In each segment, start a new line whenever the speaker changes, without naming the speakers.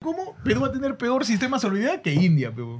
¿cómo Perú va a tener peor sistema de seguridad que India, peón?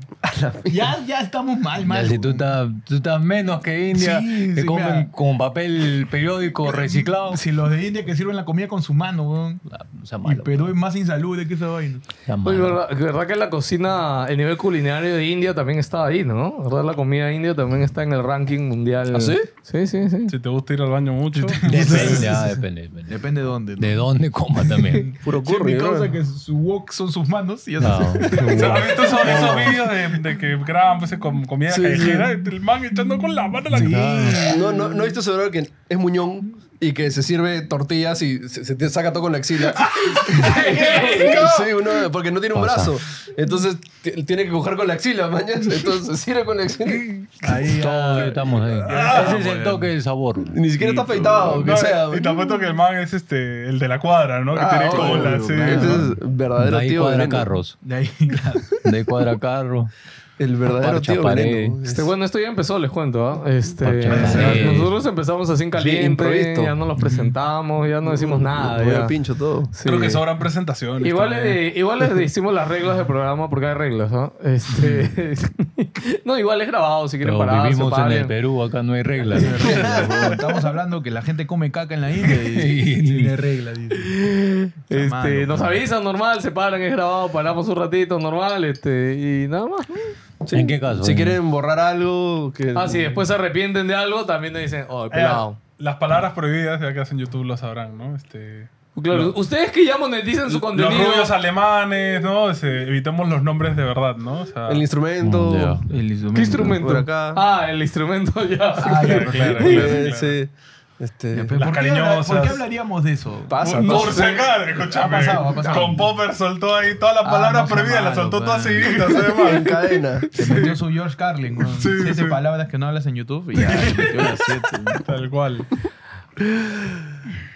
Ya, ya estamos mal,
Ya,
mal.
si tú estás, tú estás menos que India,
Sí,
te
sí,
comen
mira.
con papel periódico reciclado.
Si los de India que sirven la comida con su mano, weón.
La- o sea,
Y
malo,
Perú es más insalubre que esa vaina.
sea, malo.
Oye, Pues ¿verdad, verdad que la cocina, el nivel culinario de India también está ahí, ¿no? ¿Verdad? La comida india también está en el ranking mundial.
¿Ah, sí?
Sí, sí, sí.
Si te gusta ir al baño mucho.
Depende, ah, depende, depende.
Depende de dónde. ¿no?
De dónde coma también.
Puro
Sí,
curry,
mi causa
bro.
que su wok son sus manos y ya
No.
se
O sea, ¿has visto esos,
Oh.
esos vídeos de, de que graban pues, con comida callejera? El man echando con la mano la
No, no, no he visto ese brother que es muñón y que se sirve tortillas y se, se te saca todo con la axila. sí, uno, porque no tiene un
Pasa.
brazo. Entonces t- tiene que coger con la axila, mañas. Entonces se sirve con la axila.
Ahí
Todos estamos ahí. Ese es el toque de sabor.
Ni siquiera está afeitado, aunque
No,
sea.
y te apuesto que el man es este, el de la cuadra, ¿no? Que
Ah,
tiene
obvio,
cola, sí.
Ese es
De
verdadero
ahí
tío
cuadra
veneno.
carros.
De ahí, claro.
De ahí cuadra carros.
El verdadero
Parcha
tío
pared.
veneno.
Este, bueno, esto ya empezó, les cuento, ¿ah? Este,
Parcha pared.
nosotros empezamos así en caliente,
imprevisto.
ya no los presentamos, ya no decimos nada.
Voy
ya.
a pincho todo.
Ah, Sí.
Creo que sobran presentaciones.
Igual,
también.
eh, igual les hicimos las reglas del programa porque hay reglas, ¿no? Este, no, igual es grabado, si quieren
Pero
parar, se
vivimos en el
paren.
Perú, acá no hay reglas.
Estamos hablando que la gente come caca en la India y tiene regla, dice.
Este,
Mano,
nos avisan normal, se paran, es grabado, paramos un ratito normal, este, y nada más. ¿no?
¿En qué caso?
Si quieren borrar algo, que.
Ah, si después se arrepienten de algo, también te dicen, oh,
Eh,
pelado.
las palabras prohibidas, ya que hacen YouTube lo sabrán, ¿no? Este,
Claro, ustedes que ya monetizan su
los
contenido.
rubios alemanes, ¿no? Ese, evitemos los nombres de verdad, ¿no? O sea,
El instrumento.
Mm, Ya.
El instrumento.
¿Qué instrumento?
Por acá.
Ah, el instrumento ya.
Ah, ya,
Claro,
perfecto.
claro,
Eh,
claro, claro.
sí. Este,
Ya, pero ¿por
Las
qué habla- ¿Por
cariñosas.
qué hablaríamos de eso?
pasa,
Por
pasa.
sacar,
Ha
escúchame.
pasado, ha pasado.
Con Popper soltó ahí todas las
Ah,
palabras
no sea
prohibidas, las
malo,
soltó
pues.
todas seguiditas,
En
además.
cadena.
Se metió su George Carlin, ¿no?
Sí,
siete
sí.
palabras que no hablas en YouTube y ya se metió las siete. ¿no?
Tal cual.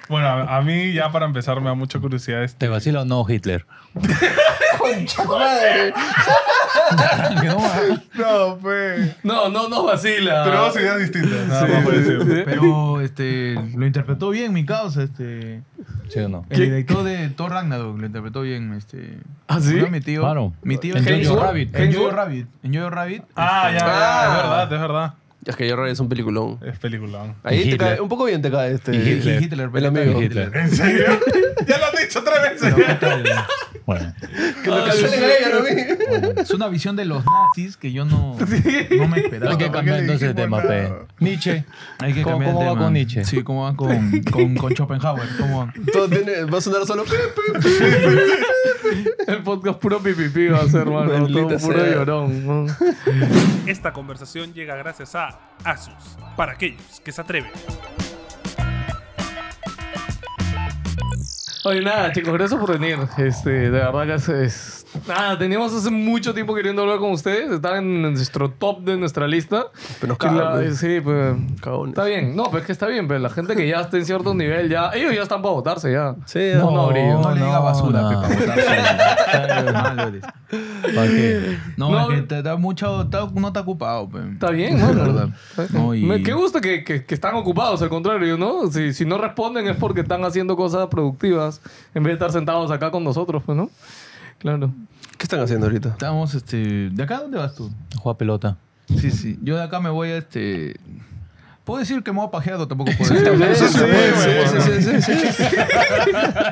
Bueno, a, a mí ya para empezar me da mucha curiosidad este.
¿Te vacila o no Hitler?
¡Concha madre!
Que no, ah.
No, pues.
No, no, no vacila.
Pero dos ideas distintas. Nada más por decir.
Pero este, lo interpretó bien mi causa. Este,
¿Sí o no?
el director de Thor Ragnarok lo interpretó bien. Este,
¿Ah, sí?
¿no? Mi tío.
Claro.
Mi tío
En
Jojo Rabbit.
En Jojo
Hemsworth.
Rabbit. En Jojo Rabbit.
Ah, ya, ya,
Ah.
es verdad, es verdad.
Es que yo Rabbit es un peliculón.
Es película.
Ahí te
Hitler.
cae, un poco bien te cae este.
Y Hitler.
El amigo.
Hitler.
Hitler.
¿En serio? ya lo has dicho tres veces.
Bueno.
Ah,
Que lo que sale de ella, ¿no? vi?
Es una visión de los nazis que yo no, no me esperaba.
Hay que cambiar entonces de tema, pe.
nada.
Nietzsche.
Hay que
¿Cómo-
cambiar el
cómo va
tema.
con Nietzsche?
Sí, cómo va con, con, con Schopenhauer. ¿Cómo van?
Todo tiene, va a sonar solo. pi, pi, pi.
El podcast puro pipipi va a ser, hermano.
Maldita
todo puro
sea.
llorón. ¿no?
Esta conversación llega gracias a Asus, para aquellos que se atreven.
Oye, nada, chicos, gracias por venir. Este, de verdad que es, es- Nada, teníamos hace mucho tiempo queriendo hablar con ustedes. Están en nuestro top de nuestra lista.
Pero nos
Y la-
cagan, pues.
Sí, pues...
Cagones.
Está bien. No, pero es que está bien. Pero la gente que ya está en cierto nivel, ya... Ellos ya están para votarse, ya.
Sí,
No, no, brillo.
No le diga basura,
no.
Pepe, para votar. Malo eres.
¿Para qué?
No,
No,
es que te da mucho, está- no está ocupado, pe.
Está bien, ¿no?
Es verdad. No, y-
Me- Qué gusto que, que- que están ocupados, al contrario, ¿no? Si, si no responden es porque están haciendo cosas productivas en vez de estar sentados acá con nosotros, pues, ¿no? Claro.
¿Qué están haciendo ahorita?
Estamos, este... ¿De acá dónde vas tú?
Juega pelota.
Sí, sí. Yo de acá me voy a, este... ¿Puedo decir que me voy a pajear o tampoco puedo
Sí,
decir?
sí, pues,
güey,
sí, sí, sí, sí, sí.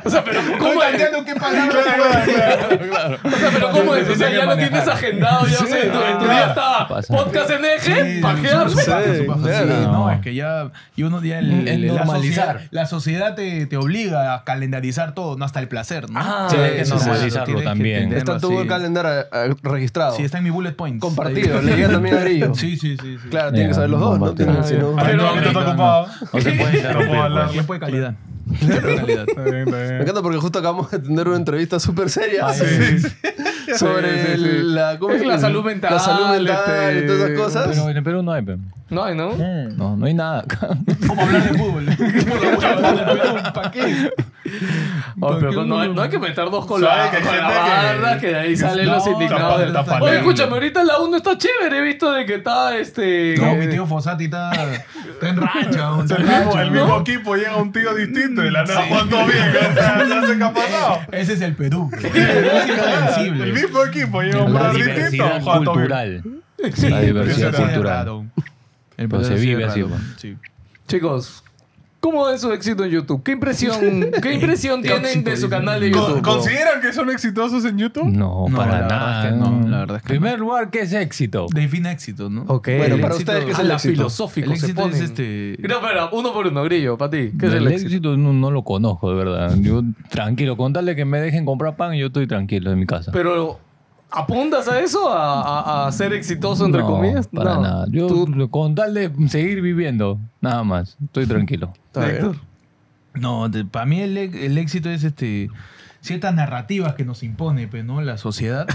O sea, pero ¿cómo es?
qué palabra
O sea, pero ¿cómo es? O sea, ya lo tienes agendado, ya, o sea, en tu, en tu día estaba
Pasa.
podcast en eje, pajear.
Sí,
Sí, claro.
no, es que ya. Y uno ya. El,
Es
el- la
normalizar.
sociedad- La sociedad, te, te obliga a calendarizar todo, no hasta el placer, ¿no?
Ah,
Sí,
hay que
sí, sí,
normalizarlo
tienes que
también.
entenderlo
Está en tu
así.
calendario ah, registrado.
Sí, está en mi bullet point.
Compartido, le llega también a Grillo.
Sí, sí, sí. sí.
Claro, tienen que saber los dos, ¿no? Tienen, si no-
A mí
Pero-
no, que está ocupado.
No se puede interrumpir,
No puedo hablar.
Tiempo de pues, calidad. Tiempo de calidad.
Está bien, está
Me
bien.
encanta porque justo acabamos de tener una entrevista súper seria.
Sí, sí, sí.
sobre
Sí, sí, sí.
La, ¿cómo
Es la salud mental,
La salud mental
este.
y todas esas cosas.
Pero en Perú no hay, pe.
No hay, ¿no?
No, no hay nada acá.
¿Cómo hablar de fútbol? ¿Para qué?
Oh, pero no, hay, no hay que meter dos con la,
Sabe que hay
con la
gente que-
barra, que, de ahí salen
No,
los indignados.
tapa-
del-
tapa-
Oye, escúchame, ahorita la 1 está chévere. He visto de que está este.
No,
que-
mi tío Fossati está, está en racha. aún, está
El
en
mismo,
racha,
el
¿no?
mismo equipo llega un tío distinto y la nada Juan todo bien. o sea, se hace capataz.
Ese es el Perú. güey. Es incomprensible.
El mismo equipo llega un
La
jugador distinto.
diversidad
Juan todo bien.
cultural. La diversidad
Pero sí es
cultural.
raro.
Pero
El Perú
se
sí es
vive así,
raro.
pues.
Sí.
Chicos, ¿cómo es su éxito en YouTube? ¿Qué impresión, qué impresión tienen de su canal de
Con-
YouTube? bro?
¿Consideran que son exitosos en YouTube?
No,
No,
para
la verdad es
nada.
que no, la verdad es que
Primer lugar, ¿qué es éxito?
Define éxito, ¿no?
Ok.
Bueno,
El
para
éxito-
ustedes, ¿qué es
A
el
la
éxito?
El
filosófico se
éxito
ponen.
es este.
No, espera, uno por uno, Grillo, para ti. ¿Qué es
el
el éxito?
éxito no, no lo conozco, de verdad. Yo tranquilo, con tal de que me dejen comprar pan, yo estoy tranquilo en mi casa.
Pero, ¿apuntas a eso? ¿A, a- a ser exitoso, entre
no,
comillas?
Para
No.
nada. Yo
Tú-
con tal de seguir viviendo, nada más. Estoy tranquilo.
Héctor.
No, para mí el, e- el éxito es este ciertas narrativas que nos impone pues, ¿no? la sociedad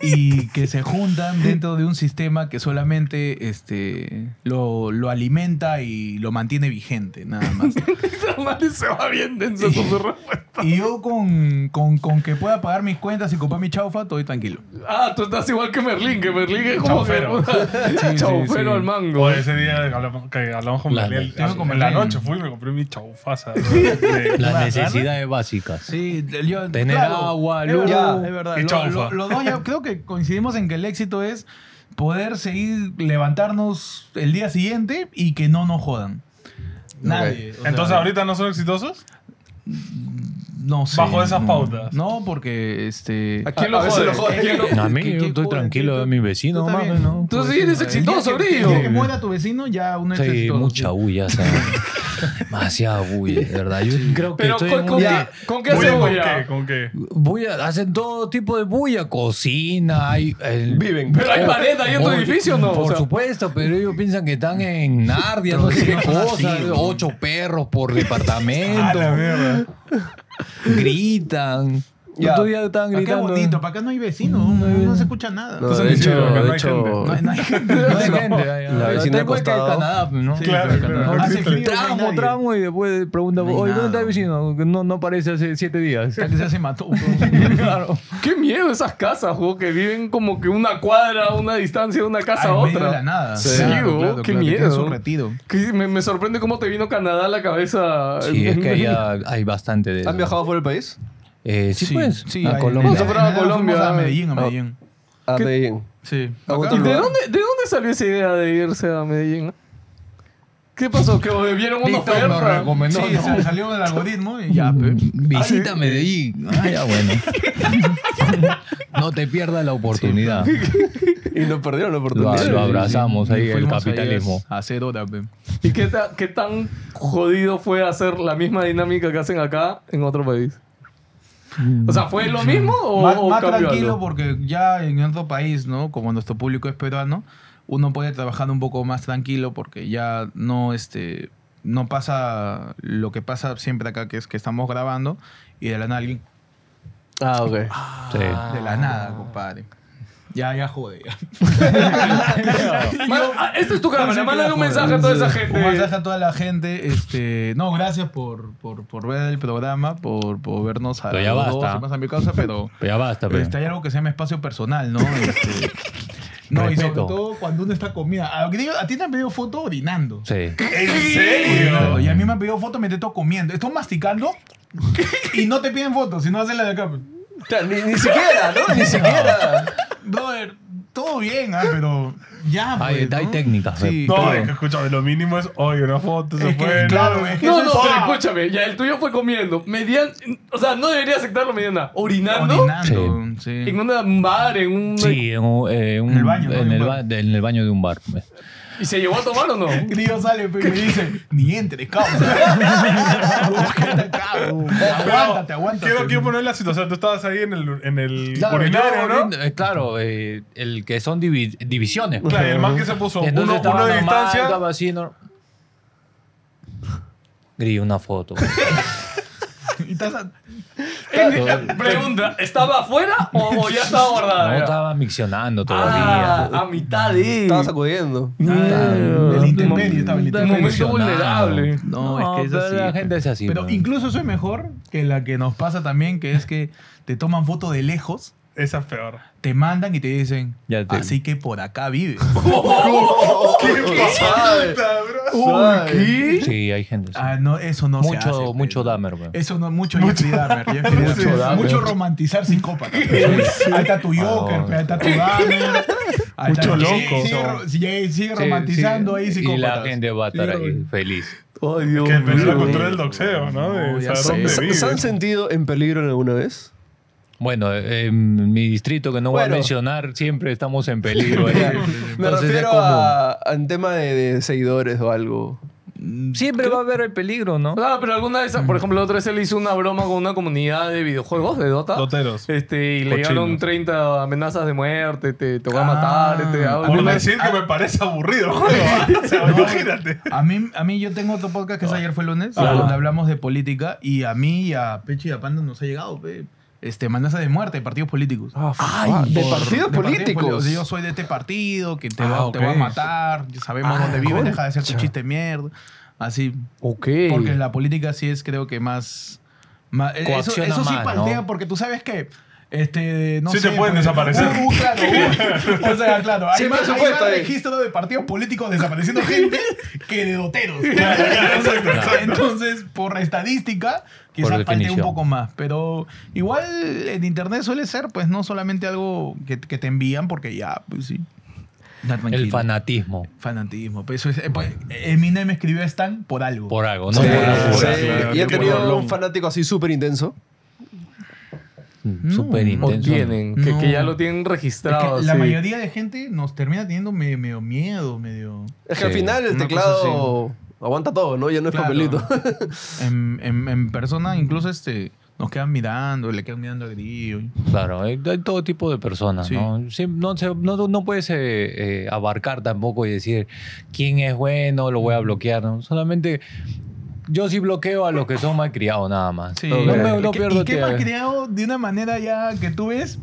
y que se juntan dentro de un sistema que solamente este, lo, lo alimenta y lo mantiene vigente, nada más.
Nadie se va bien denso con su respuesta.
Y yo con, con- con que pueda pagar mis cuentas y comprar mi chaufa, estoy tranquilo.
Ah, tú estás igual que Merlín, que Merlín es como
Chaufero.
que puta, chaufero al mango.
O ese día que hablamos, que hablamos con
La
Mariel.
noche.
Yo como en la
Mariel.
noche fui y me compré mi chaufaza. de-
Las
de-
necesidades básicas.
Sí, yo,
Tener agua,
es
luz.
verdad, es verdad.
y
Lo-
chaufa.
lo- los dos ya creo que coincidimos en que el éxito es poder seguir levantarnos el día siguiente y que no nos jodan. Nadie. o sea,
Entonces, ¿ahorita no son exitosos?
no sé,
bajo esas
no.
pautas.
No, porque este.
¿A
quién lo
veces
jode?
jode?
¿A quién lo-
No, a mí,
¿Qué-
yo
qué
estoy
joder,
tranquilo
tú-
de mis vecinos,
tú
mames,
también.
¿no?
Tú sí eres
El día
exitoso,
que- el día que
Brillo.
muera tu vecino, ya uno es
Sí,
exitoso.
mucha bulla, o sea, demasiada bulla, de verdad. Yo creo que
Pero
estoy
¿con,
en
con
un-
qué, ¿con qué
Oye, ¿Con qué?
cebolla?
¿Con qué?
bulla, hacen todo tipo de bulla, cocina, hay el-
Viven.
Pero hay pared ahí en tu
Oye,
edificio, ¿no? O
Por
sea-
supuesto, pero ellos piensan que están en Nardia, no sé qué cosa, ocho perros por departamento, gritan.
Ya.
Otro día
Ah,
estaban
Acá
gritando.
bonito, para acá no hay vecino, no, no se escucha nada.
No,
Entonces,
de
dicho,
hecho,
acá no
de
hay
hecho,
gente.
No hay- no hay gente.
No hay gente. ay, ay,
La
ay.
vecina
Tengo que
acostado.
Canadá, ¿no? Ah,
Sí,
Claro,
pero acá
claro.
no-
Hace
Hace
frío,
frío, no hay
Tramo,
nadie.
tramo, y después pregunta,
No hay
oye, ¿dónde está el
nada.
vecino? No, no aparece hace siete días.
Hasta que ya se mató.
claro.
Qué miedo esas casas, jo, que viven como que una cuadra, una distancia de una casa
Ay,
a
en medio
otra.
de la nada.
Sí, jo, qué miedo.
Es un retiro.
Que me, me sorprende cómo te vino Canadá a la cabeza.
Sí, es que allá hay bastante de eso.
¿Han viajado fuera del país?
Eh, sí, pues.
sí,
a
ahí-
Colombia.
en-
Vamos a
en-
Colombia.
fuimos A Medellín, a Medellín.
A Medellín.
Sí.
¿A
¿Y
otro
de
lugar?
dónde, de dónde salió esa idea de irse a Medellín? no? ¿Qué pasó? ¿Que vieron una
TikTok nos
oferta?
recomendó,
sí,
¿no?
sa- salió del algoritmo y ya, pues. pe.
Visita Medellín. Ah, ya bueno. no te pierdas la oportunidad.
Y nos perdieron
lo,
la oportunidad.
lo abrazamos ahí, el
Fuimos ahí
capitalismo.
a hacer pues. hora, pe.
¿Y qué, ta- qué tan jodido fue hacer la misma dinámica que hacen acá en otro país? O sea, ¿fue lo mismo o,
Mm. más,
o
más
cambió
tranquilo
algo?
porque ya en otro país, ¿no? Como nuestro público es peruano, uno puede trabajar un poco más tranquilo porque ya no este no pasa lo que pasa siempre acá que es que estamos grabando y de la nada alguien
Ah, ok.
Sí.
de
Ah.
la nada, compadre. Ya ya jode. ya.
Man, ah, esta es tu cámara,
Parece que
mándale
la
un
joda.
mensaje a toda esa gente.
Un mensaje a toda la gente. Este, no, gracias por, por, por ver el programa, por, por vernos a
Pero ya
los
basta.
dos, más a mi causa, pero
Pero Pues ya basta, pero.
este, hay algo que se llama espacio personal, ¿no? Este, no, y sobre
Respeto.
todo cuando uno está comida. A, grillo- a ti te han pedido foto orinando.
Sí.
¿En serio?
Claro, Y a mí me han pedido foto mientras estoy comiendo. Estoy masticando y no te piden fotos, sino hacen la de acá.
Claro, ni, ni siquiera, ¿no? Ni siquiera.
Brother, todo bien, ah, pero ya.
Hay-
pues,
hay
¿no?
técnicas,
Sí,
No,
claro.
es que escúchame, lo mínimo es, oye, una foto, se
Es que,
fue.
claro,
¿no?
es que
No,
eso
no,
es-
pero escúchame, ya el tuyo fue comiendo. Median, o sea, no debería aceptarlo mediana. Orinando
Orinando, sí.
en un bar, en un.
Sí, en, un- eh, un-
En el baño, ¿no?
en
En
el
un
ba- de- en el baño de un bar. pues.
¿Y se llevó a tomar o no?
Grillo sale pe, y me dice, ni entres, causa. Búscate acá, bu.
Pero
aguántate, aguántate.
Quiero, quiero poner la situación. Tú estabas ahí en el, en el
Claro,
urinario,
yo-
¿no?
eh, claro, eh, el que son divi- divisiones. pues.
Claro, y el man que se puso
Y Entonces
uno,
estaba
uno de
normal,
distancia.
estaba así, no... Grillo, una foto.
Y estás-
Pregunta, ¿estaba afuera o, o Ah, ya estaba
No
guardada?
estaba miccionando
Ah,
todavía.
a mitad de.
Estaba sacudiendo.
Ah, el intemperie estaba el
Un
intemperie.
momento vulnerable.
No, es que es
pero
así.
la
pe.
gente es así.
Pero
pe.
incluso eso es mejor que la que nos pasa también, que es que te toman foto de lejos,
Esa es peor.
te mandan y te dicen,
Ya te-
así que por acá vives.
Suave. Suave.
Sí, hay gente. así.
ah, no, eso no se hace.
mucho,
pe.
mucho Dahmer, weón.
Eso no, mucho Jeffrey Dahmer. Jeffrey Dahmer.
Mucho Dahmer.
Mucho romantizar psicópata. Ahí está tu Joker,
Ah.
pe, ahí está tu Dahmer. Ahí está-
Mucho
Sigue-
loco.
Sigue, ro- sigue- sigue
Sí,
romantizando
sí.
ahí
Y
psicópatas.
la gente va a estar ahí feliz.
Ay, Dios
Que perdió la
mío.
cultura del doxeo, ¿no?
No,
De
ya
saber
sé.
dónde
¿Se-
vive.
¿Se han sentido en peligro en alguna vez?
Bueno, eh, en mi distrito que no voy
Bueno.
a mencionar, siempre estamos en peligro. ahí.
Me
Entonces es
refiero
como-
a, a un tema de, de seguidores o algo.
Siempre va a haber el peligro, ¿no?
Ah, pero alguna de esas, por ejemplo, la otra vez él hizo una broma con una comunidad de videojuegos de Dota.
Doteros.
Este, y le
Cochinos.
llegaron 30 amenazas de muerte, te, te voy a
Ah.
matar, este, te hago-
Por no decir que me parece aburrido, juego. O sea, imagínate.
A mí, a mí yo tengo otro podcast
Ah.
que es ayer fue lunes,
Claro.
donde hablamos de política y a mí y a Pechi y a Panda nos ha llegado pe, este, amenaza de muerte de partidos políticos.
Ah, de partidos
De
políticos.
poli- o sea, yo soy de este partido, que te,
Ah,
va,
ok.
te va a matar, ya sabemos
Ah,
dónde vives,
concha.
deja de hacer tu chiste de mierda. Así,
Ok.
porque la política sí es creo que más... más- eh, eso,
Coacciona
eso sí
más,
paltea
¿no?
porque tú sabes que... Este, no
Sí
sé,
te pueden
pues,
desaparecer.
uh, claro, uh, o sea, claro. Hay
Sin
más, hay
presupuesto,
más
eh.
registro de partidos políticos desapareciendo gente que de doteros. Entonces, por estadística, quizás falte un
definición.
poco más. Pero igual en internet suele ser, pues, no solamente algo que, que te envían, porque ya, pues sí. Da tranquilo.
El fanatismo.
Fanatismo. Pues, eso es- eh, pues, Eminem escribió a Stan por algo.
Por algo, ¿no?
Sí,
Por algo, por
sí.
algo.
¿Y han
qué
tenido
bolón.
un fanático así súper intenso?
Mm.
Súper
O
intenso.
tienen, que,
No.
que ya lo tienen
Es que
registrado.
la
sí.
mayoría de gente nos termina teniendo medio, medio miedo, medio...
Es que al
Sí,
final el
una
teclado aguanta todo, ¿no? Ya no es
Claro.
papelito.
En, en- en persona, incluso, este, nos quedan mirando, le quedan mirando a Grillo.
Claro, hay, hay todo tipo de personas,
Sí.
¿no? Sí, no, se- no, no puedes eh, eh, abarcar tampoco y decir quién es bueno, lo voy a bloquear, ¿no? Solamente yo sí bloqueo a los que son malcriados nada más.
Sí.
No, me- no
¿Qué-
pierdo
y qué
tiempo.
más creado de una manera ya que tú ves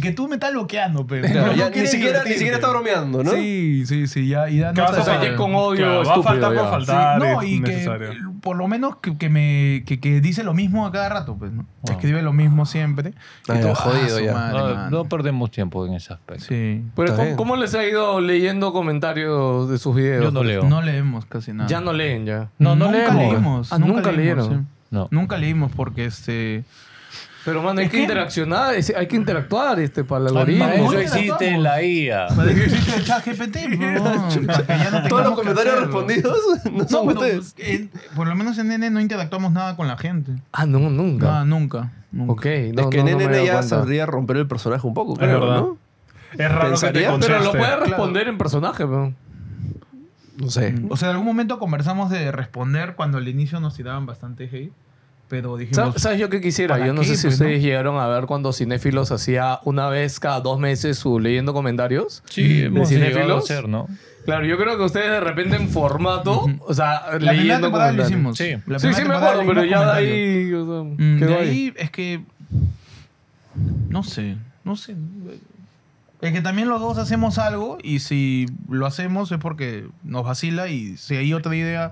que tú me estás bloqueando, pero
Claro,
no
ya ni,
quieres
siquiera, ni
divertirte.
siquiera está bromeando, ¿no?
Sí, sí, sí, ya y ya
¿Qué vas a
O sea,
estás-
hacer?
ya con odio
Claro, va a
estúpido.
faltar por
ya.
Sí,
faltar.
no, y que eh,
necesario.
por lo menos que, que me que, que dice lo mismo a cada rato, pues, ¿no?
Wow.
Escribe lo mismo siempre. Y
Ay,
tú,
jodido
su
Ah, ya.
madre,
No,
mano.
no perdemos tiempo en ese aspecto.
Sí.
Pero
Está
¿cómo,
bien.
cómo les ha ido leyendo comentarios de sus videos?
Yo no leo.
No leemos casi nada.
Ya no leen, ya.
No, no
nunca
leemos.
leímos.
Ah,
nunca,
nunca
leímos,
leyeron.
sí.
No.
Nunca leímos porque este
Pero, mano, hay
Es
que,
que-
interaccionar, es- hay que interactuar este, para el
Para
algoritmo.
eso
Oye,
existe
vamos.
la IA.
para que existe el ChatGPT, bro, para que ya no
Todos los
tengamos que
comentarios
hacerlo.
respondidos no
No,
son
pero
ustedes.
en- por lo menos en Nene no interactuamos nada con la gente.
Ah, no, nunca.
Nada, nunca. nunca.
ok, no,
es que
no, no
Nene
me he dado
ya
cuenta.
sabría romper el personaje un poco, creo,
verdad.
¿no?
Es raro que te
Pensaría,
conteste.
Pero lo puedes responder en personaje, weón.
No sé.
O sea, en algún momento conversamos de responder cuando al inicio nos tiraban bastante hate, pero
Sa-
dijimos...
¿Sabes yo qué quisiera?
¿Para
Yo no
qué,
sé si
pues,
ustedes llegaron a ver cuando Cinéfilos hacía una vez cada dos meses su leyendo comentarios.
Sí, hemos
¿De
llegado a
cinéfilos?
ser, ¿no?
Claro, yo creo que ustedes de repente en formato, o sea,
La primera
leyendo
temporada lo
comentarios.
hicimos.
Sí.
La primera
sí, sí, me
temporada
acuerdo, pero
leímos
ya de
comentarios.
ahí. o sea,
Mm,
quedó
de
ahí.
ahí es que... No sé, no sé. Es que también los dos hacemos algo y si lo hacemos es porque nos vacila y si hay otra idea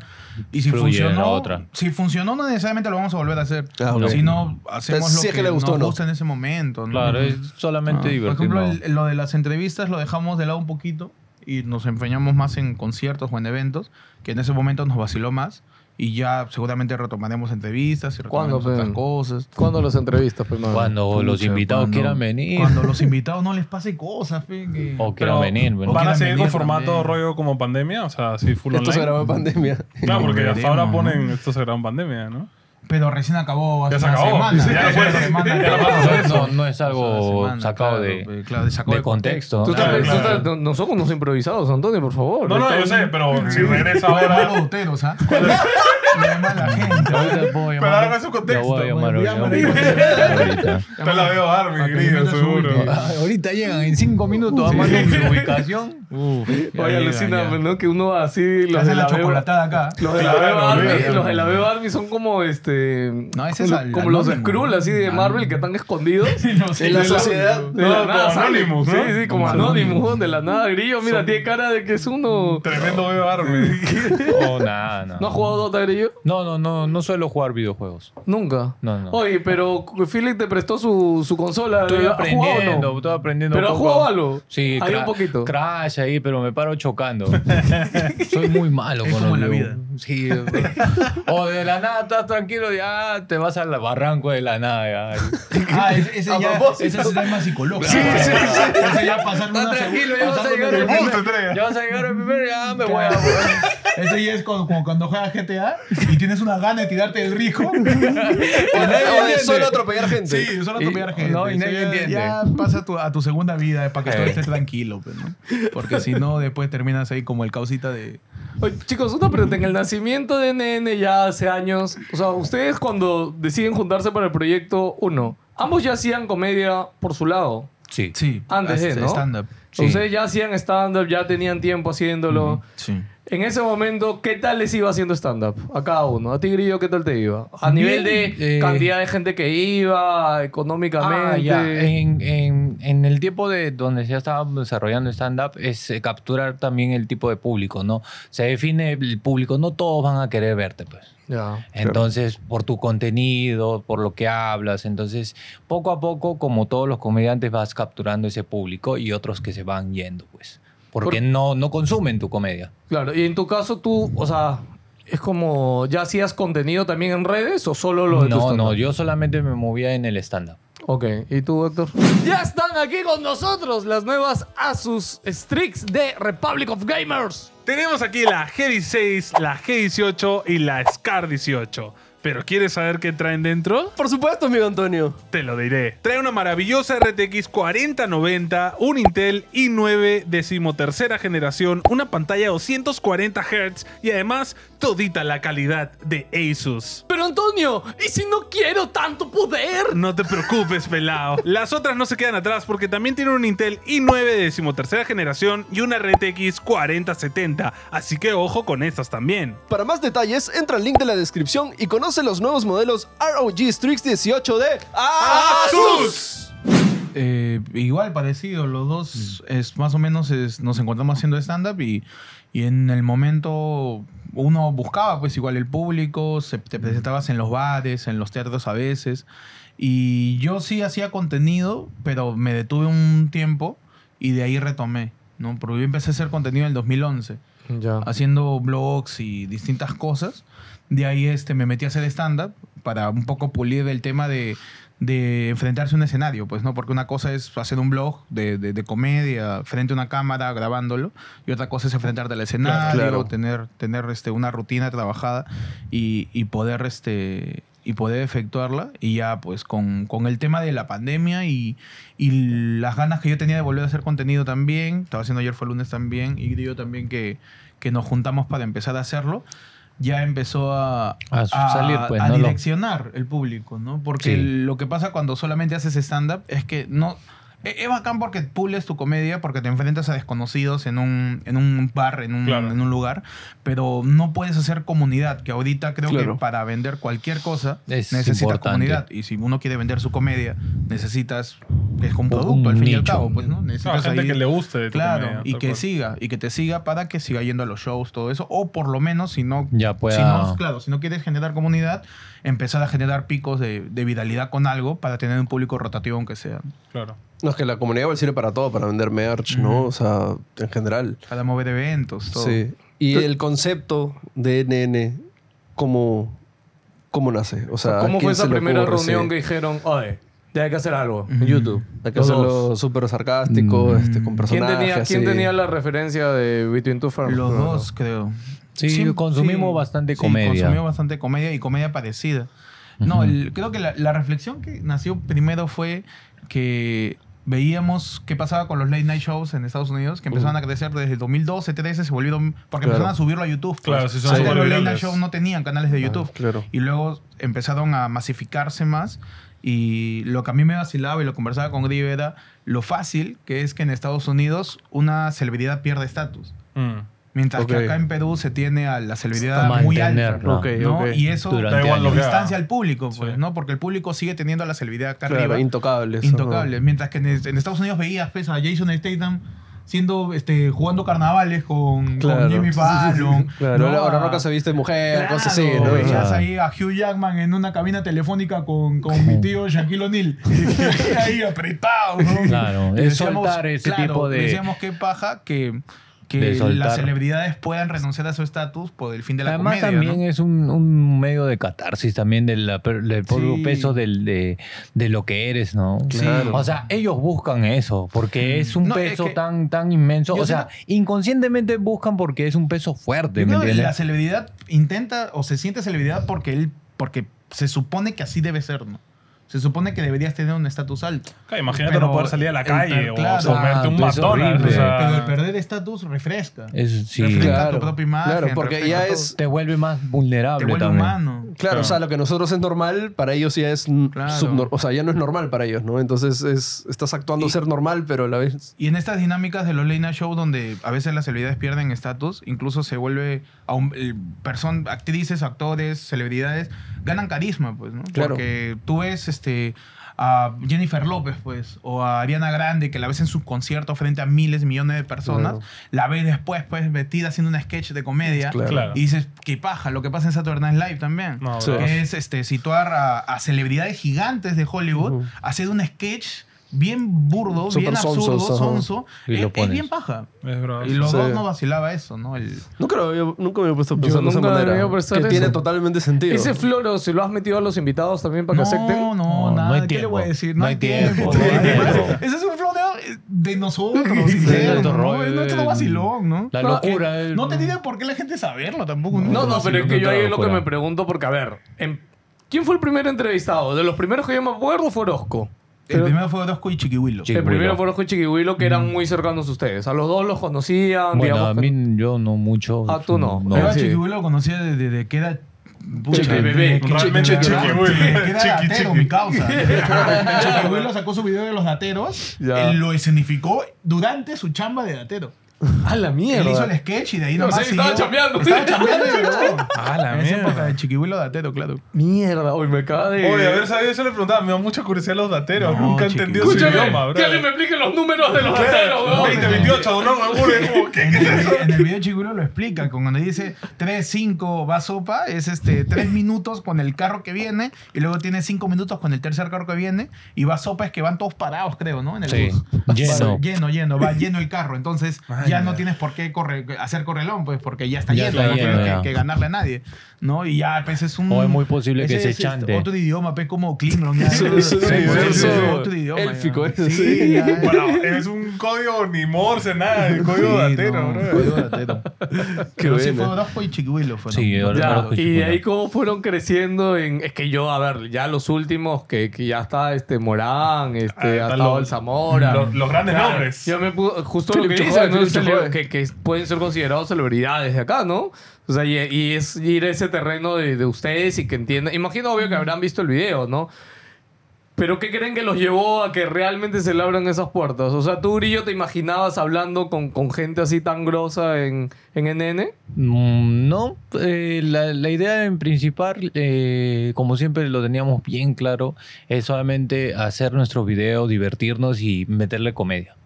y si
Fluye la
funcionó,
otra.
si funcionó no necesariamente lo vamos a volver a hacer.
Ah, ok.
Si no, hacemos
Entonces,
lo
si es
que,
que le gustó o
nos
no.
gusta en ese momento. ¿no?
Claro,
Ujú.
es solamente
Ah,
divertirnos.
Por ejemplo, el- lo de las entrevistas lo dejamos de lado un poquito y nos empeñamos más en conciertos o en eventos, que en ese momento nos vaciló más y ya seguramente retomaremos entrevistas y retomaremos
¿Cuándo,
otras
Pedro?
cosas.
¿Cuándo los entrevistas, pues, mano?
cuando los
Pucha,
invitados
cuando-
quieran venir
Cuando los invitados no les pase cosas, fe, que-
o quieran venir, bueno.
Para-
¿Van a
quieran
seguir con
venir
formato
también.
rollo como pandemia? O sea, sí, full
Esto se
online.
grabó en pandemia.
Claro, porque hasta
Veremos,
ahora
¿no?
ponen esto se grabó en pandemia, ¿no?
Pero recién acabó hace
Ya se
una
acabó.
semana.
Sí, ya
hace
fue.
una semana.
Ya lo
Hace una
no, no es algo
semana,
sacado
claro,
de,
pe, claro, sacado
de
de
contexto.
Tú
Ah, ¿no?
también,
Claro,
tú
claro.
también- no somos unos improvisados, Antonio, por favor.
No, no, yo sé, pero si regresa
Fue de
ahora.
malos doteros, ¿ah? Le llama a la gente.
Ahorita puedo llamar-
algo en su contexto,
Lo voy a llamar
bueno,
ahorita. Ahorita.
Te la veo
Ah,
Armin,
que le
grillo,
metas un
seguro.
último.
Ah, ahorita llegan en cinco minutos a su ubicación.
Ya
Oye,
llegan,
alucina,
ya.
pues, ¿no? Que uno así.
Te
Los de
hacen
la
la
beba-
chocolatada acá.
Los de la
Claro,
Beba Army,
claro.
los de la Beba Army son como este.
No, ese es
como-
al-
como los
anónimo.
Skrull así de Marvel que están escondidos.
En la sociedad.
De la
No,
nada
como
sale.
Anonymous, ¿no?
Sí, sí, como Anonymous, de la nada grillo. Mira, tiene cara de que es uno.
Tremendo bebé Arme.
No, nada, no.
¿No has jugado Dota grillo?
No, no, no, no suelo jugar videojuegos.
Nunca.
No, no.
Oye, pero Philip te prestó su, su consola.
Estoy
¿Has jugado o no?
aprendiendo, estoy aprendiendo.
¿Pero
un
has
poco.
jugado algo?
Sí,
Ahí
cra-
un poquito.
Crash ahí, pero me paro chocando. Soy muy malo
Es
con
como
los
la
videojuegos. Sí. o de la nada estás tranquilo, ya te vas al barranco de la nada. Ya.
Ah, ese, ese
A
ya
propósito.
ese sí ya es más psicológico. Sí, sí, sí. Ese ya pasaron
Está
una
tranquilo,
seg-
ya vas a
pasaron
llegar al
una-
Bus te
primero.
entrega.
Ya vas a llegar al primero, ya me voy a.
Ese ya es como, como cuando juegas GTA y tienes una gana de tirarte del rijo.
O de- o de solo atropellar gente.
Sí, solo
Y-
atropellar gente.
no, y
Eso
nadie
ya,
entiende.
Ya pasa a tu, a tu segunda vida eh, para que todo
Eh.
esté tranquilo, pues, ¿no? Porque si no, después terminas ahí como el causita de.
Oye, chicos, una pregunta. En el nacimiento de NN ya hace años, o sea, ustedes cuando deciden juntarse para el proyecto uno, ambos ya hacían comedia por su lado.
Sí.
Sí,
Antes de,
hasta-
¿no?
stand-up.
Sí.
Ustedes ya hacían stand-up, ya tenían tiempo haciéndolo.
Sí.
En ese momento, ¿qué tal les iba haciendo stand-up a cada uno? A ti, Grillo, ¿qué tal te iba? A nivel de
eh,
cantidad de gente que iba, económicamente.
Ah, ya. En, en- en el tiempo de donde ya estaba desarrollando stand-up es eh, capturar también el tipo de público, ¿no? Se define el público, no todos van a querer verte, pues.
Ya.
Entonces, por tu contenido, por lo que hablas, entonces, poco a poco, como todos los comediantes, vas capturando ese público y otros que se van yendo, pues. Porque
Por-
no, no consumen tu comedia.
Claro, y en tu caso tú, o sea, es como, ¿ya hacías contenido también en redes o solo lo de tu
No,
stand-up?
no, yo solamente me movía en el stand-up.
Ok, ¿y tú, Héctor? Ya están aquí con nosotros las nuevas Asus Strix de Republic of Gamers.
Tenemos aquí la G16, la G18 y la SCAR 18. Pero ¿quieres saber qué traen dentro?
Por supuesto, amigo Antonio.
Te lo diré. Trae una maravillosa RTX 4090, un Intel i9 decimotercera generación, una pantalla 240 Hz y además todita la calidad de Asus.
Pero Antonio, ¿y si no quiero tanto poder?
No te preocupes, pelado. Las otras no se quedan atrás porque también tienen un Intel i9 de decimotercera generación y una RTX 4070. Así que ojo con estas también.
Para más detalles, entra al link de la descripción y conoce los nuevos modelos ROG Strix 18 de
¡Asus!
Eh, igual, parecido. Los dos es más o menos es- nos encontramos haciendo stand-up y, y en el momento uno buscaba pues igual el público, se, te presentabas en los bares, en los teatros a veces. Y yo sí hacía contenido, pero me detuve un tiempo y de ahí retomé. ¿no? Porque yo empecé a hacer contenido en el 2011
Ya.
haciendo blogs y distintas cosas. De ahí este, me metí a hacer stand-up para un poco pulir el tema de, de enfrentarse a un escenario, pues, ¿no? Porque una cosa es hacer un blog de, de- de comedia frente a una cámara grabándolo y otra cosa es enfrentarte al escenario,
Claro.
tener, tener este, una rutina trabajada y, y poder... Este, y poder efectuarla y ya pues con, con el tema de la pandemia y, y las ganas que yo tenía de volver a hacer contenido también, estaba haciendo ayer fue lunes también y digo también que, que nos juntamos para empezar a hacerlo, ya empezó a,
A salir, pues,
a
¿no? Lo-
direccionar el público, ¿no? Porque
Sí.
lo que pasa cuando solamente haces stand-up es que no... e- Es bacán porque pules tu comedia, porque te enfrentas a desconocidos en un, en un bar, en un,
Claro.
en un lugar, pero no puedes hacer comunidad, que ahorita creo
Claro.
que para vender cualquier cosa
Es
necesitas
importante.
comunidad. Y si uno quiere vender su comedia, necesitas, es como un
Un
producto, al fin y al
nicho.
cabo, pues, ¿no?
No,
Necesitas
gente
ahí-
que le guste. tu
Claro,
comedia,
y
tal
que
cual.
siga, y que te siga para que siga yendo a los shows, todo eso, o por lo menos si no...
Ya
Si no,
pueda.
claro, si no quieres generar comunidad, empezar a generar picos de, de viralidad con algo para tener un público rotativo aunque sea,
Claro.
No, es que la comunidad web sirve para todo, para vender merch, ¿no? O sea, en general.
para mover eventos, todo.
Sí. Y el concepto de NN, ¿cómo, cómo nace? O sea,
¿Cómo
¿quién
fue
se
esa
le
primera
ocurre?
reunión
Sí.
que dijeron, oye, ya hay que hacer algo en
Ujú.
YouTube?
Hay que
Los
hacerlo
dos.
súper sarcástico, este, con
Mm. ¿Quién
personajes.
tenía, quién
así.
tenía la referencia de Between Two Ferns?
Los
No, no.
dos, creo.
Sí, consumimos bastante comedia.
consumimos bastante comedia y comedia parecida. No, el- creo que la, la reflexión que nació primero fue que veíamos qué pasaba con los late night shows en Estados Unidos, que
Uh.
empezaron a crecer desde el 2012, 13, se volvieron... Porque
Claro.
empezaron a subirlo a YouTube.
Claro, sí, son
Antes los late night
supervirales.
shows no tenían canales de YouTube.
Ah, Claro.
Y luego empezaron a masificarse más. Y lo que a mí me vacilaba y lo conversaba con Grieve era lo fácil que es que en Estados Unidos una celebridad pierde estatus.
Mm.
¿Me Mientras
Ok.
que acá en Perú se tiene a la celebridad
Está
muy
mantener,
alta.
¿no?
¿no?
Ok,
¿no?
ok.
Y eso
Durante
da igual lo
años.
que distancia al público, pues, ¿no? Porque el público sigue teniendo a la celebridad acá
Claro,
arriba.
intocables.
Intocable. Mientras que en, en Estados Unidos veías pues, a Jason Statham siendo este jugando carnavales con, con
Claro.
Jimmy
Sí, sí, sí, sí.
Fallon.
Claro,
¿no?
ahora- ahora
A-
ah.
Roca se viste mujer,
Claro,
cosas así, ¿no?
veías
Claro.
ahí a Hugh Jackman en una cabina telefónica con, con mi tío Shaquille O'Neal. ahí apretado. ¿no?
Claro,
Le
es
decíamos-
soltar ese
claro,
tipo de-
le Decíamos qué paja que, que
de soltar.
las celebridades puedan renunciar a su estatus por el fin de la
Además
comedia.
también
¿no?
es un, un medio de catarsis también del, del propio
Sí.
peso del, de, de lo que eres, ¿no?
Claro. Mm.
O sea, ellos buscan eso porque es un
No, es
peso
que-
tan, tan inmenso.
Yo
O sea, inconscientemente buscan porque es un peso fuerte,
Yo
¿me
creo que la
entiendes?
celebridad intenta o se siente celebridad porque él, porque se supone que así debe ser, ¿no? Se supone que deberías tener un estatus alto.
Claro, imagínate
Pero
no poder salir a la
el
calle
per- claro.
o comerte un
Ah, es
McDonald's.
horrible.
o sea.
Pero el perder estatus refresca.
Es- sí.
refresca
Claro,
tu propia imagen.
claro, porque
refresca
ya
todo.
es-
Te vuelve más vulnerable
Te vuelve
también.
humano.
Claro, o sea, lo que nosotros es normal, para ellos ya es n-
Claro.
subnor- o sea, ya no es normal para ellos, ¿no? Entonces es, estás actuando
Y-
ser normal, pero a la vez...
Y en estas dinámicas de los late night show donde a veces las celebridades pierden estatus, incluso se vuelve a un- el person- actrices, actores, celebridades ganan carisma, pues, ¿no?
Claro.
Porque tú ves este a Jennifer López, pues, o a Ariana Grande, que la ves en sus conciertos frente a miles, millones de personas,
Claro.
la ves después, pues, vestida haciendo un sketch de comedia,
Claro.
Claro.
y dices, qué paja, lo que pasa en Saturday Night Live también
No,
Sí.
bro.
que es este, situar a, a celebridades gigantes de Hollywood,
Ujú.
hacer un sketch bien burdo,
Súper
bien absurdo,
sonsos, ajá.
sonso,
Y lo
es, es
pones.
bien paja.
Es bro.
Y los
Sí.
dos no vacilaba eso, ¿no? El,
Nunca, lo había- nunca me he puesto a pensar de esa
nunca me
manera.
había puesto
que
en
tiene
eso.
totalmente sentido.
Ese floro, ¿se lo has metido a los invitados también para que
no,
acepten?
no,
No,
nada.
no hay
¿Qué le
tiempo.
voy a decir? No,
No
hay
hay
tiempo.
tiempo, no hay tiempo.
Ese es un floreo de nosotros,
de
interno,
nuestro
¿no?
rollo,
Es nuestro
de-
vacilón, ¿no?
La
No,
locura. es-
No tenía por qué la gente saberlo tampoco.
No, no, pero es que yo ahí es lo que
locura.
me pregunto, porque a ver, en- ¿quién fue el primer entrevistado? De los primeros que yo me acuerdo fue Orozco.
El primero fue Orozco y Chiquihuilo.
Sí.
el primero
Chiquihuilo.
fue Orozco y Chiquihuilo, que eran muy cercanos a ustedes. A los dos los conocían,
Bueno,
digamos.
a
que-
mí yo no mucho.
Ah, tú no.
Yo a
Sí.
Chiquihuilo lo conocía desde desde que era...
Chiqui bebé,
realmente Chiquihuilo.
Chiqui,
Chiqui,
chiqui.
chiqui.
mi causa. Chiquihuilo sacó su video de los dateros.
Ya.
Él lo escenificó durante su chamba de datero.
A la mierda.
Él hizo el sketch y de ahí
No,
nomás
sí, estaba
siguió-
chambeando.
Estaba chambeando y llegó.
Ah, la
En esa época
mierda.
de Chiquihuilo datero, claro.
Mierda, hoy me acaba de.
Oye, a ver, ¿sabes? Yo le preguntaba, me da mucha curiosidad los dateros.
No,
Nunca he
chiqui.
entendido su
Escúchame,
idioma, bro.
que alguien me explique los números de los dateros,
Claro,
weón.
20, 28, no, me acuerdo, como, ¿qué?
En el, en el video Chiquihuilo lo explica. Cuando le dice 3, 5, va sopa, es este 3 minutos con el carro que viene y luego tiene 5 minutos con el tercer carro que viene y va sopa es que van todos parados, creo, ¿no? En el
Sí.
bus.
Lleno.
Lleno, lleno, va lleno el carro. Entonces ya no tienes por qué corre- hacer correlón, pues, porque ya está
Ya
lleno,
está
no
lleno,
tienes
ya.
que, que ganarle a nadie. ¿no? Y ya, pues es un.
O es muy posible que
ese
se
es, este,
chante.
Otro idioma, pues como Klingon. ya.
Sí, es un
Sí,
universo
sí, sí, otro idioma, ya.
élfico ese,
Sí,
sí.
ya, ya.
Bueno, es un código ni morse, nada, el código
Sí, no,
datero, bro.
código datero.
Qué
Pero sí
buena.
fue Orozco y Chiquihuilo. fueron.
Sí, ahora
Ya,
conozco
y de
Chiquihuilo.
ahí cómo fueron creciendo en... Es que yo, a ver, ya los últimos, que, que ya está este Morán,
Ah,
este, ha
están
estado
los-
el Zamora.
los- los grandes
Claro,
nombres.
Yo me pudo- justo lo
Felipe
que
Chojoy,
dicen, ¿no?
Felipe
Cele-
Chojoy.
que, que pueden ser considerados celebridades de acá, ¿no? O sea, y, y es ir a ese terreno de, de ustedes y que entiendan. Imagino, obvio, que habrán visto el video, ¿no? Pero ¿qué creen que los llevó a que realmente se le abran esas puertas? O sea, ¿tú, Brillo, te imaginabas hablando con, con gente así tan grosa en, en NN?
Mm, No, eh, la, la idea en principal, eh, como siempre lo teníamos bien claro, es solamente hacer nuestro video, divertirnos y meterle comedia,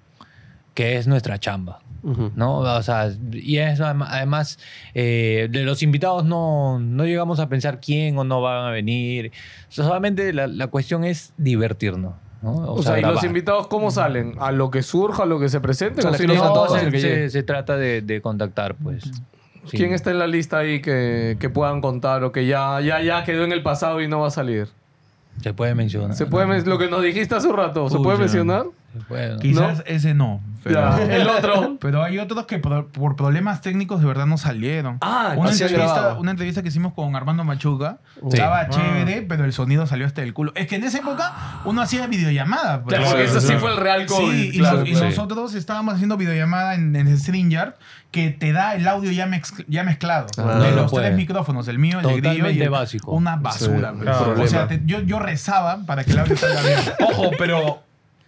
que es nuestra chamba,
Ujú.
¿no? O sea, y es adem- además, eh, de los invitados no, no llegamos a pensar quién o no van a venir, solamente la, la cuestión es divertirnos, ¿no?
O, sea, ¿y los
grabar.
invitados cómo salen? ¿A lo que surja, a lo que se presente?
O sea,
¿O
la
si
gente
los-
a
No,
todos
se,
los que
se-
lleguen.
se trata de, de contactar, pues. Sí.
¿Quién está en la lista ahí que, que puedan contar o que ya, ya, ya quedó en el pasado y no va a salir?
Se puede mencionar.
¿Se puede men- lo que nos dijiste hace un rato? ¿Se puede
Pucha,
mencionar?
se puede, ¿no?
Quizás ese no. Pero,
Ya, el otro.
pero hay otros que por, por problemas técnicos de verdad no salieron.
Ah,
una,
no se ha
entrevista,
grabado. Ah.
una entrevista que hicimos con Armando Machuca estaba chévere, pero el sonido salió hasta el culo. Es que en esa época uno hacía videollamada. pues.
Claro, porque ese sí fue el real COVID.
Sí, y,
claro,
nos- y
claro.
nosotros estábamos haciendo videollamada en, en StreamYard que te da el audio ya, mezcl- ya mezclado.
no,
de
no
los
puede.
tres micrófonos, el mío, el de grillo y
Totalmente
el-
básico.
una basura.
Ah, Sí,
pues.
claro.
O sea, te- yo, yo rezaba para que el audio salga bien.
Ojo, pero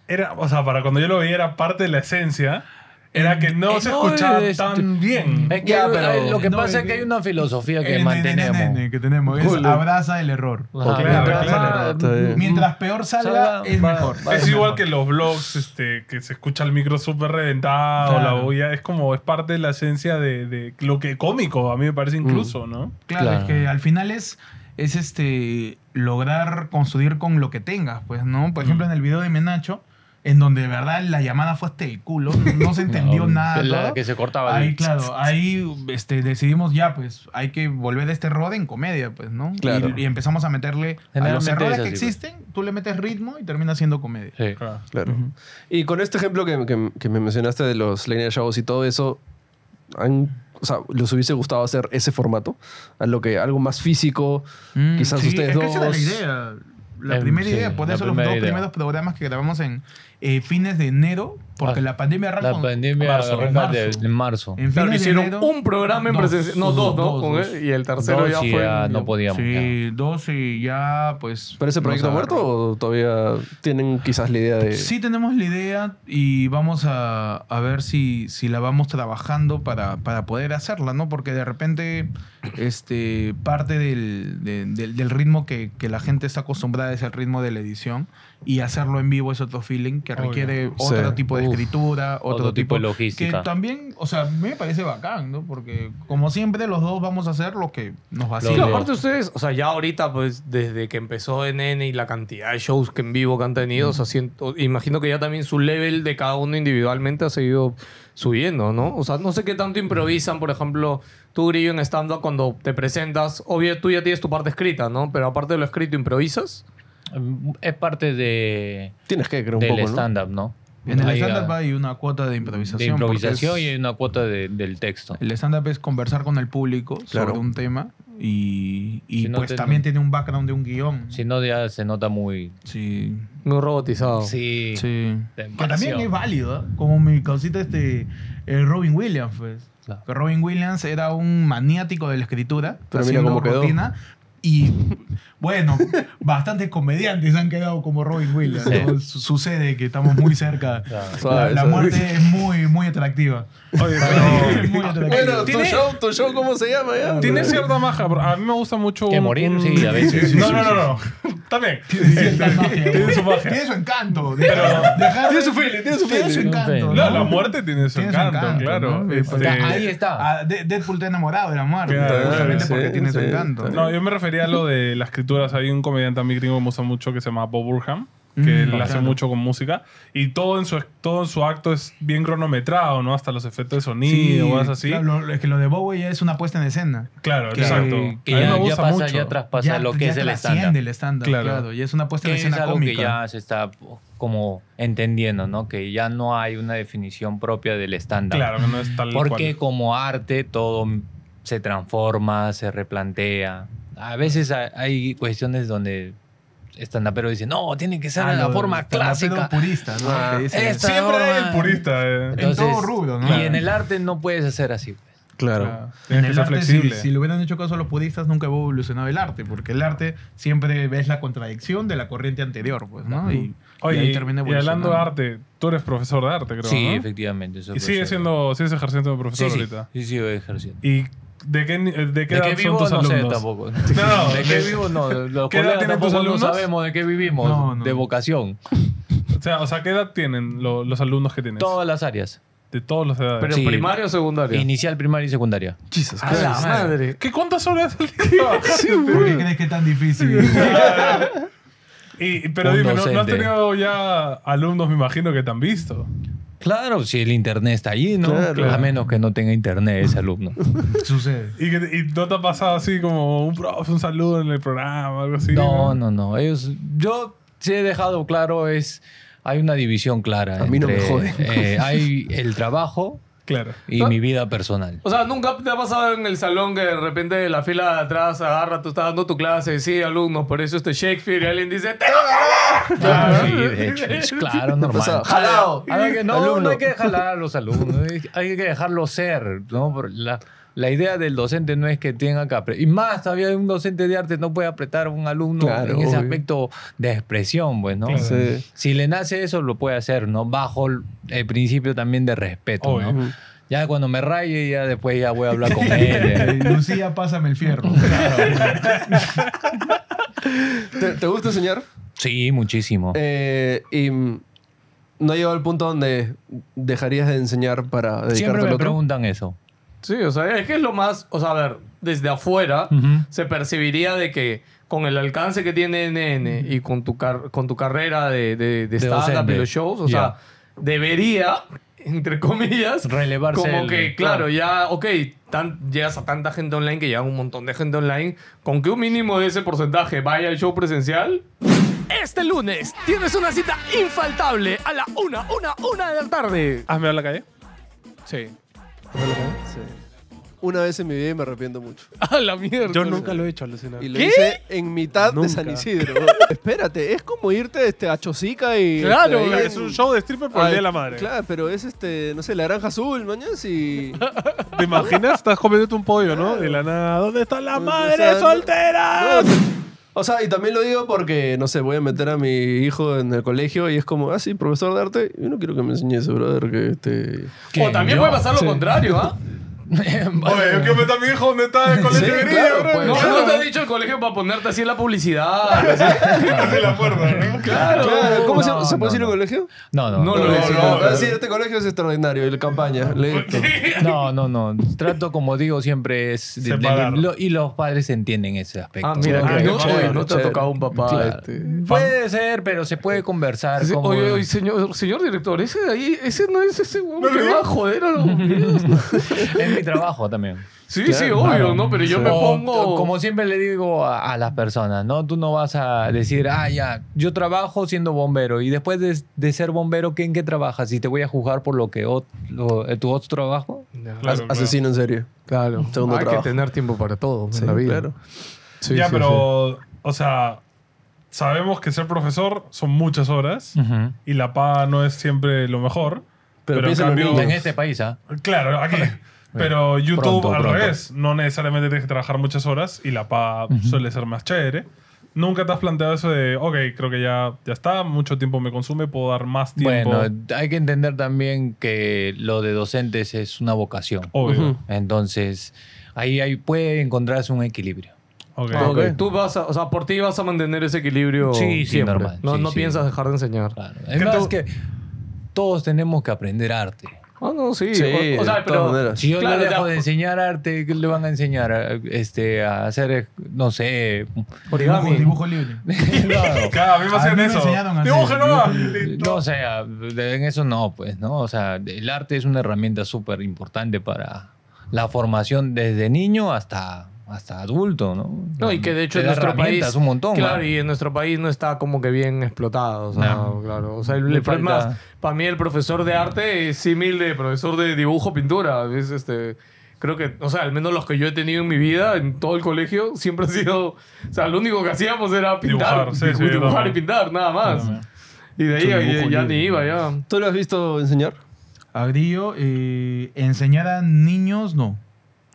era, o sea, para cuando yo lo veía era parte de la esencia. Era que no
Eh,
se
no,
escuchaba
es-
tan bien.
Es que
Ya,
hay-
pero-
hay- lo que
No,
pasa
es
es que hay
que-
una filosofía que
Eh, ne, ne, ne,
mantenemos.
ne, que tenemos es
Cool.
abraza el error.
Ajá,
Claro,
mientras
claro,
más-
claro, está bien.
Mientras peor salga,
Salga,
es
va-
mejor.
va-
es igual que los blogs, este, que se escucha el micro súper reventado,
Claro.
la olla. Es como, es parte de la esencia de, de lo que cómico, a mí me parece
Mm.
incluso, ¿no?
Claro,
Claro.
es que al final es, es este lograr construir con lo que tengas, pues, ¿no? Por
Mm.
ejemplo, en el video de Menacho, en donde de verdad la llamada fue hasta el culo, no se entendió
No,
nada.
la
todo.
que se cortaba.
Ahí,
de-
claro, ahí este, decidimos ya, pues, hay que volver a este error en comedia, pues, ¿no?
Claro.
Y, y empezamos a meterle a los
Generalmente
errores
es
que
así, pues.
existen, tú le metes ritmo y termina siendo comedia.
Sí.
Claro. Y con este ejemplo que, que- que me mencionaste de los linear shows y todo eso, han- o sea, ¿les hubiese gustado hacer ese formato? A lo que, algo más físico,
Mm,
quizás
sí,
ustedes
es que
dos.
esa era la idea. La
Em,
primera
sí,
idea, por
la
eso los dos
primera idea.
primeros programas que grabamos en eh, fines de enero, porque
Ah,
la pandemia arranca
La
en
pandemia
marzo, en
arranca de-
marzo.
en marzo.
En
Claro,
fines de
hicieron
enero,
un programa en
dos,
presencial. No, dos, ¿no?
dos,
Con
dos.
él, Y el tercero
Dos
ya
y
fue.
ya no podíamos. ya.
Sí, dos y ya, pues.
¿Pero ese
nos
proyecto ha
agarró.
muerto o todavía tienen quizás la idea de...?
Sí tenemos la idea y vamos a, a ver si, si la vamos trabajando para, para poder hacerla, ¿no? Porque de repente este, parte del, de- del- del ritmo que, que la gente está acostumbrada es el ritmo de la edición y hacerlo en vivo es otro feeling que
Obvio.
requiere
Sí.
otro tipo de
Uf.
escritura, otro,
Otro tipo de logística.
Que también, o sea, me parece bacán, ¿no? Porque como siempre los dos vamos a hacer lo que nos
Sí,
vacila.
Lo-
claro, aparte ustedes, o sea, ya ahorita, pues, desde que empezó NN y la cantidad de shows que en vivo que han tenido, o sea, siento- imagino que ya también su level de cada uno individualmente ha seguido subiendo, ¿no? O sea, no sé qué tanto improvisan, por ejemplo, tú, Grillo, en stand-up, cuando te presentas, obvio, tú ya tienes tu parte escrita, ¿no? Pero aparte de lo escrito, ¿improvisas?
Mm, Es parte de,
Tienes que, creo, un
del
poco, ¿no?
stand-up, ¿no?
En el
Hay,
stand-up
ah,
hay una cuota de improvisación.
de
porque
improvisación
es-
y hay una cuota de- del texto.
El stand-up es conversar con el público
Claro.
sobre un tema y, y
Si no
pues
te-
también tiene un background de un guión.
Si no, ya se nota muy.
Sí.
Muy robotizado.
Sí.
sí. Que también
Demasiado.
es válido, ¿eh? como mi cosita este eh, Robin Williams, pues.
Claro.
Que Robin Williams era un maniático de la escritura,
Pero mira
haciendo
cómo quedó.
rutina y bueno, bastantes comediantes han quedado como Robin Williams.
Sí.
¿no? Su- Sucede que estamos muy cerca.
Claro.
La,
Suave,
la
suave.
muerte es muy, muy atractiva.
Oye,
Es muy
pero...
atractiva.
Bueno, tu
¿Tiene-
show, tu show, ¿cómo se llama ya?
Tiene cierta maja, pero a mí me gusta mucho...
Que
un-
morir,
un-
sí, a veces.
No, no, no, no. También.
Tiene magia,
Tiene su
güey.
magia.
Tiene su encanto. Tiene su feeling, tiene su Tiene su
feeling.
encanto.
No,
¿no?
la muerte tiene su
Tiene su
encanto,
encanto,
claro.
¿no?
Este,
O sea,
Ahí está.
Ah, De- Deadpool está enamorado de la muerte.
Claro,
obviamente
sí,
porque tiene su
sí,
encanto.
No, yo me refería a lo de las escrituras. Hay un comediante a mí gringo que me gusta mucho que se llama Bob Burham, que
Mm,
él hace
claro.
mucho con música. Y todo en su todo en su acto es bien cronometrado, ¿no? Hasta los efectos de
Sí,
sonido, cosas así.
claro,
Claro,
lo- es que lo de Bowie ya es una puesta en escena. que-
exacto.
Que
a
ya,
mí me
ya
gusta
pasa,
mucho.
ya traspasa
Ya-
lo que
ya
es el
trasciende
stand-up.
el estándar,
Claro.
claro. Ya es una puesta en
que es
escena
algo
cómica.
que ya se está po, como entendiendo, ¿no? Que ya no hay una definición propia del estándar.
Claro, que no es tal
Porque
cual.
como arte todo se transforma, se replantea. A veces ha- hay cuestiones donde pero dice, no, tiene que ser
Ah,
la
lo-
forma
pero
clásica.
purista, ¿no?
Ah,
Que dice-
esta-
Siempre hay
ahora-
el purista. eh.
en todo rubro, ¿no?
Y en el arte no puedes hacer así. pues.
Claro.
En
Tienes que
el
ser
arte, si,
flexible.
si le hubieran hecho caso a los puristas, nunca hubiera evolucionado el arte, porque el arte siempre ves la contradicción de la corriente anterior, pues, ¿no? Y, y
Oye,
ahí
y,
termina
y hablando de
evolucionando.
arte, tú eres profesor de arte, creo,
Sí,
¿no?
efectivamente. soy
Y sigue
profesor.
siendo, sigues ejerciendo de profesor
Sí, sí,
ahorita.
sí, sigo ejerciendo.
¿Y de qué, ni- de qué
¿De
edad
qué vivo?
son
No
tus
sé
alumnos?
tampoco.
No,
¿De qué vivo? No, los
¿Qué edad
colegas
tienen
tampoco
tus
no
alumnos?
sabemos de qué vivimos.
No, no.
De vocación.
O sea, o sea, ¿qué edad tienen lo- los alumnos que tienes?
Todas las áreas.
De todas las edades.
Pero
Sí.
primaria o secundaria.
Inicial, primaria y secundaria.
Jesus
A la
Christ.
madre.
¿Qué cuántas horas al día trabajaste?
¿Por qué crees que es tan difícil?
Y- y- pero
Un
dime, ¿no- ¿no, has
docente.
tenido ya alumnos, me imagino, que te han visto?
Claro, si el internet está allí, ¿no?
Claro.
A menos que no tenga internet ese alumno.
Sucede.
¿Y, que- y no te ha pasado así como un profe, un saludo en el programa, algo así?
No, no, no. Ellos, yo sí he dejado claro es hay una división clara.
A mí no me
entre,
joden.
eh, hay el trabajo
Claro.
y
Ah.
mi vida personal.
O sea, ¿nunca te ha pasado en el salón que de repente la fila de atrás agarra, tú estás dando tu clase, sí, alumnos, por eso este Shakespeare, y alguien dice, ¡Te
Claro, sí, de hecho, es claro, normal.
O sea, jalao.
Ahora que no,
Alumno.
no hay que jalar a los alumnos, hay- hay que dejarlos ser, ¿no? Por la- La idea del docente no es que tenga que apretar. Y más, todavía un docente de arte no puede apretar a un alumno
Claro,
en ese
obvio.
aspecto de expresión, pues, ¿no?
Sí.
Si le nace eso, lo puede hacer, ¿no? Bajo el- el principio también de respeto,
Obvio.
¿no? Ya cuando me raye, ya después ya voy a hablar con él.
Eh, Lucía, pásame el fierro.
¿Te, te gusta enseñar?
Sí, muchísimo.
Eh, y mm, no ha llegado al punto donde dejarías de enseñar para dedicarte
Siempre me
al otro.
preguntan eso.
Sí, o sea, es que es lo más, o sea, a ver, desde afuera
Ujú.
se percibiría de que con el alcance que tiene NN y con tu, car- con tu carrera de, de, de stand-up
docente.
y los shows, o
Ya.
sea, debería, entre comillas,
Relevarse
Como
el-
que, claro, ya, ok, tan- llegas a tanta gente online que llegan un montón de gente online, con que un mínimo de ese porcentaje vaya al show presencial. Este lunes tienes una cita infaltable a la una, una, una de la tarde.
¿Hazme a la calle?
Sí.
Una vez en mi vida y me arrepiento mucho.
A la mierda.
Yo nunca lo he hecho, alucinar.
Y lo
¿Qué?
hice en mitad
Nunca.
de San Isidro. Espérate, es como irte este, a Chosica y...
Claro,
este, ahí
Es
en-
un show de stripper por
Ay,
el Día de la Madre.
Claro, pero es este, no sé, la granja azul, mañana sí.
¿Te imaginas? Estás comiéndote un pollo, ¿no? De la nada. ¿Dónde está la
¿Dónde
madre
está?
soltera?
O sea, y también lo digo porque, no sé, voy a meter a mi hijo en el colegio y es como, ah, sí, profesor de arte, yo no quiero que me enseñe eso, brother, que este...
O también puede pasar lo contrario, ¿ah?
Oye, yo quiero meter a mi hijo donde está el colegio
Sí,
de
claro,
grillo, bro.
pues.
No,
Claro.
no te ha dicho el colegio para ponerte así en la publicidad. así.
Así la puerta, ¿no?
Claro.
Claro, ¿Cómo se,
no,
¿se puede
no,
decir
no.
el colegio?
No, no.
No,
No,
no.
Sí,
no,
ah, sí, este colegio es extraordinario, el campaña, listo.
no, no. Trato, como digo, siempre es. de- de-
Separar.
lo- y los padres entienden ese aspecto.
Ah, mira,
Ok,
que no,
chévere,
oye, no te ha
chévere.
tocado un papá.
Claro.
este.
Puede ser, pero se puede conversar.
Sí,
como-
oye, oye, señor, señor director, ese de ahí, ese no es ese weón que va a joder a los
Es mi trabajo también.
Sí, sí, obvio, ¿no? Pero yo me
O-
pongo.
Como siempre le digo a, a las personas, ¿no? Tú no vas a decir, ah, ya, yo trabajo siendo bombero y después de, de ser bombero, ¿qué- ¿en qué trabajas? ¿Y te voy a juzgar por lo que ot- lo- eh, tu otro trabajo?
Claro,
As-
claro.
Asesino en serio.
Claro, hay
Segundo
que
trabajo.
tener tiempo para todo en la vida.
claro.
Sí,
ya,
sí,
pero, o sea, sabemos que ser profesor son muchas horas y la paga no es siempre lo mejor. Pero,
Pero
en
piensa en los
cambio,
niños.
En este país, ¿ah?
claro, aquí. Pero YouTube
Pronto,
al
pronto.
revés, no necesariamente tienes que trabajar muchas horas y la paga suele ser más chévere. Nunca te has planteado eso de, ok, creo que ya, ya está, mucho tiempo me consume, puedo dar más tiempo.
Bueno, eh, hay que entender también que lo de docentes es una vocación.
Obvio.
Entonces, ahí, ahí puede encontrarse un equilibrio.
Ok.
sí. Ah, ok.
Ok.
Tú vas a, o sea, por ti vas a mantener ese equilibrio
Sí, sí,
siempre.
normal.
No,
Sí,
no
sí.
piensas dejar de enseñar.
Claro. Es más que todos tenemos que aprender arte.
Ah, no, sí.
Sí,
o, o sea,
de todas
pero.
maneras.
Si yo
Claro,
le dejo
ya-
de enseñar arte, ¿qué le van a enseñar? A, este, a hacer, no sé...
Origami.
Dibujo, dibujo libre.
no,
Claro, a mí me
A
hacían
mí me
eso.
enseñaron a hacer
Dibuja nomás.
dibujo.
no, o sea, en eso no, pues, ¿no? O sea, el arte es una herramienta súper importante para la formación desde niño hasta, hasta adulto, ¿no?
No, y que de hecho
Te
en
da
nuestro
herramientas
país.
un montón.
Claro,
¿no?
y en nuestro país no está como que bien explotado. O sea,
No.
claro. O sea, el,
Le
el problema
falta-
para mí el profesor de arte es símil de profesor de dibujo, pintura. Es este. Creo que, o sea, al menos los que yo he tenido en mi vida, en todo el colegio, siempre ha sido. O sea, lo único que hacíamos era pintar.
Dibujar, sí, sí, yo
dibujar y
también.
pintar, nada más. Y de ahí
Yo
ya-
dibujo
ya
libre.
ni iba, ya.
¿Tú lo has visto enseñar?
Agrillo, eh, enseñar a niños, no.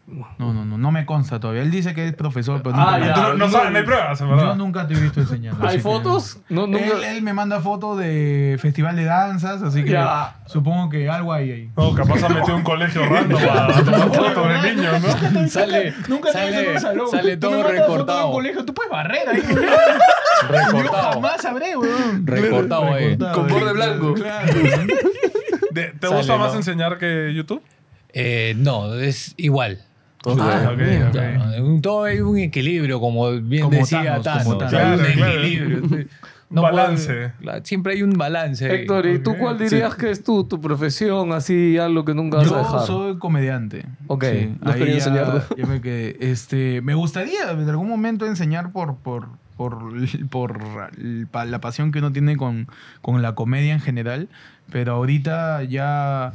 No, no, no, no me consta todavía. Él dice que es profesor, pero
Ah,
nunca-
ya.
Tú no, no sabes, no hay pruebas, en
yo
verdad.
nunca te he visto enseñar. así
¿Hay
que-
fotos? No, nunca.
Él, él me manda fotos de festival de danzas, así que
Ya.
supongo que algo hay ahí.
No, capaz ha metido un colegio random a tomar fotos de niños, ¿no?
Sale,
Nunca te he visto en
sale,
un salón.
sale
Tú me
todo
mandas fotos de un
recortado.
colegio, Tú puedes barrer ahí, weón. Yo
Recortado.
jamás sabré, weón.
Recortado, eh.
Con borde blanco.
Claro.
De- ¿Te
Sale,
gusta más
¿no?
enseñar que YouTube?
Eh, no, es igual.
Ah, ok, ok.
Claro, un- Todo es un equilibrio, como bien
Como
decía
Thanos,
Thanos.
como
Hay
Thanos.
un
Claro, claro.
equilibrio, sí.
Balance.
puede- claro, siempre hay un balance.
Héctor, ¿y tú
Ok,
cuál dirías que es tu, tu profesión? Así, algo que nunca vas a dejar.
Yo soy comediante.
Ok,
no quería
ya,
enseñarte.
ya me quedé. Este, me gustaría en algún momento enseñar por, por, por, por pa- la pasión que uno tiene con, con la comedia en general, pero ahorita ya...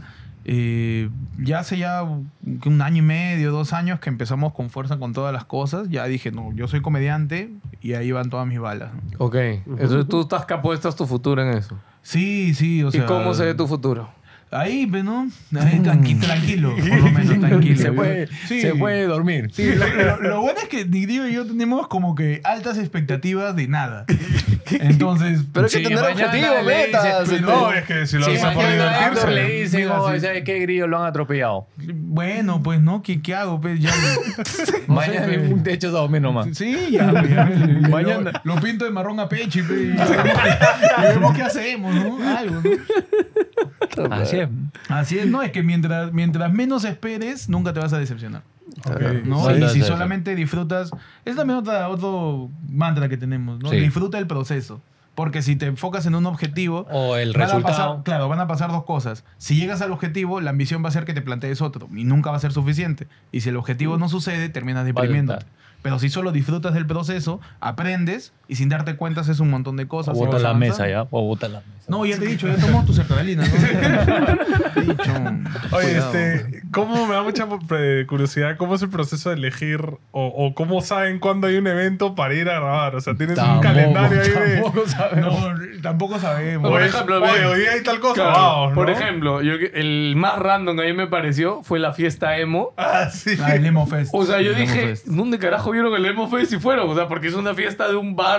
eh, ya hace ya un año y medio, dos años que empezamos con fuerza con todas las cosas. Ya dije, no, yo soy comediante y ahí van todas mis balas. ¿no?
Ok, entonces tú estás que apuestas tu futuro en eso.
Sí, sí, o sea.
¿Y cómo se ve tu futuro?
Ahí, pues, ¿no? Ahí, tranqui- tranquilo, por lo menos tranquilo.
se, puede,
Sí.
se puede dormir.
Sí, lo, lo- lo bueno es que ni Diego y yo tenemos como que altas expectativas de nada. Entonces, pues,
Pero hay que
Sí,
tener
mañana le
objetivos, metas.
dice-
este-
No, es que si lo
Sí,
haces por
mañana
divertirse.
le dicen, "Oh, ¿sabes qué grillo lo han atropellado?
bueno, pues no, ¿qué, qué hago? Pues ya.
Mañana
pues.
un techo de menos nomás.
Sí, ya, pues, ya, pues,
Mañana.
Lo, lo pinto de marrón a pecho y, pues, y vemos, qué- y vemos qué hacemos, ¿no? Algo, ¿no?
Así es.
Así es, no, es que mientras, mientras menos esperes, nunca te vas a decepcionar. ¿no?
Sí,
y
sí,
si
sí, sí.
solamente disfrutas, es también otra, otro mantra que tenemos, ¿no?
Sí.
Disfruta el proceso. Porque si te enfocas en un objetivo,
O el
van a
resultado.
pasar- claro, van a pasar dos cosas. Si llegas al objetivo, la ambición va a ser que te plantees otro y nunca va a ser suficiente. Y si el
Mm.
objetivo no sucede, terminas deprimiéndote. Pero si solo disfrutas del proceso, aprendes y sin darte cuenta haces un montón de
O
cosas. y
bota
vas
la
avanzando.
mesa ya. O bota la mesa.
No, ya te he dicho, ya tomó tu sertralina. ¿no? Te he dicho.
Oye,
cuidado.
este, ¿cómo me da mucha pre- curiosidad? ¿Cómo es el proceso de elegir o, o cómo saben cuándo hay un evento para ir a grabar? O sea, tienes un
Tampoco,
calendario ahí de.
tampoco sabemos.
No, tampoco sabemos.
Por
Oye,
ejemplo,
oye,
ve-
hoy día hay tal cosa.
Claro,
vamos, ¿no?
Por ejemplo, yo que- el más random que a mí me pareció fue la fiesta emo.
Ah, sí.
Ah, el Emo Fest.
O sea, yo
El Emo
dije,
Fest.
¿dónde carajo vieron el Emo Fest y fueron? O sea, porque es una fiesta de un bar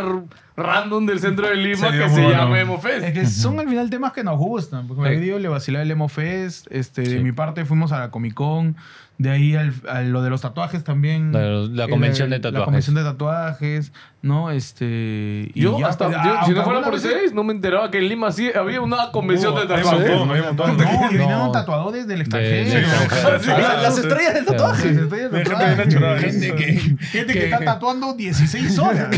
random del centro de Lima
Sería
que
muy
se
bueno.
llama Emo Fest.
Es que son al final temas que nos gustan. Porque
Sí.
me le vacilé el Emo Fest. Este, De mi parte fuimos a la Comic Con. De ahí al, a lo de los tatuajes también.
La- la
Eh,
convención de
La
tatuajes.
convención de tatuajes, ¿no? Este. y
Yo,
ya,
hasta,
pues,
yo,
ah,
si no
aunque
fuera por
alguna vez-
ustedes, no me enteraba que en Lima sí había una convención
Uh,
de
hay un
tatuajes.
montón, hay un montón.
No,
Sí,
vinieron
No.
tatuadores del
del
extranjero.
extranjero.
Sí, claro,
Las
sí.
estrellas del
Sí,
tatuaje.
sí, estoy de
Hay gente
tatuaje.
bien achorada,
Gente
eso.
que, gente que está tatuando 16 horas.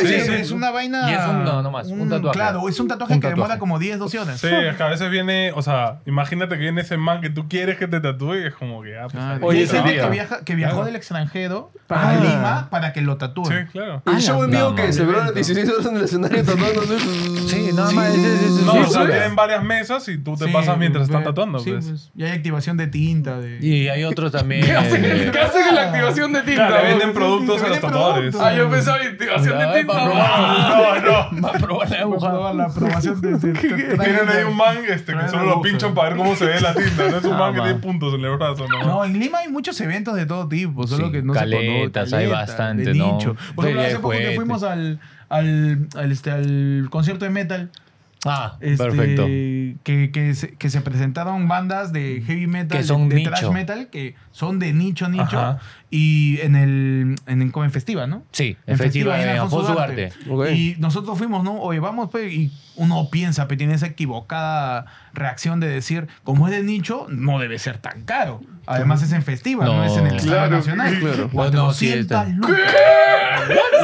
Sí,
Sí,
es una vaina.
Y es un- no, no más, un tatuaje.
Claro, es un tatuaje
Un
que demora
tatuaje.
como 10, 12 horas.
Sí, es que a veces viene, o sea, imagínate que viene ese man que tú quieres que te tatúe y es como que. Ah, pues,
Ah,
Oye,
Oye, Ah.
ese
gente
día.
que, viaja- que viajó
Claro.
del extranjero a Lima para que lo tatúen.
sí, claro.
El show en vivo
Dama.
que se vieron en 16 horas en el escenario tatuándose.
Sí, nada más. es- es- es-
No,
es-
o sea,
es-
tienen varias mesas y tú te
Sí,
pasas mientras están
ve-
tatuando.
sí,
pues.
pues. Y hay activación de tinta. De...
Y hay otros también.
¿Qué hacen,
eh,
¿Qué hacen en la activación de tinta?
Claro, le venden productos
te
a los
venden
tatuadores.
productos.
Ah, yo pensaba en activación
Ah,
de tinta.
para
Ah,
No, no.
Va a probar la
Vamos a
aguja.
probar la aprobación de, de- de-
Tienen ahí un man este, que
Traen
solo lo
agujas.
pinchan para ver cómo se ve la tinta. No es un
Ah,
man que
va.
tiene puntos en el brazo. No,
No, en Lima hay muchos eventos de todo tipo, solo
Sí,
que no
caletas,
se conoce.
hay
Caletas,
bastante,
de
¿no?
nicho. Por
Sí,
ejemplo,
hay
hace poco que
puentes.
fuimos al, al, al, este, al concierto de metal.
Ah,
este,
perfecto.
Que, que, se, que se presentaron bandas de heavy metal,
Que son
de, de
nicho.
thrash metal, que son de nicho, nicho.
Ajá.
Y en el. En, en, como en festiva, ¿no?
Sí,
En
efectivamente.
festiva, ahí en
Afonso Duarte.
Ok.
Y nosotros fuimos, ¿no? Oye, vamos, pues, y uno piensa, pero tiene esa equivocada reacción de decir, como es de nicho, no debe ser tan caro. Además es en festiva, no,
No.
es en el Estadio
Claro,
Nacional.
claro.
Bueno, sí, este.
400
está.
lucas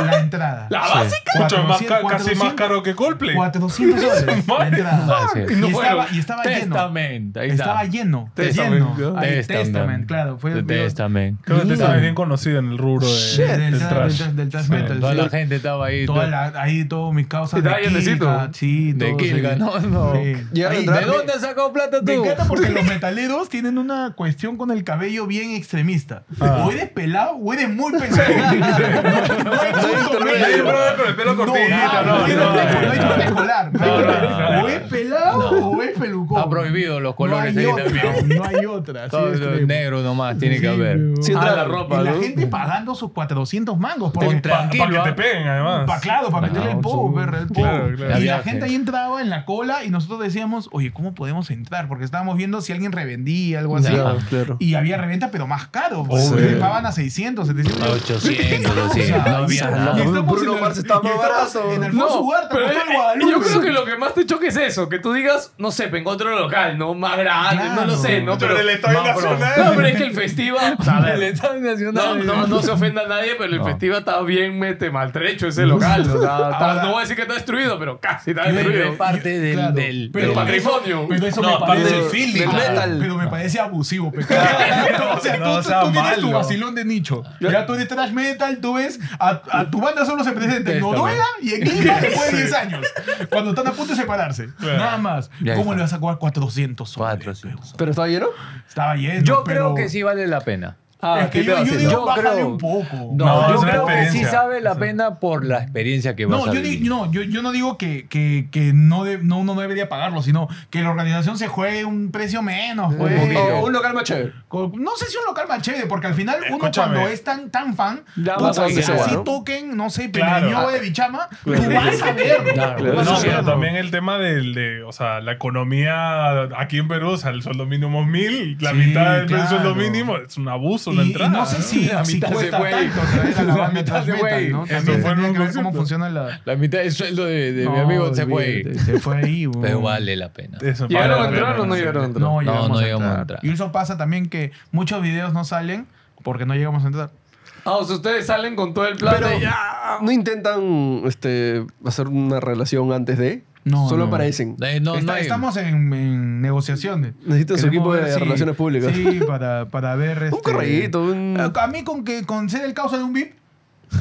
la entrada.
La básica.
Mucho más
400,
ca- casi más caro que Coldplay.
400 dólares la entrada.
Así es.
Y
No
estaba,
fueron.
y estaba lleno.
Testament. Ahí está.
Estaba lleno.
Testament,
lleno.
¿no?
Ahí,
Testament.
Testament, claro. Fue,
The Testament.
Creo que te sabes bien conocido en el rubro de,
Shit.
del
Del,
trash.
del- del thrash
Sí.
metal,
Toda
sí.
la gente estaba ahí.
Toda la- ahí todos mis causas
Estaba
de
llenecito.
Kilga, sí,
De
todos,
Kilga,
sí.
no, no.
Sí.
Ya
Ahí,
vendrá-
me-
¿De dónde has sacado plata tú?
Me encanta porque los metaleros tienen una cuestión con el cabello bien extremista.
Ah.
O eres pelado o eres muy pelado. No hay punto
intermedio.
medio.
Hay un brother con el pelo
No,
cortito,
no, no,
no, no,
no,
no,
no hay
no.
chute escolar.
no,
O es pelado o es pelucón.
Está prohibido los colores
no hay
ahí
otra,
también.
No hay otra. así
Todo
es, creo.
negro nomás tiene que
Sí,
haber.
pero-
Sí,
Ah,
entra-
la
Y
ropa,
la
¿no?
gente pagando sus 400 mangos. Porque
Contra-
Pa-
Tranquilo,
Para que te
¿ah?
peguen,
Pa,
además.
claro, para meterle el povo, perra, el povo.
Claro, claro.
Y la
Había
gente
gente.
ahí entraba en la cola y nosotros decíamos, oye, ¿cómo podemos entrar? Porque estábamos viendo si alguien revendía algo así.
Claro,
claro.
Y había reventa, pero más caro.
Obvio.
Se pagaban a 600, 700.
800,
O sea,
200. No había
y
nada.
estamos
Bruno
en el-
Mars estaba
y estamos
barato.
En Alfonso Ugarte,
pero eh,
por todo el Guadalupe.
yo creo que lo que más te choca es eso, que tú digas, no sé, me encuentro en el local, ¿no? Más grande, no lo sé, ¿no? Pero,
Pero el Estadio
Más pro.
Nacional.
no, pero es que el festival, a ver,
El Estado
no,
Nacional.
no, no se ofenda a nadie, pero el festival está bien mete maltrecho ese local. ¿no? O sea, está-
Ahora-
no voy a decir que está destruido, pero casi está
Pero
destruido.
es parte del,
Claro,
del,
pero
del-
para-
patrimonio.
Pero eso
No,
me
aparte
parece
del feeling,
Pero-
del metal.
Pero me parece abusivo, pecado. o sea,
No
tú, tú-
sea
tú tienes tu
malo.
vacilón de nicho. Ya tú eres trash metal, tú ves a, a tu banda solo se presenta en
Testament.
Noruega y en Lima después de 10 años. Cuando están a punto de separarse.
Claro.
Nada más.
Ya
¿Cómo
está.
le vas a cobrar 400 soles?
400.
¿Pero estaba lleno?
Estaba lleno.
Yo
pero-
creo que sí vale la pena. Ah,
es que
¿qué te
yo,
va a
yo
hacer?
digo,
Yo
bájale
creo-
un poco.
No,
No,
yo
es una
creo que sí
experiencia.
sabe la pena por la experiencia que vas
No,
a
yo,
vivir.
di- no yo, yo no digo que, que, que no, de- no uno no debería pagarlo, sino que la organización se juegue un precio menos. pues.
O un local más chévere.
Co- No sé si un local más chévere, porque al final uno
Escúchame.
cuando es tan, tan fan,
Ya
puta,
vas a
que
ese
así
lugar, ¿no?
toquen, no sé,
Claro.
Peñañoba de Bichama, tú vas a verlo.
Claro.
tú vas a
No,
verlo.
pero también el tema del de, o sea, la economía aquí en Perú, o sea, el sueldo mínimo es mil, la
Sí,
mitad del
claro.
sueldo mínimo es un abuso, una
Y- y
entrada.
no sé si,
La
si
mitad de
cuesta
güey.
tanto traer a la
La
banda
mitad
thrash
de
metal,
güey.
¿no?
Eso
También
fue en
tendría
un
que ver cómo
concierto.
funciona la...
La mitad del sueldo de, de mi
No,
amigo se fue.
olvídate, Se fue ahí, güey.
Pero vale la pena.
Eso,
¿Llegaron a
vale la
entrar o
pena,
no
sí.
llegaron a entrar?
No, llegamos,
no
a,
llegamos a
entrar.
entrar.
Y eso pasa también que muchos videos no salen porque no llegamos a entrar.
Ah, o sea, ustedes salen con todo el plan
Pero-
de ya.
No intentan este, hacer una relación antes de.
No,
Solo
no.
aparecen.
Eh, no,
Está-
no hay-
estamos en, en negociaciones.
Necesitas
Queremos
su equipo
ver
de
si-
relaciones públicas.
Sí, para, para ver. este, Eh,
Un correíto, un-
A mí, con que con ser el causa de un VIP,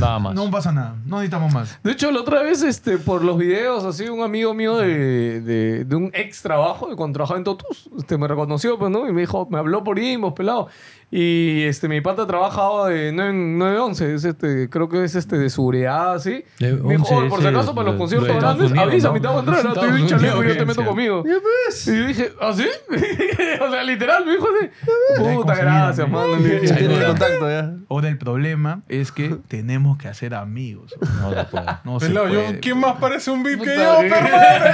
Nada más.
no pasa nada. No necesitamos más.
De hecho, la otra vez, este, por los videos, así, un amigo mío de, de, de un ex trabajo, de cuando trabajaba en Totus, este, me reconoció, pues, ¿no? Y me dijo, me habló por Imos, pelado. Y, este, mi pata trabajaba de 9 en 911, es este, creo que es, este, de seguridad, así.
De
me dijo,
11,
"Oye, por si
ese,
acaso, para los
de-
conciertos
de Estados
grandes,
Unidos,
avisa,
¿no?
mi estaba entrando,
Estados
estoy bien
Unidos,
chaleco, yo te meto
audiencia.
conmigo. Y yo dije, ¿ah, sí? o sea, literal, me dijo así.
Ya
Puta,
conseguí,
gracias,
amigo.
mano.
Ya
Sí,
tienen
no.
contacto ya.
Ahora, el problema es que tenemos que hacer amigos.
No, no puedo.
No se
Pelado, yo-
puede.
¿Quién más parece un VIP que
Puta,
yo,
¿qué?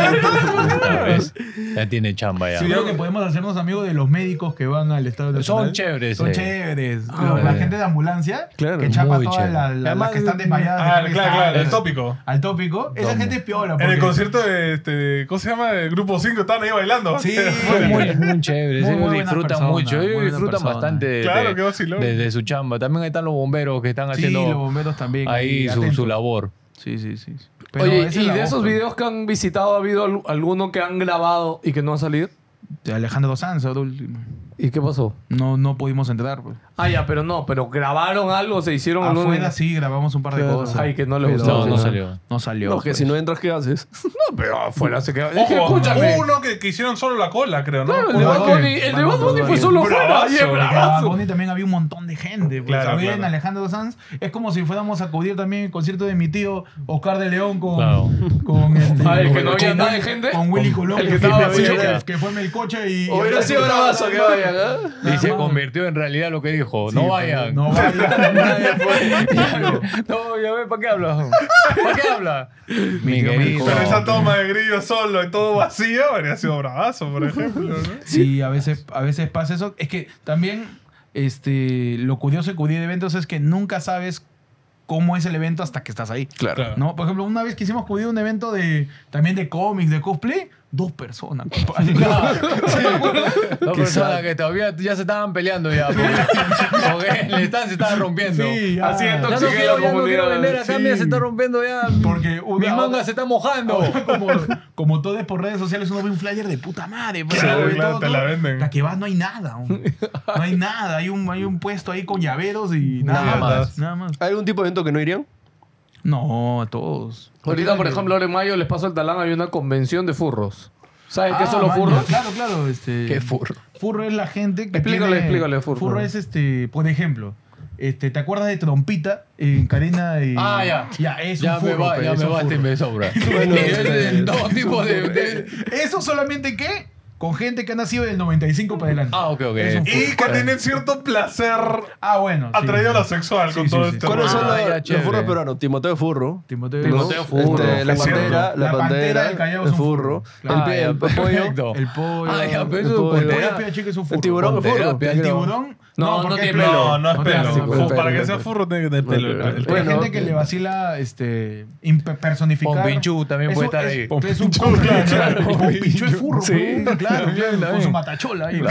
Otra
perro?
vez. Ya tiene chamba ya.
Yo creo que podemos hacernos amigos de los médicos que van al estado de
Son chéveres,
Son
eh.
chéveres.
Ah,
Los- la
bueno.
gente de ambulancia
Claro,
que chapa
muy
todas
chévere.
las las- las que están desmayadas. de
Ah,
Harry
claro, claro,
Styles.
el tópico.
Al tópico. Esa gente es piola.
En
porque-
el concierto de, este, ¿cómo se llama? El grupo 5, estaban ahí bailando.
Sí.
Fue muy, muy chévere,
Muy
ellos
buena
disfrutan
persona,
mucho,
muy
ellos
buena
disfrutan
persona.
bastante de,
Claro,
de-
qué vacilón.
de- de su chamba. También ahí están los bomberos que están
Sí, los
haciendo
bomberos también.
ahí su,
atentos.
su labor.
Sí, sí, sí.
Oye,
esa es
¿y
la
de
voz,
esos
pero-
videos que han visitado ha habido al- alguno que han grabado y que no ha salido?
De Alejandro Sanz, ahora último.
¿Y qué pasó?
No, no pudimos entrar. pues.
Ah, ya, pero no, pero grabaron algo, se hicieron algún-
Afuera sí grabamos un par de cosas.
Ay, que no le gustó.
No,
al
no
final.
salió.
No salió.
No, que
pues.
si no entras, ¿qué haces?
No, pero afuera se quedó. Dije,
Ojo,
escúchame.
uno que, que hicieron solo la cola, creo, ¿no?
Claro, el de
Uno
Bad
que-
Bunny, el de Bad Bunny fue
Bravazo,
solo afuera. Y es
Porque a Bad
bravazo.
Bunny Ah, también había un montón de gente. Pues.
Claro,
Había
claro.
en Alejandro Sanz. Es como si fuéramos a acudir también al concierto de mi tío Oscar de León con.
Claro.
con este,
Ah, el que
con-
no había
con-
nada de gente.
Con Willy Colón.
el que estaba
fue-
vacío.
que- que fue en el coche y.
Hubiera sido bravazo que vayan,
¿eh?
¿ah?
Y se convirtió en realidad lo que dijo. no vayan.
No vayan.
Nadie fue. no, ya ve, ¿para qué hablas? ¿Para qué hablas? Mi querido.
Pero esa toma de grillo solo y todo vacío habría sido bravazo, por ejemplo, ¿no?
Sí, a veces, a veces pasa eso. Es que también este, lo curioso de cubrir eventos es que nunca sabes cómo es el evento hasta que estás ahí.
Claro.
¿No? Por ejemplo, una vez quisimos cubrir un evento de también de cómics, de cosplay, dos personas. compadre.
Dos personas que todavía ya se estaban peleando ya. Porque, porque el stand se estaba rompiendo.
Sí, ya.
Así es,
Ya no
tóxica
quiero,
la
ya no quiero
comunidad.
vender acá,
Sí.
mira, se está rompiendo ya.
Porque una-
Mis mangas se están
Oh,
mojando.
Ahora, como, como todo es por redes sociales, uno ve un flyer de puta madre. pues,
Claro,
uno ve
claro, te la venden.
Hasta que vas no hay nada. hombre. No hay nada. Hay un, hay un puesto ahí con llaveros y nada,
Nada
más.
más.
Nada más.
¿Hay algún tipo de evento que no irían?
No, a todos.
Ahorita, por ejemplo, ahora en mayo les paso el talán, hay una convención de furros. ¿Sabes qué
Ah,
son los
maña,
furros?
Claro, claro. Este,
Qué furro.
Furro es la gente que.
Explícale,
tiene-
explícale, furro.
Furro es este. Por ejemplo, este, ¿te acuerdas de Trompita en Karina? Y,
Ah, ya.
Ya, es
Ya
un furro.
me va, este
pero
ya
es
me
un
basta y
furro.
me sobra.
Bueno,
Y es de
este-
dos tipos de, de-
Eso solamente que con gente que ha nacido del 95 para adelante.
Ah, ok, ok.
Es un furro.
Y que tienen cierto placer
Ah, bueno. sí.
atraído a lo sexual
Sí,
con
sí,
todo
sí.
este
¿Cuáles
rollo.
son
Ah, ya,
los, los
chévere.
furros peruanos? Timoteo Furro.
Timoteo, este,
Timoteo Furro. la
Es cierto.
pantera,
La
la,
Pantera
pantera,
del Callao
el
es un furro.
furro.
Claro.
El, pe-
Ah, ya,
el pollo.
perfecto.
El pollo.
Ah, ya, pero
El
eso
pollo.
con
El pollo
tela.
es pía chica, es un furro.
El tiburón es furro.
Terapia,
El
creo.
tiburón.
No, no
porque
tiene
es
pelo.
No, no es
No,
pelo.
sí,
pues,
Fu- Para
pelo,
que sea
pelo.
furro tiene que tener pelo.
pelo,
El
Hay
Bueno,
gente que le vacila este, imp- personificar.
Pompinchú también puede
Eso
estar
es-
ahí.
Es un furro, claro, claro. Pompinchú es furro.
Sí,
güey, claro,
también,
claro, Con
también.
su matachola ahí.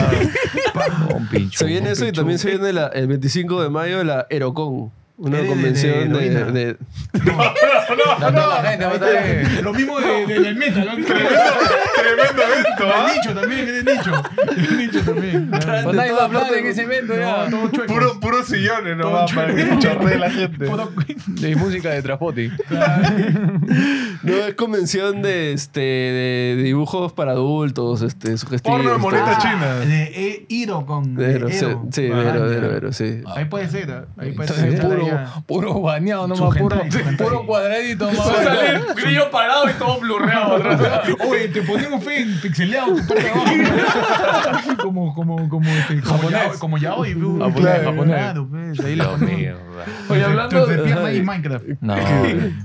Se viene eso y también se viene la- el 25 de mayo la Erocon. Una
Eh, de-
convención
de
de,
heroína.
de-
Dando a la gente, va a estar ahí.
Lo mismo de, de, del metal. ¿no?
Tremendo evento,
El
¿ah?
nicho también, el nicho. El nicho también. claro.
Pues nadie va a
todas
hablar en
partes.
ese evento ya.
No, todo chueco.
Puro, puro ¿eh? sillones nomás
Todo
para que chorree la gente.
Puro-
De música de Trapoti.
de- No, es convención de, este, de dibujos para adultos, este, sugestivos.
Porno de moneta
este,
china.
Ah, De e Iro con.
de Ero, sí,
Ero.
sí, de
Ah,
Ero,
ya.
de Ero, de Ero, sí.
Ahí puede ser, ¿ah? ahí puede
Entonces,
ser.
puro,
Ya.
puro bañado, no
Su
más, puro,
hentai, su hentai.
puro cuadradito. más.
Va a salir grillo parado y todo blurreado. atrás.
Oye, te ponemos fe en pixeleado. tu parte de abajo. como, como, como, este, como
Japonés.
ya, como ya hoy. pues,
Japonés, japonés.
Ahí le
Dios
ponemos.
mío.
Oye, hablando
de
de,
pierna y Minecraft.
No.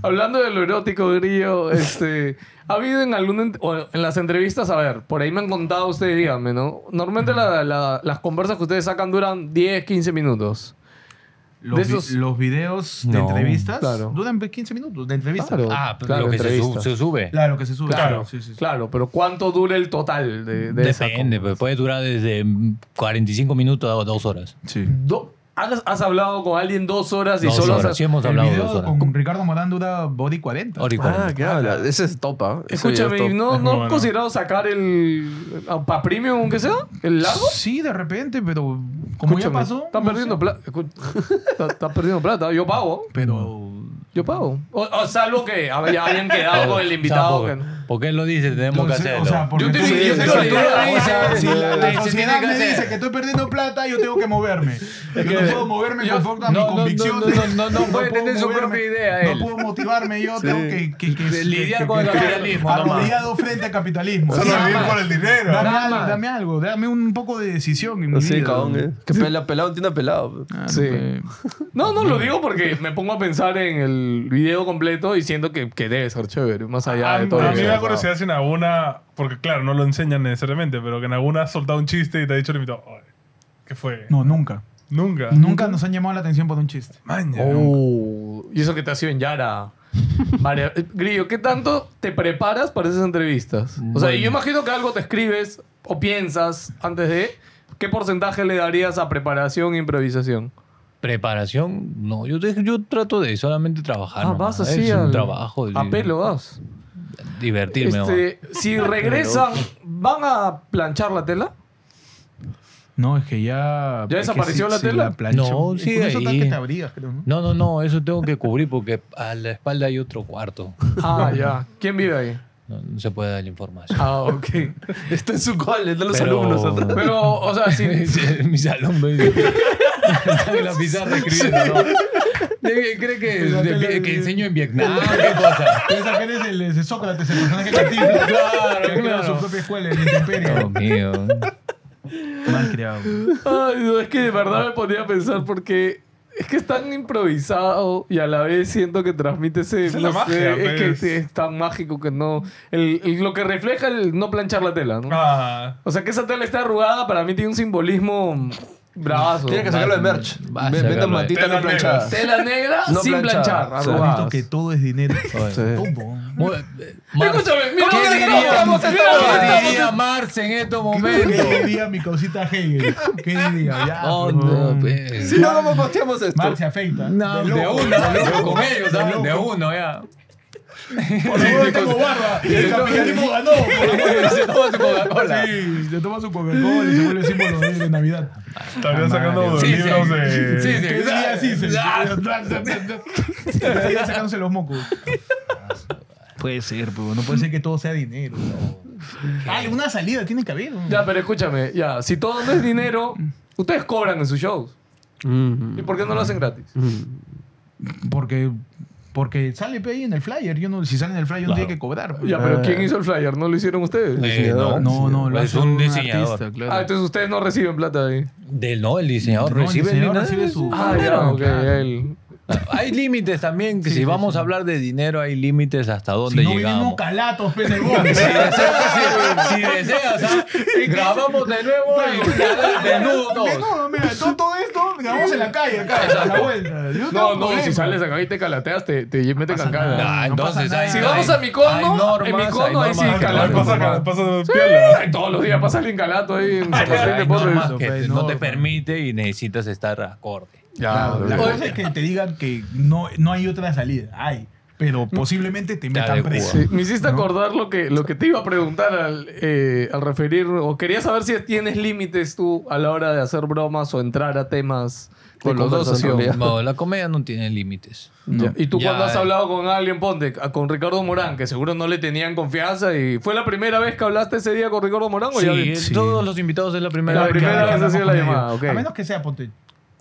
hablando de lo erótico, Grillo, este, ¿ha habido en alguna... ent- o en las entrevistas, a ver, por ahí me han contado ustedes, díganme, ¿no? Normalmente la- la- las conversas que ustedes sacan duran 10, 15 minutos.
Los,
De
vi-
esos-
los videos de
No,
entrevistas
claro.
duran pues, 15 minutos de entrevistas.
Claro.
Ah, pero
Claro,
lo que se,
entrevista.
sub- se sube.
Claro, que se sube.
Claro,
Sí, sí, sí.
claro, pero ¿cuánto dura el total de, de esa
Depende,
conversa?
pues, puede durar desde mm, 45 minutos a dos horas.
Sí.
Do- ¿Has, has hablado con alguien dos horas y
Dos
solo has-
horas, sí hemos
El
hablado de dos
video
horas.
con Ricardo Morán dura body 40.
Hora y
Ah,
cuarenta.
¿qué habla? Ese es topa.
Escúchame, ¿y ¿no,
Es muy
no has
bueno.
considerado sacar el. para premium, aunque sea? ¿El largo?
Sí, de repente, pero como ya
Escúchame,
pasó.
Están
no
perdiendo
sé.
plata. Están perdiendo plata. Yo pago.
Pero.
Yo pago. O, o salvo que hab- ya hayan quedado con el
O
invitado.
sea,
que
¿por,
no.
por qué él lo dice? Tenemos
Entonces,
que hacerlo.
o sea, porque
Yo te-
tú-
yo te-
si
yo te-
tú-
yo
te-
si la-
se
la
tiene
sociedad
que
me
hacer.
dice que estoy perdiendo plata, yo tengo que moverme. Yo no puedo moverme
yo-
conforme a mi
no, no, no,
convicción.
no,
de-
no, no, no puede
puedo
tener su
moverme,
propia idea él.
No puedo motivarme, yo tengo que, que, que- que-
lidiar
que-
con el
que- que-
capitalismo, nomás.
arrodillado frente al capitalismo.
Solo
Dame
vivir por el dinero.
algo, dame algo, dame un poco de decisión en mi
No sé,
vida.
cabrón, ¿eh? Que pela, pelado entienda pelado.
Ah,
Sí.
pe-
No, no, lo digo porque me pongo a pensar en el video completo y siento que, que debe ser chévere, más allá
A,
de todo.
Ah, a
lo
mí
que
me da
sea.
curiosidad si en alguna, porque claro, no lo enseñan necesariamente, pero que en alguna has soltado un chiste y te ha dicho el invitado, "Oye, ¿qué fue?
No, nunca.
Nunca.
Nunca nos han llamado la atención por un chiste.
Maña.
Oh, y eso que te ha sido en Yara. María- eh, Grillo, ¿qué tanto te preparas para esas entrevistas? O sea, yo imagino que algo te escribes o piensas antes de. ¿Qué porcentaje le darías a preparación e improvisación?
Preparación, no, yo, te- yo trato de solamente trabajar.
Ah,
nomás. ¿eh?
vas así
es un
al-
trabajo.
A
di-
pelo vas.
Divertirme. nomás.
Este, si regresan, ¿van a planchar la tela?
No, es que ya.
¿Ya
es que
desapareció
si-
la
si
tela?
plancho-
No,
y
sigue
Con eso tan
ahí.
que te abrigas, creo, ¿no?
No, no, no, eso tengo que cubrir porque a la espalda hay otro cuarto.
Ah, ya. ¿Quién vive ahí?
No, no se puede dar la información.
Ah, ok.
Está en su cole, están los
Pero-
alumnos atrás.
Pero, o sea, si.
Sí, Mis alumnos dicen, están en la pizarra escribiendo, ¿no? Debe- ¿Cree que, de- que- que enseño en Vietnam? ¿Qué cosa?
Piensa que eres el, ese Sócrates, el personaje cantinflas.
Claro,
que ha creado
claro.
su propia escuela en el
Dios
imperio.
mío.
Mal creado.
Ay, no, es que de verdad me ponía a pensar porque es que es tan improvisado y a la vez siento que transmite ese.
Esa es
no
la
sé,
magia,
es que
pues.
sí, es tan mágico que no. el- el- lo que refleja el no planchar la tela, ¿no?
Ah,
O sea, que esa tela está arrugada para mí tiene un simbolismo bravazo.
Tiene que sacarlo de merch.
Va a
Ve- Vendan
sacarlo de-
matitas no
Telas
planchadas.
Tela negra
No
sin
planchada.
planchar,
Sí.
arrugada.
que todo es dinero. Todo.
Bueno, eh, Mar-
Escúchame, mira
¿Qué
lo que
diría-
estamos,
qué
mira lo que estamos.
diría Marx en estos momentos?
¿Qué diría mi cosita Hegel? ¿Qué diría? Ya,
Oh,
pues,
no,
no.
pues.
Si no, ¿cómo posteamos esto?
Marx se afeita.
No, de
loco.
uno, de uno, con ellos, ¿sabes? de uno, ya.
Por favor, tengo barba. El capitalismo ganó.
Se toma su Coca-Cola.
Sí, le toma su Coca-Cola y se vuelve símbolo de, de Navidad.
estaría sacando
Sí, sí.
libros de...
Sí, sí.
¿Qué diría así? Se
Ah.
estaría sacándose los mocos. Puede ser, pero no puede ser que todo sea dinero. Hay una Ah, salida, tiene que haber. ¿no?
Ya, pero escúchame, ya, si todo no es dinero, ustedes cobran en sus shows. ¿Y por qué no lo hacen gratis?
Porque, porque sale pe, ahí en el flyer. Yo no, si sale en el flyer, yo no
Claro.
tiene que cobrar. pues.
Ya, pero ¿quién hizo el flyer? ¿No lo hicieron ustedes?
Eh,
diseñador.
No, no, lo
es
hace
un
un
diseñador.
artista, claro.
Ah, entonces ustedes no reciben plata ahí.
Del no, el diseñador
No, el
recibe,
diseñador
dinero.
recibe su-
Ah, ya,
Claro,
ok,
claro.
él.
Hay límites también, que
Sí,
si
sí,
vivamos
sí.
a hablar de dinero, hay límites hasta dónde
si no
llegamos.
vivimos calatos, pe, en el bosque.
Si deseas, si, si deseas, ¿ah? grabamos de nuevo y desnudos.
Menudo, mira, todo, todo esto grabamos en la calle, acá, a la vuelta. Yo
No,
tengo
no,
problema.
si sales acá y te calateas, te, te meten
pasa
cacada.
nada.
Ah,
No pasa
entonces,
nada.
hay-
Si vamos
hay-
a Micono,
hay normas,
en Micono
hay
ahí sí
normas,
Ah,
calato.
claro,
pasa,
normal.
pasa, pasa piola.
Ay, Todos los días pasa alguien calato ahí en
Hay normas
San Borja
eso,
que
pues,
no
no,
te
no.
permite y necesitas estar acorde.
Claro, la
Oye,
cosa es que te digan que no, no hay otra salida. Hay. pero posiblemente te metan
adecuas.
preso.
Sí, me hiciste acordar lo que, lo que te iba a preguntar al, eh, al referir, o quería saber si tienes límites tú a la hora de hacer bromas o entrar a temas con
De
los dos.
conversación,
así,
ya.
No, la comedia no tiene límites.
Ya. Y tú
Ya,
cuando has
eh.
hablado con alguien, ponte, a- con Ricardo Morán, que seguro no le tenían confianza y fue la primera vez que hablaste ese día con Ricardo Morán o ya
Sí,
sí.
todos los invitados es la primera
La
vez que
primera
hablan.
hablamos
vez. ha sido
con
la
ellos.
llamada, ok.
A menos que sea, ponte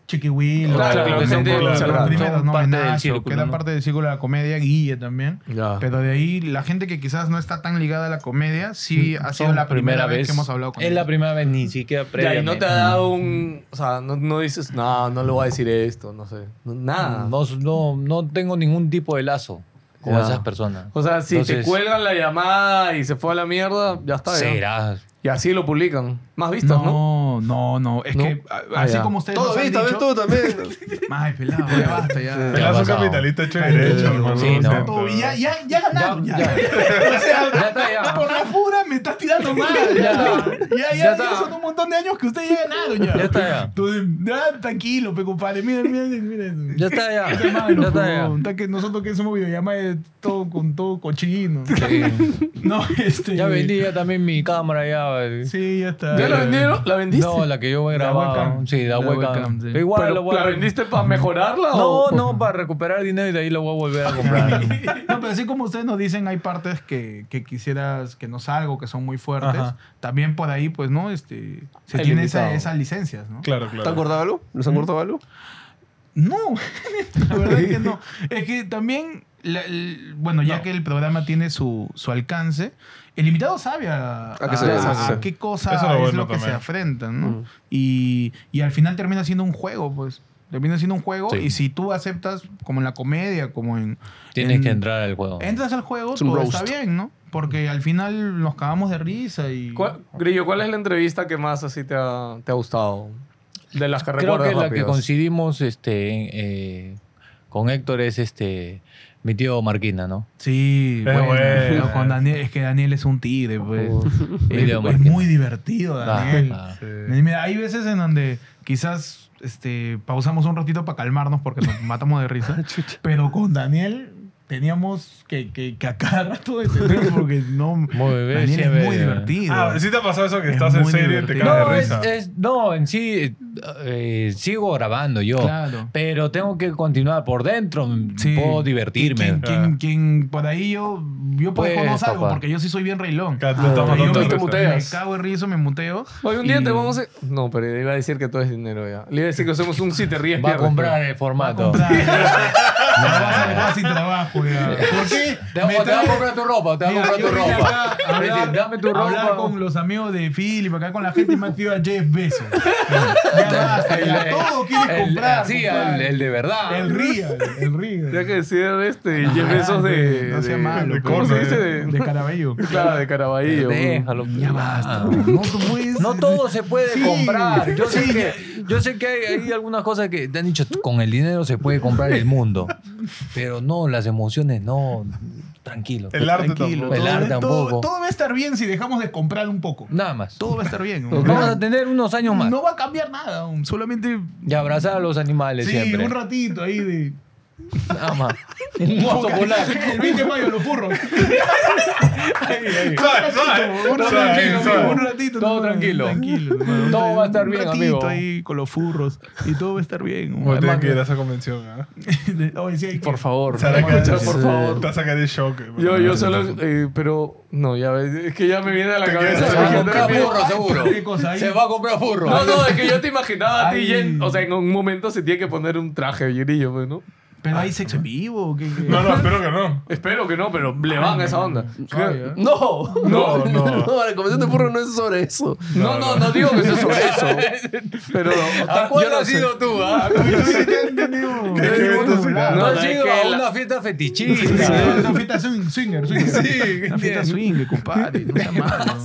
Chiquihuil,
Claro, claro, que son por la-
las
son
primeras, ¿no?
parte del
Menacho,
círculo,
que era
¿no?
parte del círculo de la comedia, Guille también.
Ya.
Pero de ahí, la gente que quizás no está tan ligada a la comedia, sí ha sido la primera vez que hemos hablado con
Es
ellos.
la primera vez, ni siquiera
Ya, y
previamente.
no te ha dado un... O sea, no, no dices, no, no le voy a decir esto, no sé. No- nada.
Mm, No, no, no tengo ningún tipo de lazo con
Ya.
esas personas.
O sea, si
Entonces-
te cuelgan la llamada y se fue a la mierda, ya está. ya.
Será.
Y así lo publican. Más vistas,
No,
¿no?
no, no. Es
¿No?
que a-
Ah,
así
ya.
como ustedes.
Todo
nos han
bien, también
dicho,
tú también.
Ay, pelado, ya basta, ya.
Ya.
Pelazo
pasado.
capitalista hecho y derecho, hermano.
Sí,
lo
no.
siento.
Todo bien, Ya, ya, ya ganaron. Ya, O
Ya
sea,
está, ya.
Ah, por la pura me estás tirando mal. Ya, ya, ya,
Ya
ya,
está.
son un montón de años que ustedes ya ganaron. Ya,
Ya está, ya.
Entonces, ya, tranquilo, pe compadre. Miren, miren, miren.
Ya está, ya.
Qué malo,
Ya está,
pe,
ya.
huevón. Está que nosotros que somos videollamadas todo con todo cochino.
Sí.
No, este.
Ya vendí ya también mi cámara ya. eh.
Sí, ya está.
¿Ya la vendieron? ¿La vendiste?
No, la que yo voy a
La
grabar.
webcam.
Sí,
La
la, webcam.
webcam, sí.
Pero Igual
Pero,
la voy a-
¿La vendiste para mejorarla
No,
o...?
no, para recuperar dinero y de ahí la voy a volver a comprar.
No, pero así como ustedes nos dicen, hay partes que, que quisieras que no salgo, que son muy fuertes.
Ajá.
También por ahí, pues, ¿no? Este, se
Hay
tiene
limitado.
esa- esas licencias, ¿no?
Claro,
¿Te han
claro.
cortado algo? ¿Nos han cortado algo?
No, la verdad es que no. Es que también, la- el- bueno, ya que el programa tiene su, su alcance, el invitado sabe a,
A qué
a-
se-
a-
sí.
a qué cosa
Eso es lo
es
bueno
lo que
también.
se afrentan, ¿no?
Mm.
Y, y al final termina siendo un juego, pues. Termina siendo un juego
Sí.
y si tú aceptas, como en la comedia, como en...
Tienes
en-
que entrar al juego.
Entras al juego,
Es un
todo
roast.
está bien, ¿no? Porque al final nos cagamos de risa y...
¿Cuál- Grillo, ¿cuál es la entrevista que más así te ha, te ha gustado? De las que
Creo
recuerdas
que la que
rápidas.
coincidimos este, en- eh, con Héctor es este mi tío Marquina, ¿no?
Sí,
Es
bueno,
buena.
pero con Daniel, es que Daniel es un tigre, pues. es,
Video
es
marketing.
muy divertido, Daniel.
Ah, ah.
Y mira, hay veces en donde quizás este, pausamos un ratito para calmarnos porque nos matamos de
Ah,
risa. pero con Daniel teníamos que, que, que a cada rato detenernos porque no.
Muy bien,
Daniel
siempre.
es muy divertido.
Ah, ¿sí te ha pasado eso que
Es
estás en
muy
serio y te
divertido.
cagas
No,
de
es, eh,
risa?
es- no, en sí eh, eh, sigo grabando yo.
Claro.
Pero tengo que continuar por dentro.
Sí.
Puedo
Quien,
divertirme.
Ah.
quien- quien por ahí yo, yo por
Pues,
algo
papá.
porque yo sí soy bien reilón.
Claro, te
O sea,
estamos
yo
dando
me-
risa.
me cago en rizo, me muteo.
Hoy un día
y-
te vamos a... No, pero iba a decir que todo es dinero ya. Le iba a decir que somos un si te ríes
Va a
pierdes,
comprar el formato.
pues. Comprar. Me vas a dejar sin trabajo, ya. ¿Por qué?
Te va,
Me
te va a
trae-
comprar tu ropa, te va a
Mira,
comprar tu
yo vine
ropa.
acá
Va
a
a decir,
hablar-
Dame tu ropa.
Hablar con los amigos de Philip, acá con la gente, y me ha pedido a Jeff Bezos. Ya basta, ya. Todo quieres
El- eh,
comprar.
Sí,
comprar.
el, el de verdad.
El real, el real.
pero- Ya que decir este, Jeff Bezos de...
Ah, No sea
de-
malo. pues,
de- ¿Cómo se dice? De,
De Carabello.
claro, de Caraballo.
Déjalo. pues. Ah.
Ya basta. No tú puedes.
No todo se puede
Sí.
comprar. Yo sé
Sí.
que, yo sé que hay, hay algunas cosas que te han dicho, con el dinero se puede comprar el mundo. Pero no, las emociones no. Tranquilo.
El arte
Tranquilo.
tampoco.
El
todo-
arte tampoco.
todo, todo va a estar bien si dejamos de comprar un poco.
Nada más.
Todo va a estar bien.
Vamos a tener unos años más.
No va a cambiar nada. Solamente.
Y abrazar a los animales
Sí,
siempre.
un ratito ahí de.
Nada más. Un oso polar.
El 20 de mayo, los furros.
Suave, suave.
Un
Suave,
ratito,
suave.
un ratito.
Todo
no,
tranquilo.
Tranquilo. hermano.
Todo va a estar bien,
Un
amigo.
ratito ahí con los furros. Y todo va a estar bien.
Bueno,
hermano.
tienen que ir a esa convención, ¿ah?
Oye, sí, hay que-
Por favor.
Sara Cachas,
por favor.
Te va a sacar el shock.
Yo, yo
hermano.
solo... eh, pero... No, ya ves. Es que ya me viene a la
Te
cabeza.
quedas-
Se va a
Grillo,
comprar
te repito.
furro, seguro.
¿Qué cosa hay?
Se va a comprar furro.
No, no, es que yo te imaginaba a ti,
Ay.
Jen. O sea, en un momento se tiene que poner un traje, Grillo, pues, ¿no?
Pero hay sexo en vivo. ¿o qué, qué?
No, no, espero que no.
Espero que no, pero le van a esa onda.
Ay, ¿eh?
No,
No, no.
No, la conversación de furro no es sobre eso.
No, no, no digo que sea sobre eso. Pero
¿A cuál has ido tú? ah?
¿Qué evento será?
No,
No,
has
es
ido
que
a
la-
una fiesta fetichista.
Es Una fiesta swing- swinger, swinger.
Sí,
Una fiesta
bien.
swing, compadre. No sea malo.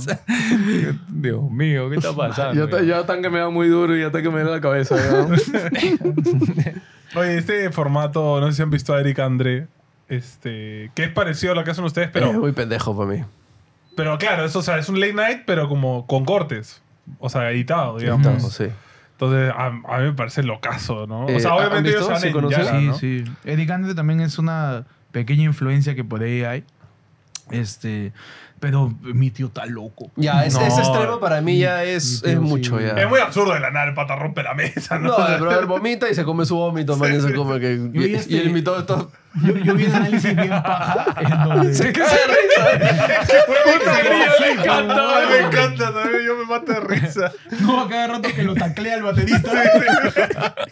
Dios mío, ¿qué está pasando?
Ya está, ya tan que me da muy duro y ya tan que me da la cabeza. ya.
Oye, este formato, no sé si han visto a Eric André, este, que es parecido a lo que hacen ustedes,
Pero
pero,
es muy pendejo para mí.
pero claro, eso, o sea, es un late night, pero como con cortes. O sea, editado, digamos.
Estamos, sí.
Entonces, a, a mí me parece locazo, ¿no? o
Eh,
sea,
¿han
obviamente
visto?
ellos se van
¿Sí
a
conocen?
hinchar,
Sí, sí.
¿no?
Eric Andre también es una pequeña influencia que por ahí hay. Este, pero mi tío está loco.
Ya, es-
No,
ese extremo para mí ya es,
tío
es
sí.
mucho ya.
Es muy absurdo de la nada el pata rompe la mesa, ¿no?
No, el brother vomita y se come su vómito, man. Eso como que...
Yo
Y,
ya
este
estoy-
y el mito todo...
Yo, yo vi un análisis bien paja en donde-
Se cae de risa.
Puta grillo,
me encanta,
me encanta también, yo me mato de risa.
No, a cada rato que lo taclea el baterista.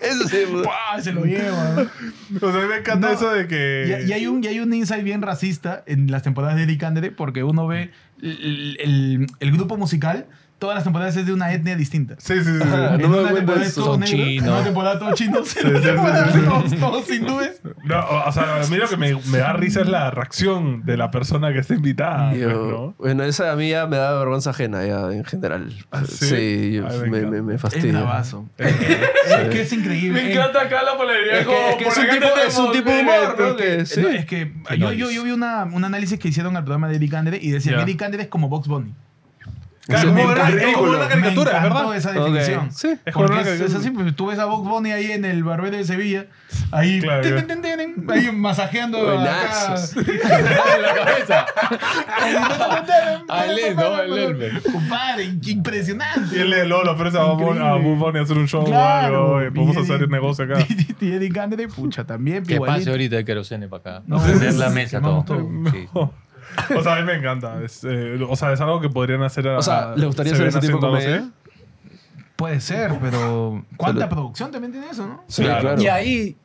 Eso sí, man.
¡pah! Se lo lleva.
O sea, me encanta
No.
eso de que.
Y, y hay un, y hay un insight bien racista en las temporadas de Eric Andre porque uno ve el, el- el grupo musical, todas las temporadas es de una etnia distinta.
Sí, sí, sí. sí.
Ajá.
En
No me
una
doy cuenta
temporada
de
es
eso.
todo
Son
negro, en
chinos.
una temporada todo chino, en
sí,
una
sí,
temporada
sí.
todos- todos hindúes.
No, o o sea, a mí lo que me, me da risa es la reacción de la persona que está invitada. pues,
Yo-
¿no?
Bueno, esa a mí ya me da vergüenza ajena ya en general.
Ah, sí?
sí, yo-
Ay, me
me,
encanta.
me, me
Es
fastidia.
bravazo.
Eh,
Es que es increíble.
Me encanta acá la polería.
Es que, es que es un tipo, es un tipo de humor, ¿no? Que, sí.
No, es que yo, yo, yo vi una, un análisis que hicieron al programa de Eric Andre y decía
Ya.
Eric Andre es como Box Bunny.
Claro,
Me
como era-
encanta.
es como una
Me
caricatura,
encantó
¿verdad?
esa
Ok,
definición.
Sí.
Es como
Porque
una
es, es
caricatura.
así, pues, tú ves a Box Bunny ahí en el barbero de Sevilla, ahí,
Claro,
tin,
claro.
tin, tin, tin, ahí masajeando acá.
Buenazos.
Al Elmer, ¿no? Al Elmer.
Compadre,
Y él
impresionante.
le Lolo, pero se va a Buffon- a
Increíble.
Buffon y hacer un show
Claro.
o algo. y Vamos a hacer un negocio acá.
Y Eric Andre, pucha, también.
Que
igualito.
pase ahorita el querosene para acá.
No,
Poner la
sí,
mesa
quemamos
todo.
todo.
Sí.
O sea, a mí me encanta. Es, eh, o sea, es algo que podrían hacer a.
O sea, ¿le gustaría
se
hacer
ven
ese tipo de
haciendo, no
comedia?
sé.
Puede ser, pero ¿cuánta producción también tiene eso, no?
Sí,
Claro.
claro.
Y ahí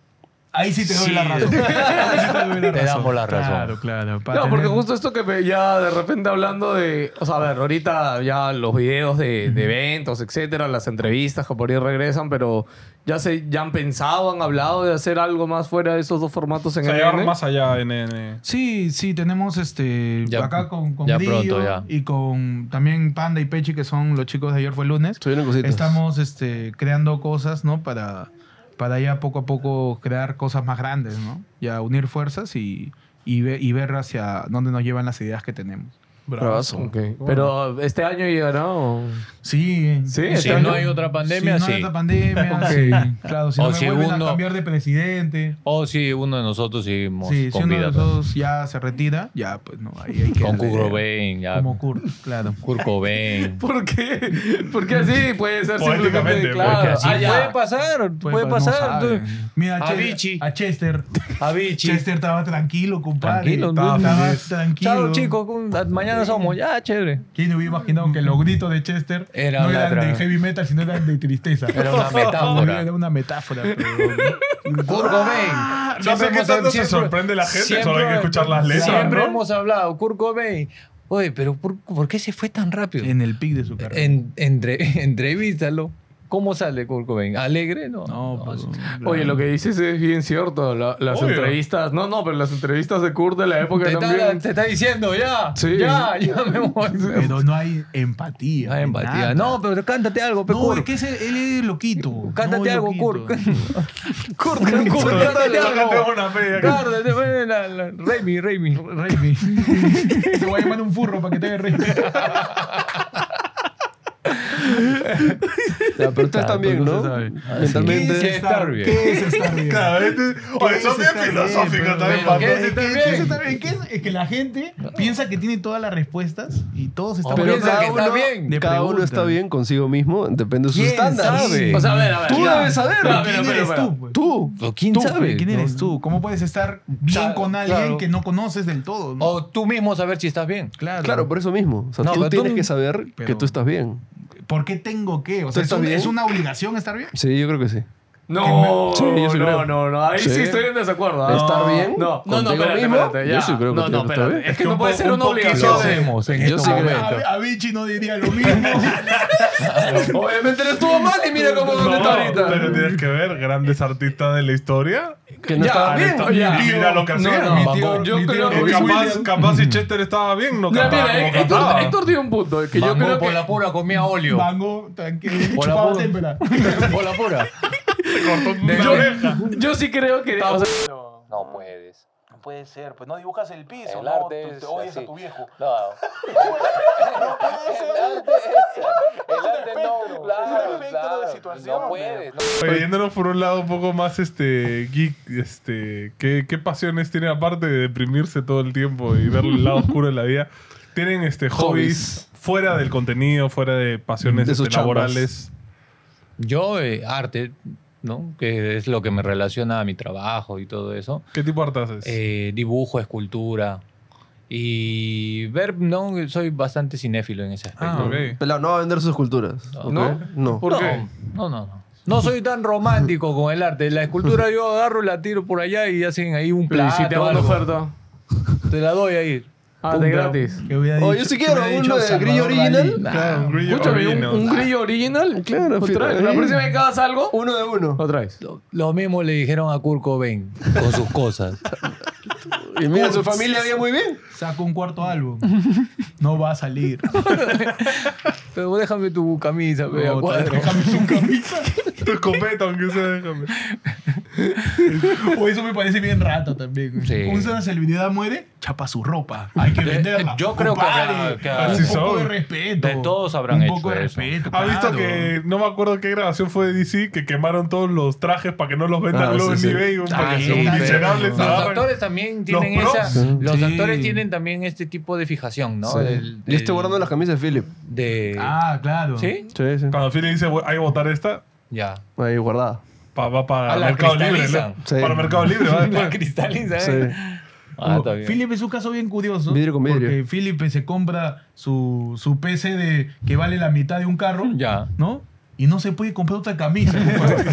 Ahí sí te doy
Sí.
la razón. Ahí sí te doy la
Te damos la razón.
Claro, claro. para
No, porque
tener-
justo esto que me- ya de repente hablando de. O sea, a ver, ahorita ya los videos de, de eventos, etcétera, las entrevistas que por ahí regresan, pero ya se ya han pensado, han hablado de hacer algo más fuera de esos dos formatos
O
en
sea,
ADN.
llegar más allá en. en-
Sí, sí, tenemos este
Ya-
acá con, con
ya
Grillo
pronto, ya.
y con también Panda y Pechi, que son los chicos de ayer fue el lunes.
Estuvieron cositas.
Estamos este, creando cosas, ¿no? Para, para ya poco a poco crear cosas más grandes, ¿no? Ya unir fuerzas y, y, ve- y ver hacia dónde nos llevan las ideas que tenemos.
Bravazo.
E. Ok. Pero este año llegará o.
Sí,
Sí,
si
este año.
no hay otra pandemia,
si no
sí.
hay otra pandemia,
Ok.
sí. Claro, si
O
no me
si
vuelven
uno-
a cambiar de presidente.
O si Oh, uno de nosotros seguimos
Sí, si
con
uno de
vida.
los dos ya se retira, ya pues no, ahí hay que...
Con
darle-
Kurt Cobain, ya.
Como Kurt, claro.
Kurt Cobain.
¿Por qué? Porque así puede ser simplemente.
Poéticamente,
Claro.
porque
Así
Ah, ya.
puede pasar, puede,
pa- Pues, no
pasar.
sabe. Mira, a,
A
Ches-
Vichy.
a Chester.
Avicii.
Chester estaba tranquilo, compadre.
Tranquilo,
estaba,
¿no?
estaba
Feliz.
tranquilo.
Chao, chicos. con- Mañana somos. Ya, chévere.
¿Quién hubiera imaginado que los gritos de Chester
Era
no
una
eran de
tra-
heavy metal, sino eran de tristeza?
Era una metáfora.
Era una metáfora, pero-
Kurt Cobain.
No sé
Siempre
qué
hemos-
tanto se
siempre-
sorprende la gente, solo hay que escuchar las letras.
Siempre
¿no?
hemos hablado, Kurt Cobain. Oye, pero ¿por, por qué se fue tan rápido?
en el pic de su carrera.
En- entre, entrevístalo. ¿Cómo sale Kurt Cobain? ¿Alegre? No.
no, pues,
Oye, lo que dices es bien cierto. la- las
Obvio.
entrevistas. No, no, pero las entrevistas de Kurt de la época
te, está,
también.
te está diciendo, ya.
Sí.
Ya, ya me voy.
Pero no hay empatía.
No hay empatía.
nada.
No, pero cántate algo, pe,
No,
Kurt.
es que ese- él es loquito.
Cántate
No, es
algo,
loquito.
Kurt. Kurt, Kurt, Kurt, cántate
Tengo
algo.
una fe acá.
Cántate, ve, la- la- Raimi, Raimi.
Raimi. Te voy a llamar un furro para que te haga reír.
Ya, pero ustedes también, ¿no? Ah,
¿Qué es
Mentalmente.
estar bien?
¿Qué es estar bien?
Cada vez te- Oye, son bien filosóficos también,
pero-
papá.
¿qué es-
¿Qué es estar bien? ¿Qué es? Es que la gente piensa que tiene todas las respuestas y todos estamos
Pero
Pero
piensa que
cada
está
uno,
bien.
De
cada uno
pregunta.
está bien consigo mismo, depende de sus
¿Quién
estándares.
sabe?
O sea, a ver, a ver.
Tú
ya.
debes saber.
Ya, pero,
¿Quién
pero,
eres
pero.
tú? pues?
Tú.
¿O ¿Quién
Tú,
sabe?
¿Quién eres
No.
tú? ¿Cómo puedes estar bien
Claro,
con alguien
claro.
que no conoces del todo? no?
O tú mismo saber si estás bien.
Claro.
Claro, por eso mismo. O sea,
No,
tú
pero tú-
tienes que saber que
pero-
tú estás bien.
¿Por qué tengo que? O
¿Tú
sea, es,
estás
un-
bien?
es una obligación estar bien.
Sí, yo creo que sí.
No,
Sí, yo sí
no,
creo.
no, no. Ahí sí,
Sí.
estoy en desacuerdo. ¿ah?
¿Estar
No,
bien?
No, no, no,
¿Contigo
espérate,
mismo?
espérate, ya.
Yo sí creo que
no, no,
tienes que estar
espérate.
bien.
Es que
Es que
no
un
puede
po-
ser
un
una
poquito
obligación.
de-
de-
Hacemos en
Yo
estos
sí creo.
momentos.
A, a Vichy no diría lo mismo.
Obviamente no estuvo mal y mira cómo dónde está
No,
ahorita.
pero tienes que ver grandes artistas de la historia.
Que no
Ya,
estaba
bien.
bien.
Esto-
ya.
y mira lo que
No,
hacía.
no,
mi
mi
tío-
tío- yo
mi tío-
creo que
eh, capaz,
William-
capaz si Chester estaba bien, no
Ya,
cantaba
mira, eh,
como
Héctor-
cantaba.
Héctor tiene un punto. Que yo
Van
creo
Gogh por
que.
la pura comía óleo.
Mango, tranquilo.
Por la
Chupaba
pura.
témpera.
Por la pura.
Una oreja.
Yo sí creo que. o sea,
No puedes.
No puede ser, pues no dibujas el piso,
El
no,
arte
tú-
es
te odias a
así.
tu viejo.
No.
No puede ser.
El arte es. El arte no.
Es un
Claro.
respeto.
de situación.
No puedes.
Oye, yéndonos por un lado un poco más este geek, este, ¿qué, qué pasiones tienen aparte de deprimirse todo el tiempo y ver el lado oscuro de la vida? ¿Tienen este, hobbies,
Hobbies.
fuera del contenido, fuera de pasiones
De sus
este,
chambas.
laborales?
Yo, eh, arte, ¿no? Que es lo que me relaciona a mi trabajo y todo eso.
¿Qué tipo de arte haces?
Eh, dibujo, escultura. Y ver, no, soy bastante cinéfilo en ese aspecto.
ah, ok.
Pelado, no va a vender sus esculturas.
Ah, ¿No?
¿ok? No.
¿Por
no,
qué?
No, no, no. No soy tan romántico con el arte. La escultura yo agarro, la tiro por allá y hacen ahí un
Y
plato.
si te hago una
algo.
oferta.
Te la doy ahí.
Ah, de gratis.
Que hubiera
Oh,
dicho-
yo sí
que
quiero
hubiera
uno
dicho
de grillo
Salvador Dalí.
original.
Nah.
Claro, un grillo
Escúchame, un,
original.
un grillo original.
Claro,
¿Lo
fíjate.
traes? La próxima vez que hagas algo,
Uno de uno.
lo traes.
Lo, lo mismo le dijeron a Kurt Cobain con sus cosas.
Y mira, su familia había muy bien.
Saco un cuarto álbum. No va a salir.
Pero déjame tu camisa, pe, a
No,
cuadro.
déjame su camisa.
Tu escopeta, aunque sea, déjame.
O eso me parece bien rato también. güey.
Sí. Eh,
Una celebridad muere, chapa su ropa. Hay que venderla.
Yo creo que-
Compadre,
que-
así
un poco
son.
de respeto.
De todos habrán
Un poco
hecho
de
eso.
respeto.
¿Has visto
claro.
que no me acuerdo qué grabación fue de DC que quemaron todos los trajes para que no los vendan
Ah,
luego
sí,
en
sí.
eBay? Para que
sí,
son
pero-
miserables.
Los
Los
agarran.
actores también tienen
props.
esa, los
Sí.
actores tienen también este tipo de fijación, ¿no? Del-
Yo estoy
del-
este guardando las camisas de Philip.
de
Ah, claro.
¿Sí?
Sí, sí.
Cuando Philly dice, "Voy- hay que votar esta,
Ya.
Ahí guardada.
pa- va
Ah,
para
la
Mercado Libre. ¿no?
cristalizan.
Sí.
Para Mercado Libre, va
La
después.
cristaliza,
Sí.
¿eh? Ah, está bien.
Philip es un caso bien curioso.
Vidrio con vidrio.
Porque Philip se compra su, su PC de, que vale la mitad de un carro,
Ya.
¿no? Y no se puede comprar otra camisa. pues.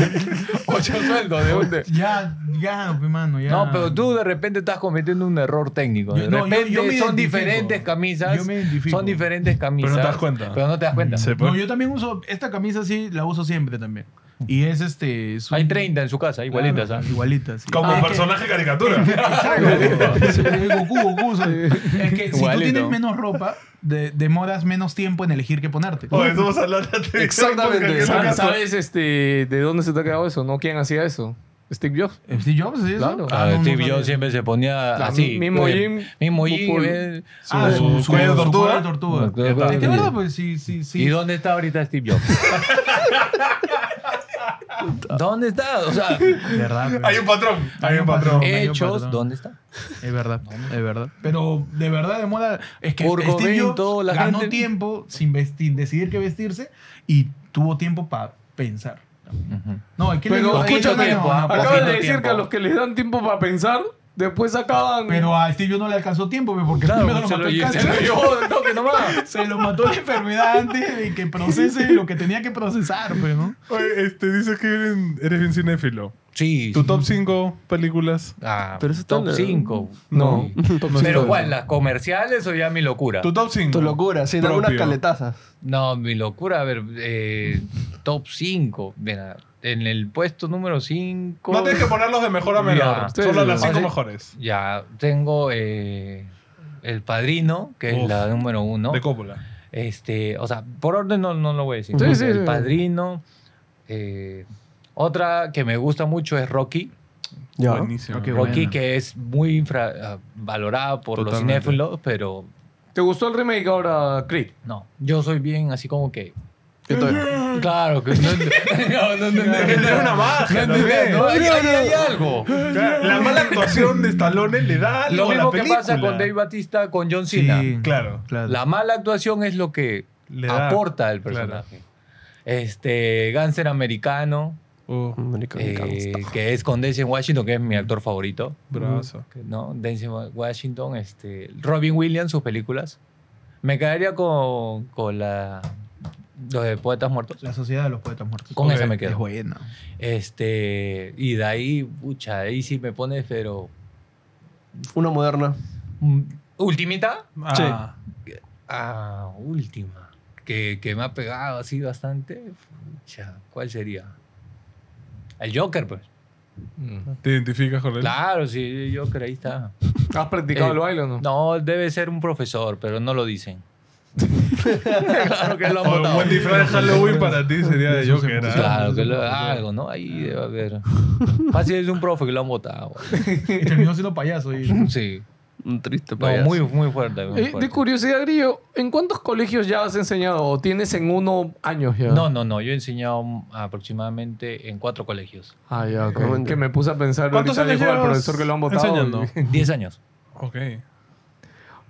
Ocho sueldos de un de-
ya, ya, hermano, ya.
No, pero tú de repente estás cometiendo un error técnico. De
Yo- no, yo-
repente
yo me
son
identifico.
diferentes camisas.
Yo me identifico.
Son diferentes camisas.
das cuenta.
Pero no te das cuenta.
Se
No,
puede.
yo también uso, esta camisa sí la uso siempre también. Y es este... es un-
Hay 30 en su casa, igualitas.
Claro,
¿ah?
Igualitas. sí.
Como
Ah, es que-
personaje caricatura.
Eh, Goku, Goku, soy. Es que si tú
Igualito.
tienes menos ropa, de- demoras menos tiempo en elegir qué ponerte.
Oye, estamos hablando de
Exactamente.
porque que
Exacto.
nunca
¿Sabes,
se-
sabes, este, de dónde se te ha quedado eso? ¿No? ¿Quién hacía eso? ¿Steve Jobs?
Steve Jobs, ¿sí eso?
Claro.
Ah,
Ah,
no, no
Steve
sabía.
Jobs siempre se ponía
Claro,
así.
mismo
eh,
jean,
Mismo
un
jean,
polo.
eh.
Ah,
su- cuello
su
de tortuga.
cuello de tortuga.
Cuello de
Es que
tortuga.
verdad, pues sí, sí, sí.
¿Y dónde está ahorita Steve Jobs? ¿Dónde está? O sea,
De verdad. pues.
Hay un patrón. Hay un patrón.
Eh,
hechos, ¿dónde está?
Es verdad, es verdad. Pero de verdad, de moda, es que
Por
Steve
Cobain,
Jobs
todo, la
ganó
gente-
tiempo sin vestir, decidir qué vestirse y tuvo tiempo para pensar. No, aquí le
Pero
digo,
poquito
escúchame,
tiempo, ah,
poquito
Acabas de decir
pues, tiempo.
que a los que les dan tiempo para pensar, después acaban.
Pero a Steve Jobs no le alcanzó tiempo, pues, porque
Claro,
primero lo
se
mató
lo,
el
se
cáncer.
lo llevó de toque nomás.
Se lo mató la enfermedad antes de que procese lo que tenía que procesar, pues, ¿no?
Oye, este, dices que eres- eres bien cinéfilo.
Sí.
¿Tu top 5 películas?
Ah,
Pero eso está en
top
la-
5.
No.
¿Pero cuál? ¿Las comerciales o ya mi locura?
Tu top 5.
Tu locura, sí, en
Propio.
algunas caletazas.
No, mi locura, a ver, eh, top 5. En el puesto número 5.
No tienes que ponerlos de mejor a
Ya.
menor.
Sí,
Solo
sí,
las
sí.
5
Sí.
mejores.
Ya, tengo eh, El Padrino, que es
Uf.
la número 1.
De Coppola.
Este, o sea, por orden no, no lo voy a decir.
Sí,
El
sí, sí.
Padrino. eh, otra que me gusta mucho es Rocky.
Ya.
Buenísimo.
Ok. Qué
Rocky
buena.
que es muy infra- ah, valorada por
Totalmente.
los cinéfilos, pero
¿Te gustó el remake ahora, Creed?
no. Yo soy bien así como que...
Yo todavía-
Claro, que no... no, no, no, no, no,
Era una
no,
magia.
no,
también.
no, hay, hay- hay algo.
O sea, La mala actuación de Stallone le da algo
Lo
a la
mismo que
película.
pasa con Dave Batista, con John Cena.
Claro.
claro.
La mala actuación es lo que
Le da-
aporta al
claro.
personaje. Este, Gánster americano,
Uh,
American
eh,
Gangster.
que es con Denzel Washington, que es mi actor favorito.
bravazo.
que- ¿no? Denzel Wa- Washington, este, Robin Williams, sus películas. Me quedaría con, con la, los de Poetas Muertos.
La sociedad de los poetas muertos.
Con esa me
Es
quedo.
buena.
Este, y de ahí, pucha, ahí sí me pones, pero...
Una moderna.
mm, ¿Ultimita?
Ah,
Ah, última. Que, que me ha pegado así bastante. Pucha, ¿Cuál sería? El Joker, pues.
¿Te identificas con él?
Claro, sí, el Joker, ahí está.
¿Has practicado
Eh,
el baile o no?
No, debe ser un profesor, pero no lo dicen. claro que lo han
O un
votado.
buen disfraz de Halloween para ti sería de Joker. ¿ah?
Claro que lo algo, ¿no?
Ah.
Ahí debe haber. Fácil es un profe que lo han votado.
Y terminó siendo payaso. Y...
Sí.
Un triste
No,
payaso.
muy, muy fuerte. muy
Eh, de
fuerte.
curiosidad, Grillo, ¿en cuántos colegios ya has enseñado? ¿O tienes en uno años ya?
No, no, no. Yo he enseñado aproximadamente en cuatro colegios.
Ah, ya, ok.
Bueno.
Que me puse a pensar
¿Cuántos
ahorita
años
dijo al
llevas
profesor que lo han votado.
enseñando?
Diez años.
Ok.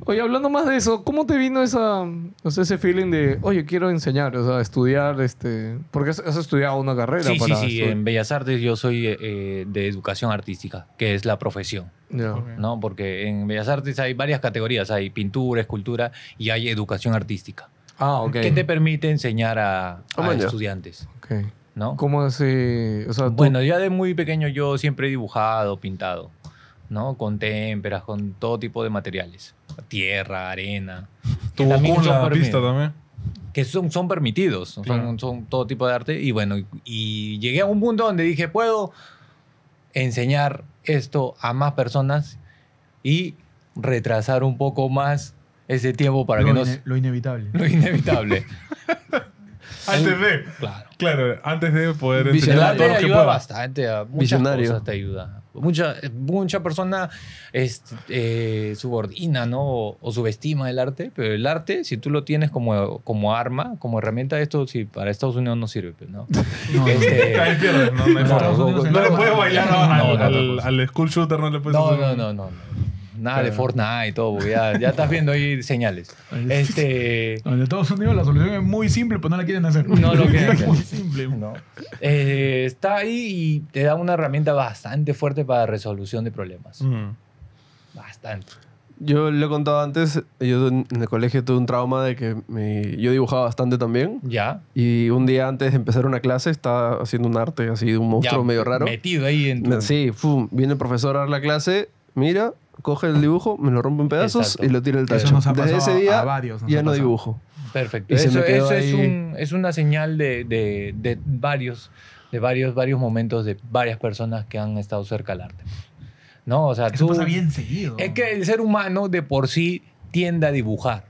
Oye, hablando más de eso, ¿cómo te vino esa, o sea, ese feeling de, oye, quiero enseñar, o sea, estudiar, este... Porque has, has estudiado una carrera
Sí, sí,
para...
sí.
estu-
En Bellas Artes yo soy eh, de educación artística, que es la profesión.
Ya.
¿no? Porque en Bellas Artes hay varias categorías, hay pintura, escultura y hay educación artística,
Ah, ok.
que te permite enseñar a,
Ah,
a
man, ya.
estudiantes,
Ok.
¿no?
¿Cómo así? O sea, tú-
Bueno, ya de muy pequeño yo siempre he dibujado, pintado, ¿no? Con témperas, con todo tipo de materiales, tierra, arena, que
Tu
también
Goku en
son
la
permi-
pista también.
que son, son permitidos, son-
Claro.
son, todo tipo de arte y bueno, y, y llegué a un punto donde dije, puedo enseñar esto a más personas y retrasar un poco más ese tiempo para
Lo,
que no
ine-
sea
lo inevitable.
lo inevitable.
Antes de.
Claro.
Claro, antes de poder
El
Visionario.
enseñar a
arte
todos los que
ayuda
puedas.
bastante, a muchas
Visionario.
cosas te ayuda. Mucha, mucha persona este, eh, subordina ¿no? o, o subestima el arte, pero el arte, si tú lo tienes como, como arma, como herramienta, esto sí, para Estados Unidos no sirve. pues, ¿no?
No, no.
Este,
Ahí pierdes, no, no hay
No,
forma.
Estados Unidos
No le
no.
puedes bailar a-
No,
al,
no,
al,
no.
al school shooter, no le
pues,
puedes
No,
hacer-
no, no, no, no. Nada de Fortnite y todo, porque ya, ya estás viendo ahí señales. Este.
En Estados Unidos la solución es muy simple, pero no la quieren hacer.
No lo quieren
Es
hacer.
muy simple.
No. Eh, está ahí y te da una herramienta bastante fuerte para resolución de problemas.
Mm.
Bastante.
Yo lo he contado antes, yo en el colegio tuve un trauma de que me- yo dibujaba bastante también.
Ya.
Y un día antes de empezar una clase estaba haciendo un arte así de un monstruo
ya
medio raro.
Metido ahí en tu-
Me- Sí, fum, viene el profesor a dar la clase, mira, coge el dibujo, me lo rompe en pedazos
Exacto.
y lo tira al
Eso
tacho.
nos ha
Desde
pasado
ese día
a varios, nos
ya
ha
no
pasado.
dibujo.
Perfecto.
Y se
Eso,
me quedó
eso es,
ahí.
un- es una señal de, de- de varios, de varios, varios momentos de varias personas que han estado cerca al arte. No, o sea,
Eso
tú-
pasa bien seguido.
Es que el ser humano de por sí tiende a dibujar.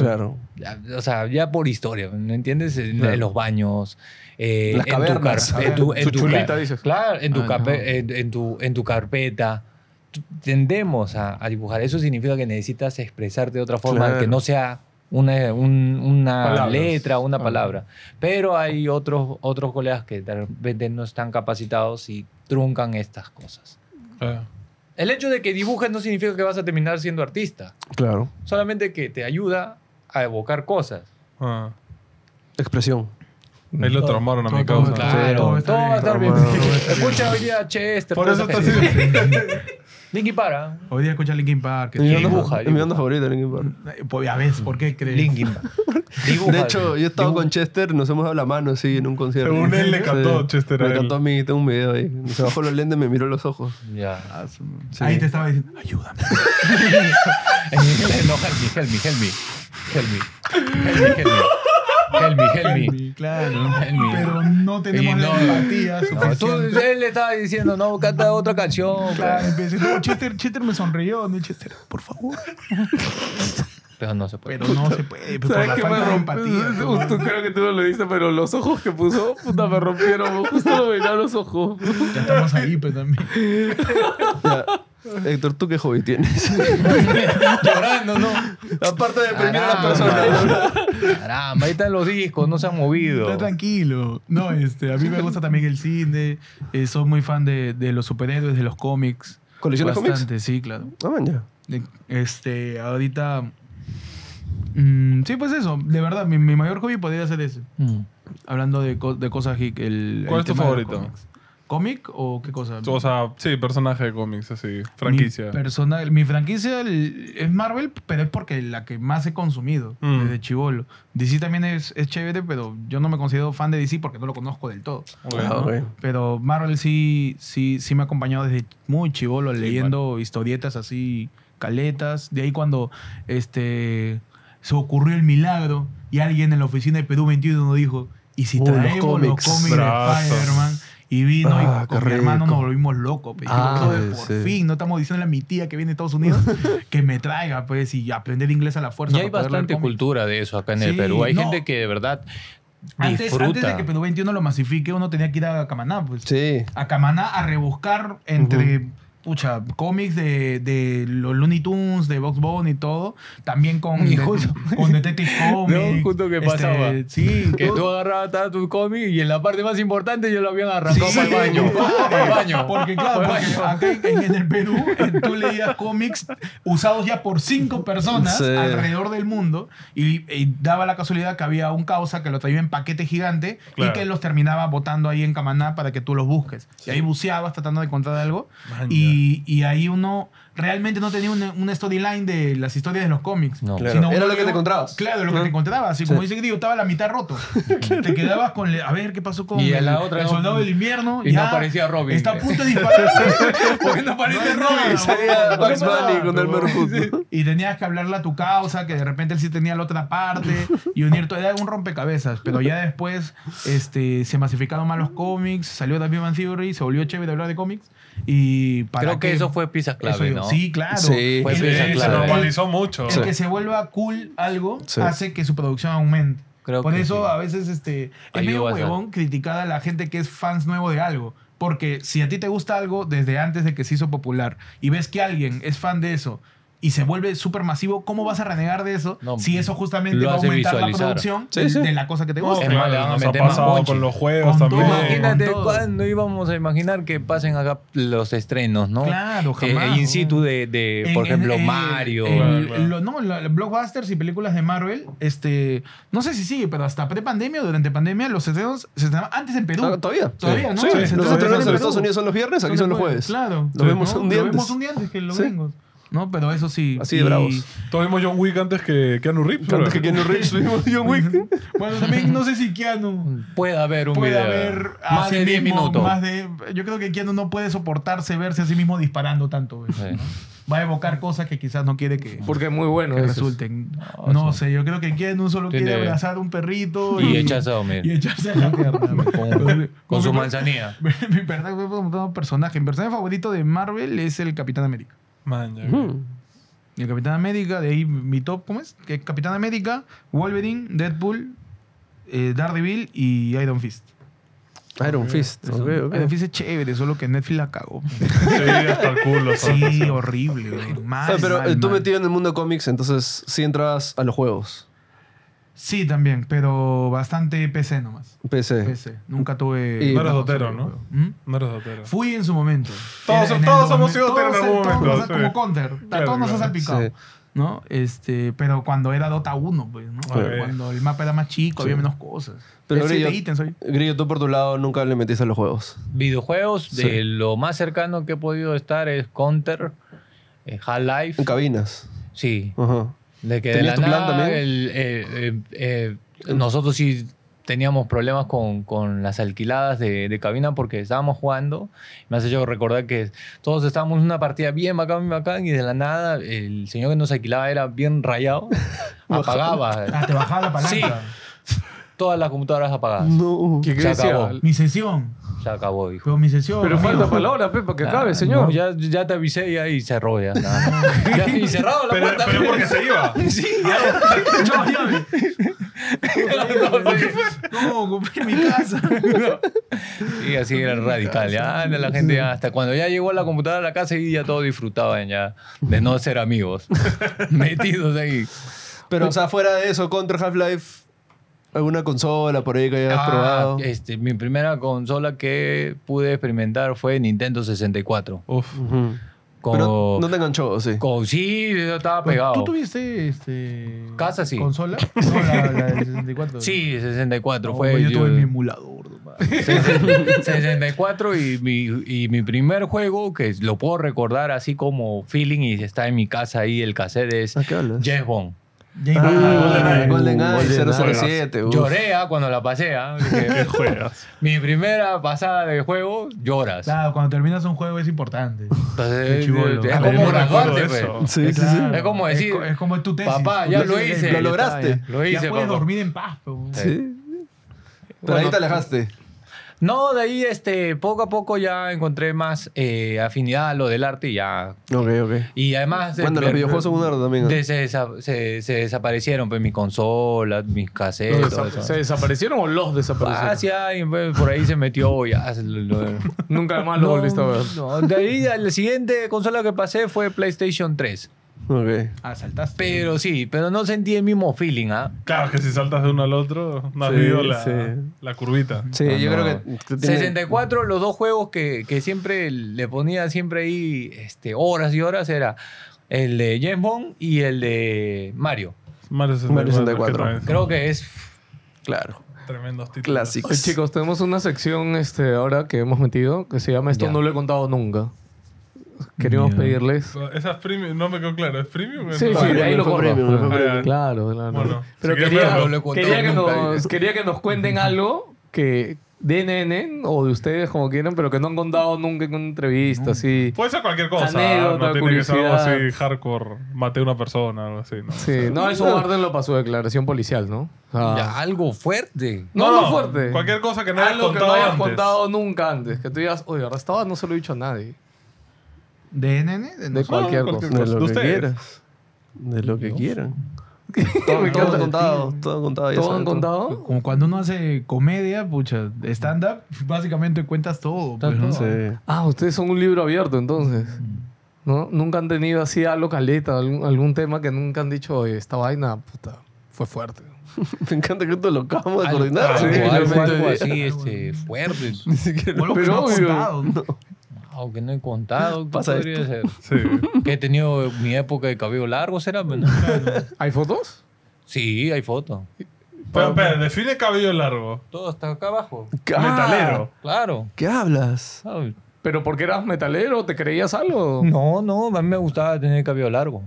Claro.
Ya, O sea, ya por historia, ¿me entiendes? En,
Claro.
en los baños, eh,
Las
en tu
cavernas.
carpe- en tu- en
Su
tu
chulita,
car-
dices.
Claro, en tu,
Ah,
carpe-
no.
en, en tu, en tu carpeta. Tú- Tendemos a, a dibujar. Eso significa que necesitas expresarte de otra forma,
Claro.
que no sea una, un- una
Palabras.
letra, una
Ah.
palabra. Pero hay otros, otros colegas que de repente no están capacitados y truncan estas cosas.
Claro.
El hecho de que dibujes no significa que vas a terminar siendo artista.
Claro.
Solamente que te ayuda a evocar cosas.
Ah.
Expresión.
Ahí lo
Todo-
traumaron a mi
todo-
causa.
todo- Claro,
todo, va a estar bien.
Romano.
Escucha hoy día Chester.
Por
toda esa
eso está así.
gente. Linkin ¿ah? Para.
Hoy día escucha Linkin Park.
Mi banda-
dibuja,
mi
dibuja.
banda favorita, Linkin Park.
Eh, pues, Ya ves, ¿por qué crees?
Linkin Park. Dibuja.
De hecho, yo he estado
Dibuja.
con Chester, nos hemos dado la mano así en un concierto.
Según él, le
Sí.
cantó Chester a
Me
él.
cantó a mí, tengo un video ahí. Se bajó los lentes, me miró los ojos.
Ya.
Ahí te estaba diciendo, ayúdame.
no, help me, help me, help me. Help me, help me. Help me, help me.
Claro.
Help me.
Pero no tenemos
Y
la
no-
empatía
No, tú,
suficiente.
él le estaba diciendo, no, canta otra canción.
Claro, empecé, no, Chester, Chester me sonrió, no, Chester, por favor.
Pero no se puede.
Pero no se puede, pues, por la
¿Sabes qué me
falta de
rompió?
empatía. pues,
Justo creo que tú no lo viste, pero los ojos que puso, puta, me rompieron. Justo lo veían los ojos.
Ya estamos ahí, pero también.
Ya. Héctor, ¿tú qué hobby tienes?
Llorando, no.
Aparte de deprimir a la
Caramba.
persona.
Caramba, ahí están los discos, no se han movido.
Está tranquilo. No, este, a mí me gusta también el cine. eh, soy muy fan de, de los superhéroes, de los cómics.
¿Coleccionas cómics?
Bastante, sí, claro.
Ah, man, ya.
De- Este, ahorita. mm, sí, pues eso. De verdad, mi, mi mayor hobby podría ser ese.
Mm.
Hablando de, co- de cosas geek. El, el
¿Cuál es tu
tema de los
favorito?
cómics. ¿Cómic o qué cosa?
O sea, sí, personaje de cómics, así, franquicia.
Mi, persona- mi franquicia el- es Marvel, pero es porque la que más he consumido
Mm.
desde chivolo. DC también es, es chévere, pero yo no me considero fan de DC porque no lo conozco del todo.
Ok.
Ah,
¿no?
ok.
Pero Marvel sí, sí, sí me ha acompañado desde muy chivolo, leyendo historietas así, caletas. De ahí cuando este, se ocurrió el milagro y alguien en la oficina de Perú 21 dijo, ¿y si
Uy, los
traemos los
cómics.
cómics, de
Brazo.
Spider-Man? Y vino
Ah,
y con
qué
mi hermano
rico.
nos volvimos locos. Pues.
Ah,
Digo, "Brother, por
sí.
fin, no estamos diciéndole a mi tía que viene de Estados Unidos que me traiga, pues, y aprender inglés a la fuerza.
Y hay
para poder leer
bastante
cómics".
cultura de eso acá en el
Sí,
Perú. Hay
no.
gente que de verdad
Antes,
disfruta.
antes de que Perú 21 lo masifique, uno tenía que ir a Camaná, pues.
Sí.
a Camaná a rebuscar entre pucha, cómics de, de los Looney Tunes, de Box Bunny y todo. También con, de-
Y justo-
con Detective Comics. este,
No, justo que pasaba.
sí,
Que
todo-
tú agarrabas toda tu cómic y en la parte más importante yo lo habían arrancado
Sí.
para el baño. Para el baño.
Porque claro,
Para el
porque
baño.
acá en, en el Perú eh, tú leías cómics usados ya por cinco personas
Sí.
alrededor del mundo y, y daba la casualidad que había un causa que lo traía en paquete gigante
Claro.
y que los terminaba botando ahí en Camaná para que tú los busques. Y ahí buceabas tratando de encontrar algo y, y ahí uno realmente no tenía una, una storyline de las historias de los cómics.
No.
Claro, era
uno
lo que te
iba-
encontrabas.
Claro, lo que te encontrabas. Y como dice Grillo, estaba a la mitad roto. Te quedabas con... le- A ver, ¿qué pasó con
Y a
el,
la otra
el
no-
soldado del invierno?
Y no
Ya-
aparecía Robin.
Está a punto de disparar.
Porque no
No
aparece
hay
Robin.
nada.
Sería Bugs Bunny con el
y tenías que hablarle a tu causa, que de repente él sí tenía la otra parte, y unir todo. Era un rompecabezas. Pero ya después este, se masificaron más los cómics, salió The Big Bang Theory, se volvió chévere hablar de cómics. Y para
Creo que eso fue pieza clave,
eso-
¿no?
Sí, claro.
Sí.
Fue
El-
Sí,
pieza
el-
se
clave.
normalizó mucho.
el que se vuelva cool algo
Sí.
hace que su producción aumente.
Creo
Por
que
eso
sí.
a veces este, es
Ayuda
medio
bastante.
huevón criticar a la gente que es fans nuevo de algo. Porque si a ti te gusta algo desde antes de que se hizo popular y ves que alguien es fan de eso y se vuelve súper masivo, ¿cómo vas a renegar de eso
No,
si eso justamente
lo
va a
hace
aumentar la
visualizar.
producción
Sí, sí.
de la cosa que te
No,
gusta?
Es más, le van a
claro, nos ha
meter más
pasado
ponche.
con los juegos
Con todo.
también.
Imagínate
con todo.
cuándo íbamos a imaginar que pasen acá los estrenos, ¿no?
Claro,
Eh,
jamás.
in situ de, de,
En-
Eh, por
en-
ejemplo,
en-
Mario.
en-
Claro, claro.
lo- no, la- la- blockbusters y películas de Marvel, este, no sé si sigue, pero hasta pre-pandemia o durante pandemia, los estrenos se estrenaban antes en Perú.
Ah, ¿Todavía?
Todavía, ¿no?
Sí,
Se estrenaban
los estrenos
en
en
Perú.
Estados Unidos son los viernes, aquí son los jueves.
Claro.
Lo vemos
¿no?
un día
Lo
antes.
vemos un día antes que los
Sí.
gringos. No, pero eso sí.
Así de bravos.
Todos vimos John Wick antes que Keanu Reeves. bro.
Antes que Keanu Reeves vimos John Wick.
Bueno, también no sé si Keanu
Puede haber un
puede
video.
haber a
más
sí
de 10
mismo,
minutos.
más de- yo creo que Keanu no puede soportarse verse a sí mismo disparando tanto. güey,
Sí.
¿no? Va a evocar cosas que quizás no quiere que,
Porque es muy bueno.
que
dices.
resulten.
No,
No,
sí.
sé, yo creo que Keanu solo quiere
Tiene-
abrazar a un perrito
Y echarse a dormir.
y echarse a la tierra.
Con, con su
mi-
manzanilla.
Mi personaje, mi personaje, mi personaje favorito de Marvel es el Capitán América.
Man, ya.
Mm.
El Capitán América, de ahí mi top, ¿cómo es? Que Capitán América, Wolverine, Deadpool, eh, Daredevil y Iron Fist.
Iron Fist. ok, ok.
Iron Fist es chévere, solo que Netflix la cagó.
Sí, hasta el culo.
Sí, horrible, güey.
Ah,
Mal,
pero
mal,
eh, tú
mal.
metido en el mundo de cómics, entonces sí entras a los juegos.
Sí, también, pero bastante PC nomás.
PC.
PC. Nunca tuve...
Y-
No eres
no,
dotero,
sobre-
¿no?
¿Mm?
No eres dotero.
Fui en su momento.
Todos-
En- en el
todos
2000,
hemos sido dotero en
todos-
algún
todos,
momento,
o sea, como
sí.
counter. A
Claro,
todos nos ha
claro.
salpicado.
Sí.
¿No? Este, pero cuando era Dota 1, pues, ¿no?
Ok.
Cuando el mapa era más chico, había menos cosas.
Pero
Era
ahora
siete
ya-
ítems hoy.
Grillo, tú por tu lado nunca le metiste a los juegos.
Videojuegos, de
Sí.
lo más cercano que he podido estar es Counter, eh, Half-Life.
En cabinas.
Sí,
Ajá.
De que de
¿Tenías
la
tu plan
nada,
también?
el- eh, eh, eh, nosotros sí teníamos problemas con, con las alquiladas de, de cabina porque estábamos jugando. Me has hecho recordar que todos estábamos en una partida bien bacán, bien bacán, y de la nada el señor que nos alquilaba era bien rayado. apagaba
Ah, te bajaba la palanca.
todas las computadoras apagadas.
No.
¿Qué- qué
Se
decía?
acabó.
Mi sesión.
Se acabó, dijo.
Pero mi sesión.
Pero
amigo.
falta palabra, Pepa, que acabe, señor.
Ah, No, ya, ya te avisé y ahí cerró ya. nada. Ya, y cerrado la
Pero,
puerta.
pero porque se iba.
No, compré mi casa.
Y así era radical, ya la gente ya, hasta cuando ya llegó a la computadora a la casa y ya todos disfrutaban ya de no ser amigos, metidos ahí.
Pero, o sea, fuera de eso, Contra Half-Life, alguna consola por ahí que hayas
Ah,
probado.
Este, mi primera consola que pude experimentar fue Nintendo 64.
Uf.
Ujú.
Con,
Pero no te enganchó, sí.
con- sí, yo estaba
¿Tú
pegado.
tuviste este.
Casa, sí.
¿Consola? No, la, la del 64.
Sí, 64
No,
fue.
Yo
yo-
tuve mi emulador. nomás.
64 y mi, y mi primer juego, que lo puedo recordar así como feeling y está en mi casa ahí el cassette, es
¿A qué hablas?
James Bond.
Ya iba-
Ah,
GoldenEye.
GoldenEye,
GoldenEye.
007. uf.
Lloré ah, cuando la pasé. ah, dije,
¿Qué juegas?
mi primera pasada de juego, lloras.
Claro, cuando terminas un juego es importante.
Entonces,
Qué chibolo.
es
Ah,
yo
como
no recuerdo
graduarte,
eso.
pues.
Sí, sí, sí.
Claro.
Es como decir,
Es, co- es como tu tesis.
Papá, ya
Tu
lo
tesis,
hice.
ya
Lo lograste.
está, ya.
Lo hice,
Ya puedes
papá.
dormir en paz. pero-
Sí.
Sí. Pero ahí te alejaste.
No, de ahí este, poco a poco ya encontré más eh, afinidad a lo del arte y ya.
Ok, ok.
Y además. eh,
Bueno,
ver-
los videojuegos son un arte también. ¿no?
de- se, desa- se- se desaparecieron pues, mis consolas, mis
Los
casetes. todo
desa-
eso.
¿Se desaparecieron o los desaparecieron?
Ah, sí, alguien, pues, por ahí se metió ya. se lo- lo-
Nunca más Ah, lo volviste a ver.
No, de ahí la siguiente consola que pasé fue PlayStation 3.
Ok.
Ah, saltaste.
Pero sí, pero no sentí el mismo feeling, ¿ah?
Claro, que si saltas de uno al otro, no has
Sí,
vivido la,
sí.
la curvita.
Sí, yo
Ah,
No.
creo que. que tiene-
64, los dos juegos que, que siempre le ponía siempre ahí este, horas y horas era el de James Bond y el de Mario.
Mario 64.
Mario 64.
que también
Creo que es...
Claro.
son Tremendos títulos.
Clásicos.
Oye, chicos, tenemos una sección este, ahora que hemos metido que se llama Esto
Ya.
no lo he contado nunca. Queríamos
Ya.
pedirles.
Esas premium, no me quedó claro. ¿Es premium?
Sí, sí,
No,
Premium,
ahí lo
fue
corto.
premium,
Ah,
fue
premium.
Claro, claro.
Bueno,
Pero
si
quería,
querían,
no lo he contado
quería que
nunca.
nos, quería que nos cuenten algo que DNN o de ustedes, como quieran, pero que no han contado nunca en una entrevista, así.
Puede ser cualquier cosa.
Anécdota,
no tiene que ser algo
curiosidad.
así hardcore. Maté a una persona, algo así. ¿no?
Sí, no, eso guárdenlo para su declaración policial, ¿no? Ah.
ya, algo fuerte.
No, no, fuerte.
Cualquier cosa que no hayas
Algo que
contado
no hayas
antes.
contado nunca antes. Que tú digas, oye, arrestado no se lo he dicho a nadie.
¿De NN? De
De
nosotros.
cualquier
cualquier
cosa.
De lo
De
que
ustedes.
quieras. De lo que quieran.
Me
Todo, todo
encanta.
contado. Todo contado. ya
¿Todo
saben,
han contado?
Como cuando uno hace comedia, pucha, stand-up, básicamente cuentas todo. pues, ¿no?
Sí.
Ah, ustedes son un libro abierto entonces. ¿No? Nunca han tenido así algo caleta, algún, algún tema que nunca han dicho, oye, esta vaina, puta, fue fuerte.
Me encanta que esto lo acabamos de
Algo,
coordinar.
algo-
Sí, Ah,
algo-
realmente.
algo así este, fuerte.
Ni siquiera-
O algo que
Pero
no has
obvio.
contado, ¿no?
Aunque no he contado, ¿qué
Pasa
podría ser?
Sí.
Que he tenido mi época de cabello largo, ¿será? Bueno,
¿Hay fotos?
Sí, hay fotos.
Pero, espera, define cabello largo.
Todo hasta acá abajo.
Ah,
Metalero.
Claro.
¿Qué hablas?
¿sabes?
¿Pero porque eras metalero? ¿Te creías algo?
No, no, a mí me gustaba tener cabello largo.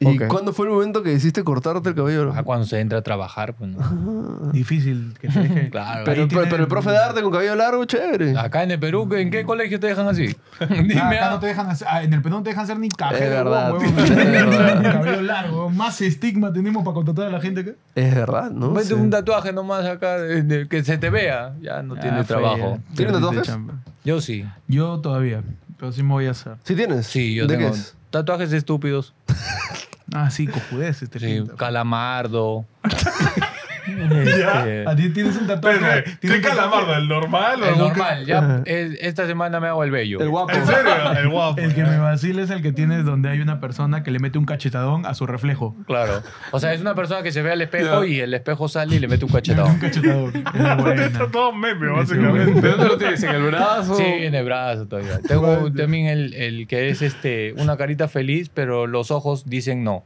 ¿Y
Ok.
cuándo fue el momento que decidiste cortarte el cabello?
Ah, cuando se entra a trabajar, pues no.
Difícil que te deje.
Claro.
Ahí
Pero,
tienen-
pero el profe de arte con cabello largo, chévere.
Acá en el Perú, ¿en qué colegio te dejan así? Dime.
Ah, acá
ah.
no te dejan hacer- ah, en el Perú no te dejan hacer ni café.
Es verdad,
huevón,
es verdad.
Ni cabello largo. huevón. Más estigma tenemos para contratar a la gente acá.
Es verdad, ¿no?
Vete
Sí.
un tatuaje nomás acá, eh, de- que se te vea. Ya no tiene
Ah,
trabajo.
fue-
¿Tienen
perdiste
tatuajes?
chamba.
Yo sí.
Yo todavía, pero sí me voy a hacer.
¿Sí tienes?
Sí, yo
¿De
tengo
qué es?
tatuajes estúpidos.
Ah, sí, cojudeces. te
Sí,
pintas.
calamardo. Este,
A Ah, ti tienes un tatuaje.
Espérate,
tienes
¿qué
un tatuaje-
calamardo? ¿El normal o
es
algún-
normal. Ya, es- esta semana me hago el bello.
El guapo.
¿En serio? El guapo.
El que me vacila es el que tienes donde hay una persona que le mete un cachetadón a su reflejo.
Claro. O sea, es una persona que se ve al espejo y el espejo sale y le mete un cachetado.
Un cachetadón. Es
Está
buena.
todo meme,
¿De dónde
básicamente.
lo tienes? ¿En el brazo?
Sí, en el brazo todavía. Tengo también el, el que es este, una carita feliz, pero los ojos dicen no.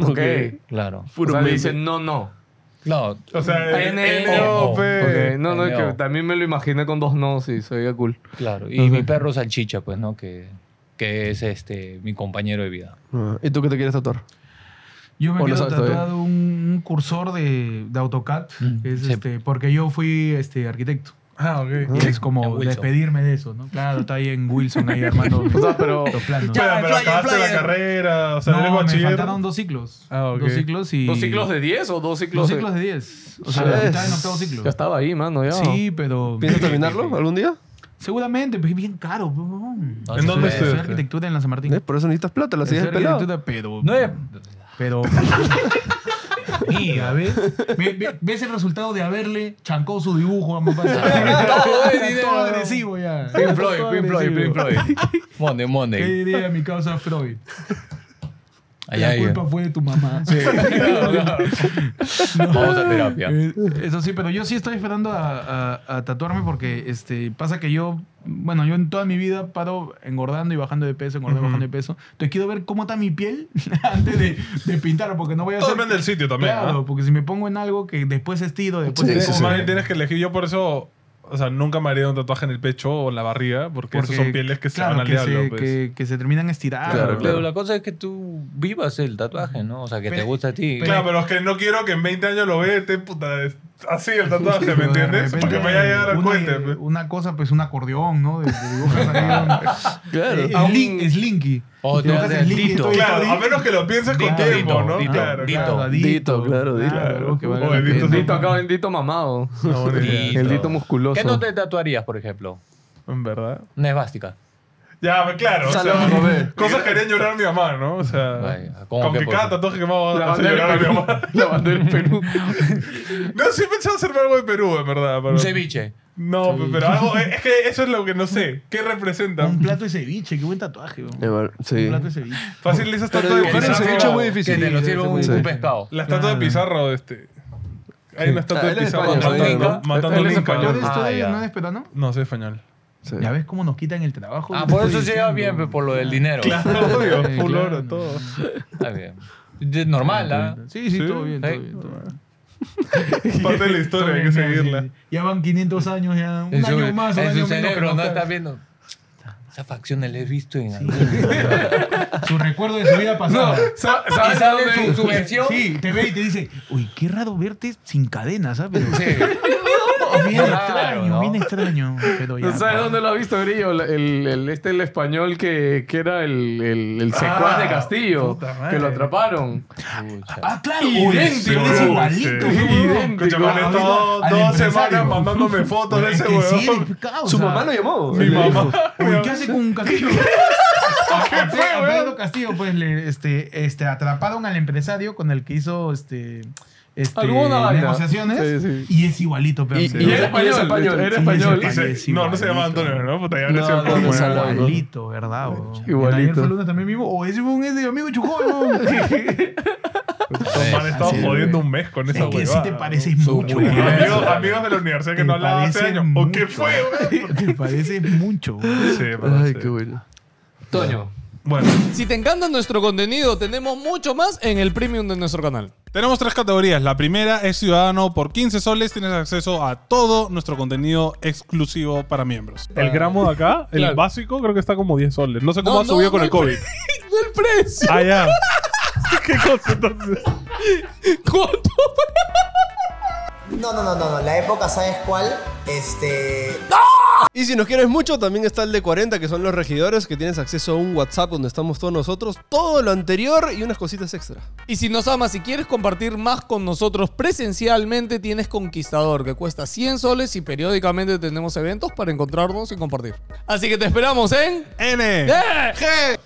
Ok.
Claro.
o
Puro
sea,
meme.
dicen no, no.
No,
O sea, eh, el
NNO.
NOP.
Ok, No, no, es que
NNO.
también me lo imaginé con dos no, sí, se veía cool.
claro. Y mi perro salchicha, pues, ¿no? Que, que es este, mi compañero de vida.
Ah, ¿Y tú qué te quieres tatuar?
Yo me
O lo
quiero
sabes todavía.
tatuar un, un cursor de, de AutoCAD,
Mm,
que es
sí.
este, porque yo fui este, arquitecto.
Ah, ok.
Y es
Ya,
como
Wilson.
despedirme de eso, ¿no? Claro, está ahí en Wilson, ahí armando
O sea, pero...
los planos.
Espera, pero acabaste la carrera, o sea, eres
No, me
bachiller.
faltaron dos ciclos.
Ah, ok.
Dos ciclos y...
¿Dos ciclos de 10 o dos
Dos
ciclos de...?
ciclos de 10. O sea,
Ah,
estaba en
es-
octavo ciclo.
Ya estaba ahí, mano, ya.
Sí, pero...
¿Piensas terminarlo algún día?
Seguramente, pero es bien caro. pues, huevón.
No, sí,
¿En dónde
sí.
Estudié
estudiaste?
arquitectura en la San Martín.
¿Eh? Por eso necesitas plata, la sigues
Estudié
pelado.
arquitectura, pero...
No es...
Pero... Mira, ¿ves? Ve- ve- ¿Ves el resultado de haberle chancado su dibujo a mi padre?
Todo el
Era
dinero.
todo agresivo ya.
Pink
Era
Floyd,
todo
Pink Floyd, Pink
agresivo.
Floyd. Monday,
¿Qué
Monday.
diría mi causa Freud?
Allá,
la
ahí.
culpa fue de tu mamá.
Vamos a terapia.
Eh, Eso sí, pero yo sí estoy esperando a, a- a tatuarme porque este, pasa que yo, bueno, yo en toda mi vida paro engordando y bajando de peso, engordando y bajando de peso. Entonces quiero ver cómo está mi piel antes de, de pintar, porque no voy a
Todo
hacer...
depende del sitio también.
Claro,
¿ah?
porque si me pongo en algo que después estiro, después...
Sí,
le
sí,
pongo-
Como
sí.
más bien tienes que elegir. Yo por eso, o sea, nunca me haría un tatuaje en el pecho o en la barriga, porque,
Porque,
esos son pieles que se
claro,
van al
que
diablo.
se,
pues.
que, que se terminan estirando.
Claro, claro.
Pero la cosa es que tú vivas el tatuaje, ¿no? O sea, que te
Pero-
gusta a ti.
pero-
Claro, pero es que no quiero que en 20 años lo veas y esté puta, así el tatuaje, ¿me entiendes? Para que me vaya a llegar al
una,
cohete.
eh,
pe.
una cosa, pues un acordeón, ¿no? De, de dibujos ahí,
Claro.
eh, Slink- Slinky. Y
O
Oh,
te
dibujas
haces
Slinky
Dito.
todo
Claro,
todito.
a menos que lo pienses con
Dito,
tiempo,
Dito,
¿no?
Dito,
claro,
Dito.
claro.
Dito, claro, Dito.
Claro, que valga
Oye,
la
Dito
pena.
Dito acá, bendito mamado.
No, buena idea.
El dito musculoso.
¿Qué no te tatuarías, por ejemplo?
En verdad.
Nevástica.
Ya, pues, claro. o
Salón,
sea,
Robert.
cosas que harían llorar a mi mamá, ¿no? O sea,
Vaya, ¿cómo
con
qué
que
cosa?
cada tatuaje que me va
La
a hacer llorar
bandera
a mi
del Perú.
mamá.
La bandera del Perú.
No, sí he pensado hacerme algo de Perú, en verdad. pero-
Un ceviche.
No, pues, pero algo, eh, es que eso es lo que no sé. ¿Qué representa?
Un plato de ceviche, qué buen tatuaje. weón.
Eh, bueno,
Un
Sí.
plato de ceviche.
Fácil, esas
Pero
estatuas de
dibujar un
pizarro.
ceviche es muy difícil.
Que te lo
Sí,
sirva un,
sí.
un pescado.
La estatua de
Claro.
Pizarro, este. Hay una estatua
Ah,
de
él es
Pizarro
español,
matando,
¿no?
¿no? matando
Él es
Lincoln.
¿Tú eres
Ah,
todavía
ya.
no eres peruano?
No, soy español.
Sí.
Ya ves cómo nos quitan el trabajo. Yo
Ah, por
estoy
eso se lleva bien,
diciendo.
pues, por lo del dinero.
Claro, obvio.
Sí,
Full
claro.
oro, todo.
Está bien. De- Normal, ¿ah?
Sí, sí,
Sí.
todo bien, todo
Sí.
bien. todo bien.
Parte de la historia, hay que
Todo bien,
seguirla.
sí, sí. Ya van 500 años, ya. Un
En su,
año más, un
en
año
su
menos que
cerebro,
nos
¿no?
cagan.
Estás viendo. Esa facción la he visto en algún
Su recuerdo de su vida pasada.
Ah.
Sa-
Y
¿Sabes
sale
dónde-
su, su versión.
Sí, te ve y te dice, uy, qué raro verte sin cadena, ¿sabes? Pero-
Sí.
Bien
Claro,
extraño,
¿no?
bien extraño. Pero ya,
¿No sabes
pa.
dónde lo has visto, Grillo? La- El, el- este, el español que, que era el, el, el secuaz de Castillo,
Ah, puta madre.
que lo atraparon.
Ah, claro,
Idéntico,
uy, es igualito,
Sí.
weón.
Idéntico.
Escucha, me han
Ahorita,
estado
al
dos
empresario.
semanas mandándome fotos de
Es
ese
que sí,
huevón.
causa.
Su mamá lo llamó.
Mi
Le dijo,
mamá.
Uy, ¿qué hace con un castillo? ¿Qué
fue, weón?
Castillo, pues, le, este, este, atraparon al empresario con el que hizo, este, este
Alguna vaina.
negociaciones.
Sí, sí.
Y es igualito, pero...
Y-
sí.
y
Y era español,
español.
era
Sí,
español.
sí,
Y
sí.
se-
es
no, no se llama
igualito.
Antonio, ¿no? Puta, ya habría
No,
sido
no,
como-
no,
bueno,
Salvador.
Igualito, ¿verdad? weón? Ayer
Igualito.
fue lunes también mismo. O ese weón es de amigo Chujón. weón.
Me han estado
Sí,
jodiendo un mes con esa
Es que sí
huevada.
te pareces mucho.
Amigos-
weón.
Amigos de la universidad que no hablaba hace
pareces
años. ¿O qué
mucho.
fue, weón?
Te pareces mucho. weón.
Sí, pero
Ay,
sí.
qué bueno.
Toño.
Bueno,
Si te encanta nuestro contenido, tenemos mucho más en el premium de nuestro canal.
Tenemos tres categorías. La primera es Ciudadano. Por 15 soles tienes acceso a todo nuestro contenido exclusivo para miembros.
el gramo de acá, el
Claro.
básico, creo que está como 10 soles. No sé cómo
No,
ha subido
no,
con
no
el COVID.
¡El precio!
Ah, ya. ¿Qué cosa entonces?
¿Cuánto?
No, no, no, no, no. La época, ¿sabes cuál? Este.
Y si nos quieres mucho, también está el de 40, que son los regidores, que tienes acceso a un WhatsApp donde estamos todos nosotros, todo lo anterior y unas cositas extra.
Y si nos amas y quieres compartir más con nosotros presencialmente, tienes Conquistador, que cuesta 100 soles y periódicamente tenemos eventos para encontrarnos y compartir. Así que te esperamos en...
N.
¡DG!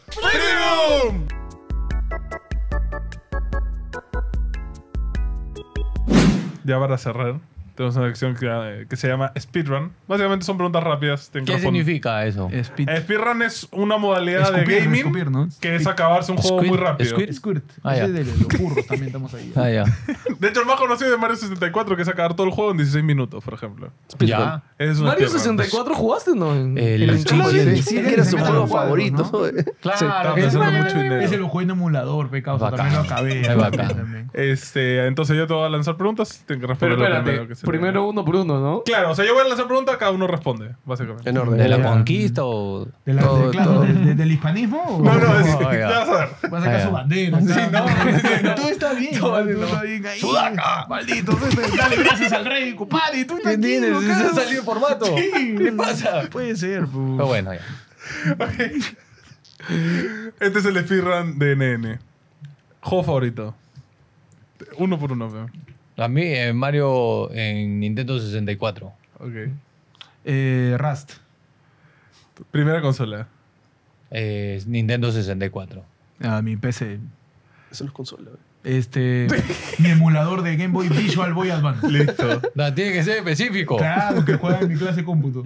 Ya para cerrar, tenemos una sección que, eh, que se llama Speedrun. Básicamente son preguntas rápidas. te
¿Qué
encajonan.
significa eso?
Speed.
Eh, Speedrun es una modalidad de
Escupir,
gaming
escupir, ¿no?
que es acabarse un juego
Squid-
muy rápido.
Squid-
Squirt.
Ah,
Ese
ya.
de los burros también estamos ahí.
Ah, ya.
De hecho, el más conocido de Mario 64, que es acabar todo el juego en 16 minutos, por ejemplo.
ya.
Ese Es una
¿Mario
speedrun.
64 jugaste no? En-
El-
en
Sí,
Chile.
sí,
Sí,
sí,
que era su
se meten
juego
los cuadros,
favorito.
¿no?
Claro.
Está pensando mucho
Ese
dinero.
lo jugué en emulador, pecado.
Bacán.
También lo acabé.
Es bacán.
También.
Este, entonces yo te voy a lanzar preguntas. Tengo que
Pero
responder lo
espérate,
primero que se me
primero uno por uno, ¿no?
Claro, o sea, yo voy a lanzar preguntas, cada uno responde, básicamente.
En orden.
¿De la
Ya.
conquista o.?
¿De la,
Todo,
de- claro,
todo.
de- de- ¿Del hispanismo? o-
No, no, es,
Oh, ya.
ya vas a ver.
Va a sacar
Ah,
su
ya.
bandera. claro. Todo está bien. Todo está bien ahí. Sudaca. Maldito. entonces, Dale gracias al rey, compadre. y Tú tranquilo,
Se ha
claro.
salido formato.
Sí.
¿Qué pasa?
Puede ser, pues. pu.
Pero bueno, ya.
Este es el speedrun de NN. Juego favorito. Uno por uno, veo.
A mí, eh, Mario en Nintendo 64.
Ok.
Eh, Rust.
Primera consola.
Eh, Nintendo 64.
Ah, mi PC.
Eso no es consola. güey.
Este. mi emulador de Game Boy Visual Boy Advance.
Listo.
No, tiene que ser específico.
Claro, que juega en mi clase de cómputo.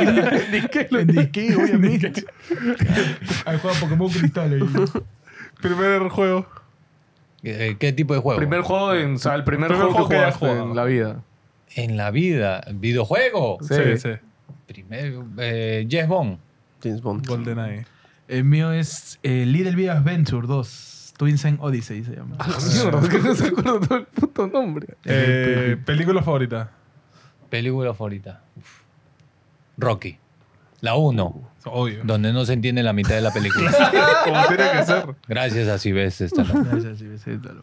en disque, obviamente. Ahí juega Pokémon Cristal ahí.
Primer juego.
Eh, ¿Qué tipo de juego?
Primer juego, en, o sea, el primer,
Primer
juego,
juego
que
que hayas
jugaste
jugado.
en la vida.
En la vida. ¿Videojuego?
Sí,
Sí.
sí.
Primer. Eh, Jess Bond.
James Bond.
GoldenEye.
El mío es eh, Little Big Adventure 2. Twins and Odyssey se llama.
Mierda, es que no se acuerda todo el puto nombre.
Eh, película favorita.
Película favorita. Uf. Rocky. La 1.
Obvio.
Donde no se entiende la mitad de la película.
Como tiene que ser.
Gracias a Silvestre Stallone.
Gracias, sí, sí, sí, claro.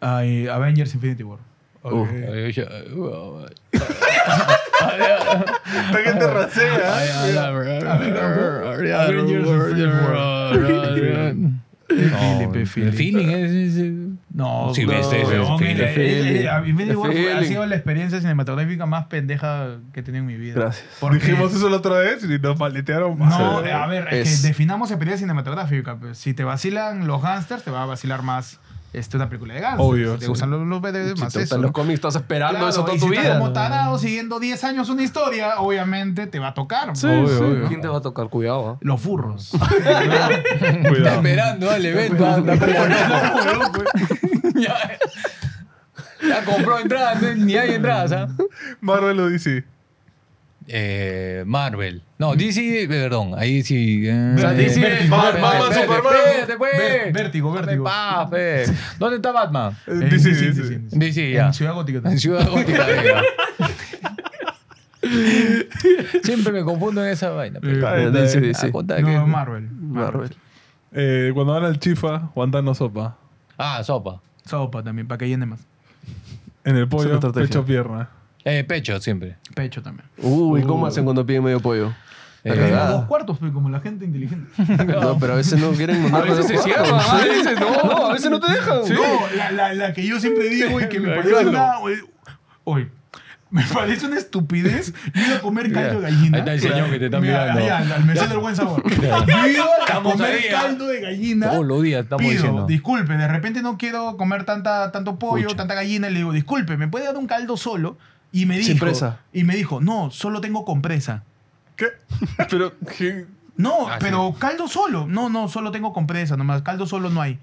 Ah, y Avengers Infinity War.
Está que te
¿eh?
rasea.
Philip,
El feeling es- es- es-
No,
Sí,
no,
ves, ves,
weón,
ves,
el-
ves,
el- el- A mí me digo,
ves,
ha
ves.
sido la experiencia cinematográfica más pendeja que he tenido en mi vida.
Gracias.
Porque-
Dijimos eso la otra vez y nos maletearon más.
No, eh,
Sí.
a ver, es
Es-
que definamos experiencia cinematográfica. pues. Si te vacilan los gangsters, te va a vacilar más este, una película de gangsters.
Obvio,
Si te
sí.
gustan los, los BDs,
Si
más
te
eso.
gustan los cómics, estás esperando
Claro,
eso toda
y
tu
si estás
vida.
como tarado siguiendo 10 años una historia, obviamente te va a tocar.
Sí,
¿no?
sí.
¿Quién te va a tocar? Cuidado. ¿ah?
Los burros.
Está
Cuidado. pues,
esperando al evento. anda, ya, ya compró entradas, ni- ni hay entradas. ¿ah?
Marvel lo dice.
Eh, Marvel. No, DC, eh, perdón, ahí sí. eh,
O sea, DC,
espérate,
Batman,
espérate,
Batman,
espérate,
Superman.
espérate, pues.
Vértigo,
Dame
vértigo.
paz, pe. ¿Dónde está Batman?
Eh,
Dice,
sí, sí,
dice.
sí, sí.
DC, ya.
En Ciudad Gótica.
En Ciudad Gótica. diga. Siempre me confundo en esa vaina. pe.
Está bien, está
Dice,
bien.
dice.
Ah, conta que-
Eh, No, Marvel.
Marvel.
Eh, cuando habla el chifa, no sopa.
Ah, sopa.
Sopa también, para que llene más.
En el
Esa es
pollo,
la estrategia.
pecho pierna.
Eh, pecho, siempre.
Pecho también.
Uy, ¿cómo hacen cuando piden medio pollo? La
Eh,
Tenemos dos
cagada.
cuartos, pues, como la gente inteligente.
No, pero a veces no quieren mandar
veces se
cuartos.
cierran, ¿ah?
Sí.
A veces no.
No, a veces no te dejan.
No, la, la- la que yo siempre digo y que me parece una. Hoy. Me parece una estupidez ir a comer caldo de gallina.
Ahí está el señor que te está mirando.
Mira, allá, al mesero del buen sabor. Yo iba a
Estamos
comer
ahí, ¿eh?
caldo de gallina.
Todos los días Oh, estamos
Pido,
diciendo.
disculpe, de repente no quiero comer tanta, tanto pollo, tanta gallina. Y le digo, disculpe, ¿me puede dar un caldo solo? Y me dijo.
Sin presa.
Y me dijo, no, solo tengo compresa.
¿Qué? Pero, ¿qué?
No,
Ah,
pero caldo solo. No, no, solo tengo compresa nomás. Caldo solo no hay.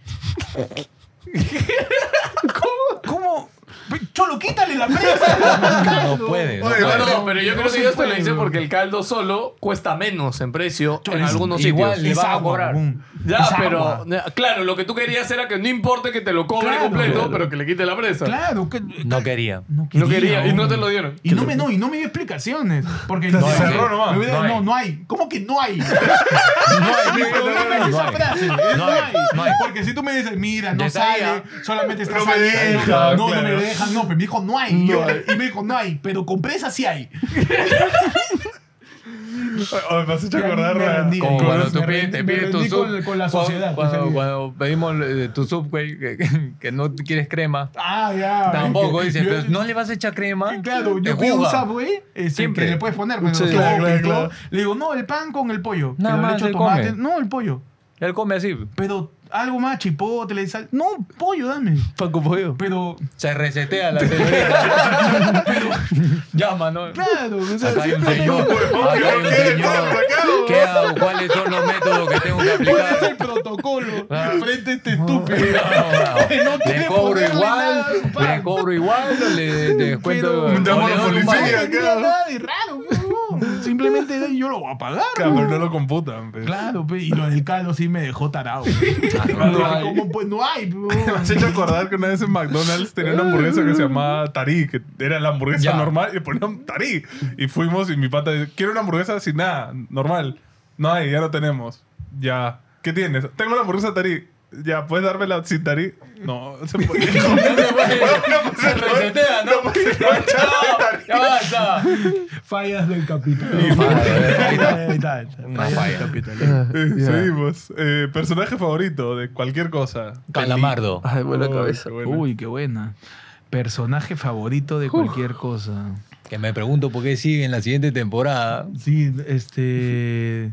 ¿Cómo? ¿Cómo? Pe- Cholo, quítale la presa.
No puede.
Oye,
No,
puede.
no, pero yo
No
creo que
se
yo esto
puede,
lo hice
bro.
porque el caldo solo cuesta menos en precio en
Es
algunos
igual,
sitios.
le van a cobrar.
huevón.
Ya,
Es
pero
agua.
claro, lo que tú querías era que no importe que te lo cobre
Claro.
completo,
Claro.
pero que le quite la presa.
Claro, que,
No quería.
No
No quería y no te lo
huevón.
dieron.
Y no, me, no, y no me dio explicaciones. Porque
No
me-
cerró nomás.
me hubiera-
No hay.
no, no hay. ¿Cómo que no hay? No hay. Mi problema es
No
esa
hay.
frase. No
No hay.
hay.
No hay.
Porque si tú me dices, mira, no
Detalla.
sale, solamente está
No me
saliendo.
deja,
no, no me
claro.
dejan. No, pero me dijo, no hay. Y yo- Y me dijo, no hay. Pero con presa sí hay.
Oye, Oh, me has hecho
Ya
acordar.
me
a-
rendí.
Como
Me
cuando
rendí-
tú
me
pides,
rendí-
te
me
pides tu
rendí
sub.
con- con la sociedad,
Cuando,
pues, ahí.
cuando pedimos eh, tu sub, güey, que, que- que no quieres crema.
Ah, ya.
Tampoco,
Yo-
dice,
yo- Eh,
pero no le vas a echar crema.
Claro,
Te
yo pido un
juga.
subway
Siempre.
siempre que le puedes poner menos
Sí,
topping,
claro, claro,
todo.
claro.
Le digo, no, el pan con el pollo. Pero
Nada
le
más
echo
él
tomate.
come.
No, el pollo.
Él come así.
Pero algo más, chipotle, sal. No, pollo, dame.
Pan con pollo.
Pero,
Se resetea la señorita. Llama, ¿no?
claro, o sea,
Acá hay un
simplemente-
señor. Acá hay un señor. ¿Qué hago? ¿Cuáles son los métodos que tengo que
¿Cuál es el
aplicar?
protocolo
Ah.
frente a este estúpido? Que no
Le
quiere
cobro
ponerle
igual,
nada a su pan.
le cobro igual, le descuento.
Pero-
Llamo a la
le doy un
No
policía.
baile.
tenía
claro.
nada de raro, pues, no. Simplemente yo lo voy a pagar.
Cabrón, no lo computan. pues.
Claro, pe, y lo del caldo sí me dejó tarado. pe. Dije,
hay.
¿Cómo pues no hay? pe,
Me has hecho acordar que una vez en McDonald's tenía una hamburguesa que se llamaba Tarí, que era la hamburguesa
Ya.
normal, y ponían Tarí. Y fuimos y mi pata dice, quiero una hamburguesa sin nada, normal. No hay, ya lo tenemos. Ya. ¿Qué tienes? Tengo la hamburguesa Tarí. Ya, ¿puedes dármela sin Tarí? No, se pues, puede.
Se resetea, ¿no? No, Ya basta.
Fallas del capítulo.
Ahí está.
Ahí está, ahí está.
Una
Fallas
falla.
del capítulo.
Eh, Seguimos. Eh, personaje favorito de cualquier cosa.
Calamardo.
Ay, buena
Uy,
cabeza.
qué buena.
Uy, qué buena. Personaje favorito de cualquier cosa.
Que me pregunto por qué sigue en la siguiente temporada.
Sí, este.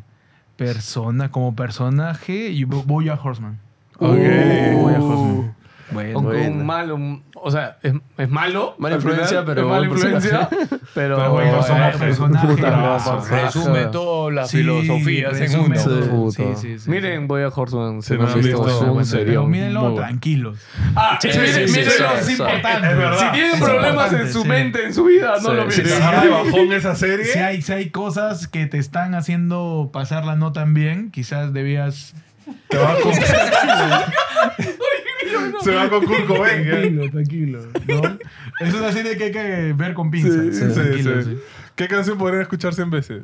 Persona, como personaje, y Bo- Boya Horseman.
Ok.
Boya Horseman. Bueno.
Aunque
Buena.
un malo, un- o sea, es, es malo.
Mala
al final,
influencia, pero
Es mala
buen
influencia, pero.
Pero
eh,
buen personaje.
personaje.
Puta,
Resume todas las filosofías en
resume
uno.
todo.
Sí, puta.
sí, sí.
Miren, voy a Horseman.
Sí,
Se me
no
ha
han
visto.
visto.
Es un
Bueno,
serio.
pero mírenlo
Muy bueno.
tranquilos.
Ah, sí,
sí,
miren-
sí,
mírenlo,
sí,
sí,
sí.
importante.
Es verdad.
Si tienen
Sí,
problemas en su
sí.
mente, en su vida, no
Sí,
lo
sí,
Si te
miren.
agarra de bajón esa serie.
Si hay, si hay cosas que te están haciendo pasarla no tan bien, quizás debías.
Te va con... Se va con Kurt Cobain, ¿eh?
tranquilo. ¿no? es una serie que hay que ver con pinzas.
Sí, sí,
tranquilo,
sí.
sí.
¿Qué canción podrían escuchar 100 veces?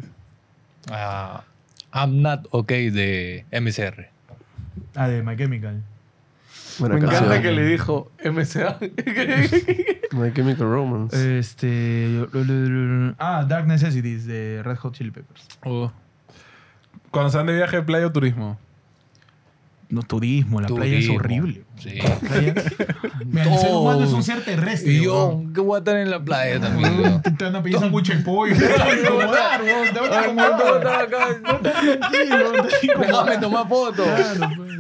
Ah, I'm not okay de MCR.
Ah, de My Chemical.
Buena
Me encanta
canción.
que le dijo MCA.
My Chemical Romance.
Eh,
Este. Ah, Dark Necessities de Red Hot Chili Peppers.
Oh. Cuando se van de viaje, playa o turismo.
No, turismo, la playa es
Turismo.
horrible.
Sí.
La playa- Mira, el ser
Todo.
humano es un ser terrestre.
Y yo,
weón.
que voy a estar en la playa también. weón.
Te te van a pedir sándwich de pollo. Te van a incomodar, weón, te van a incomodar. Tranquilo, te van a incomodar.
Déjame tomar fotos.
Claro, pues.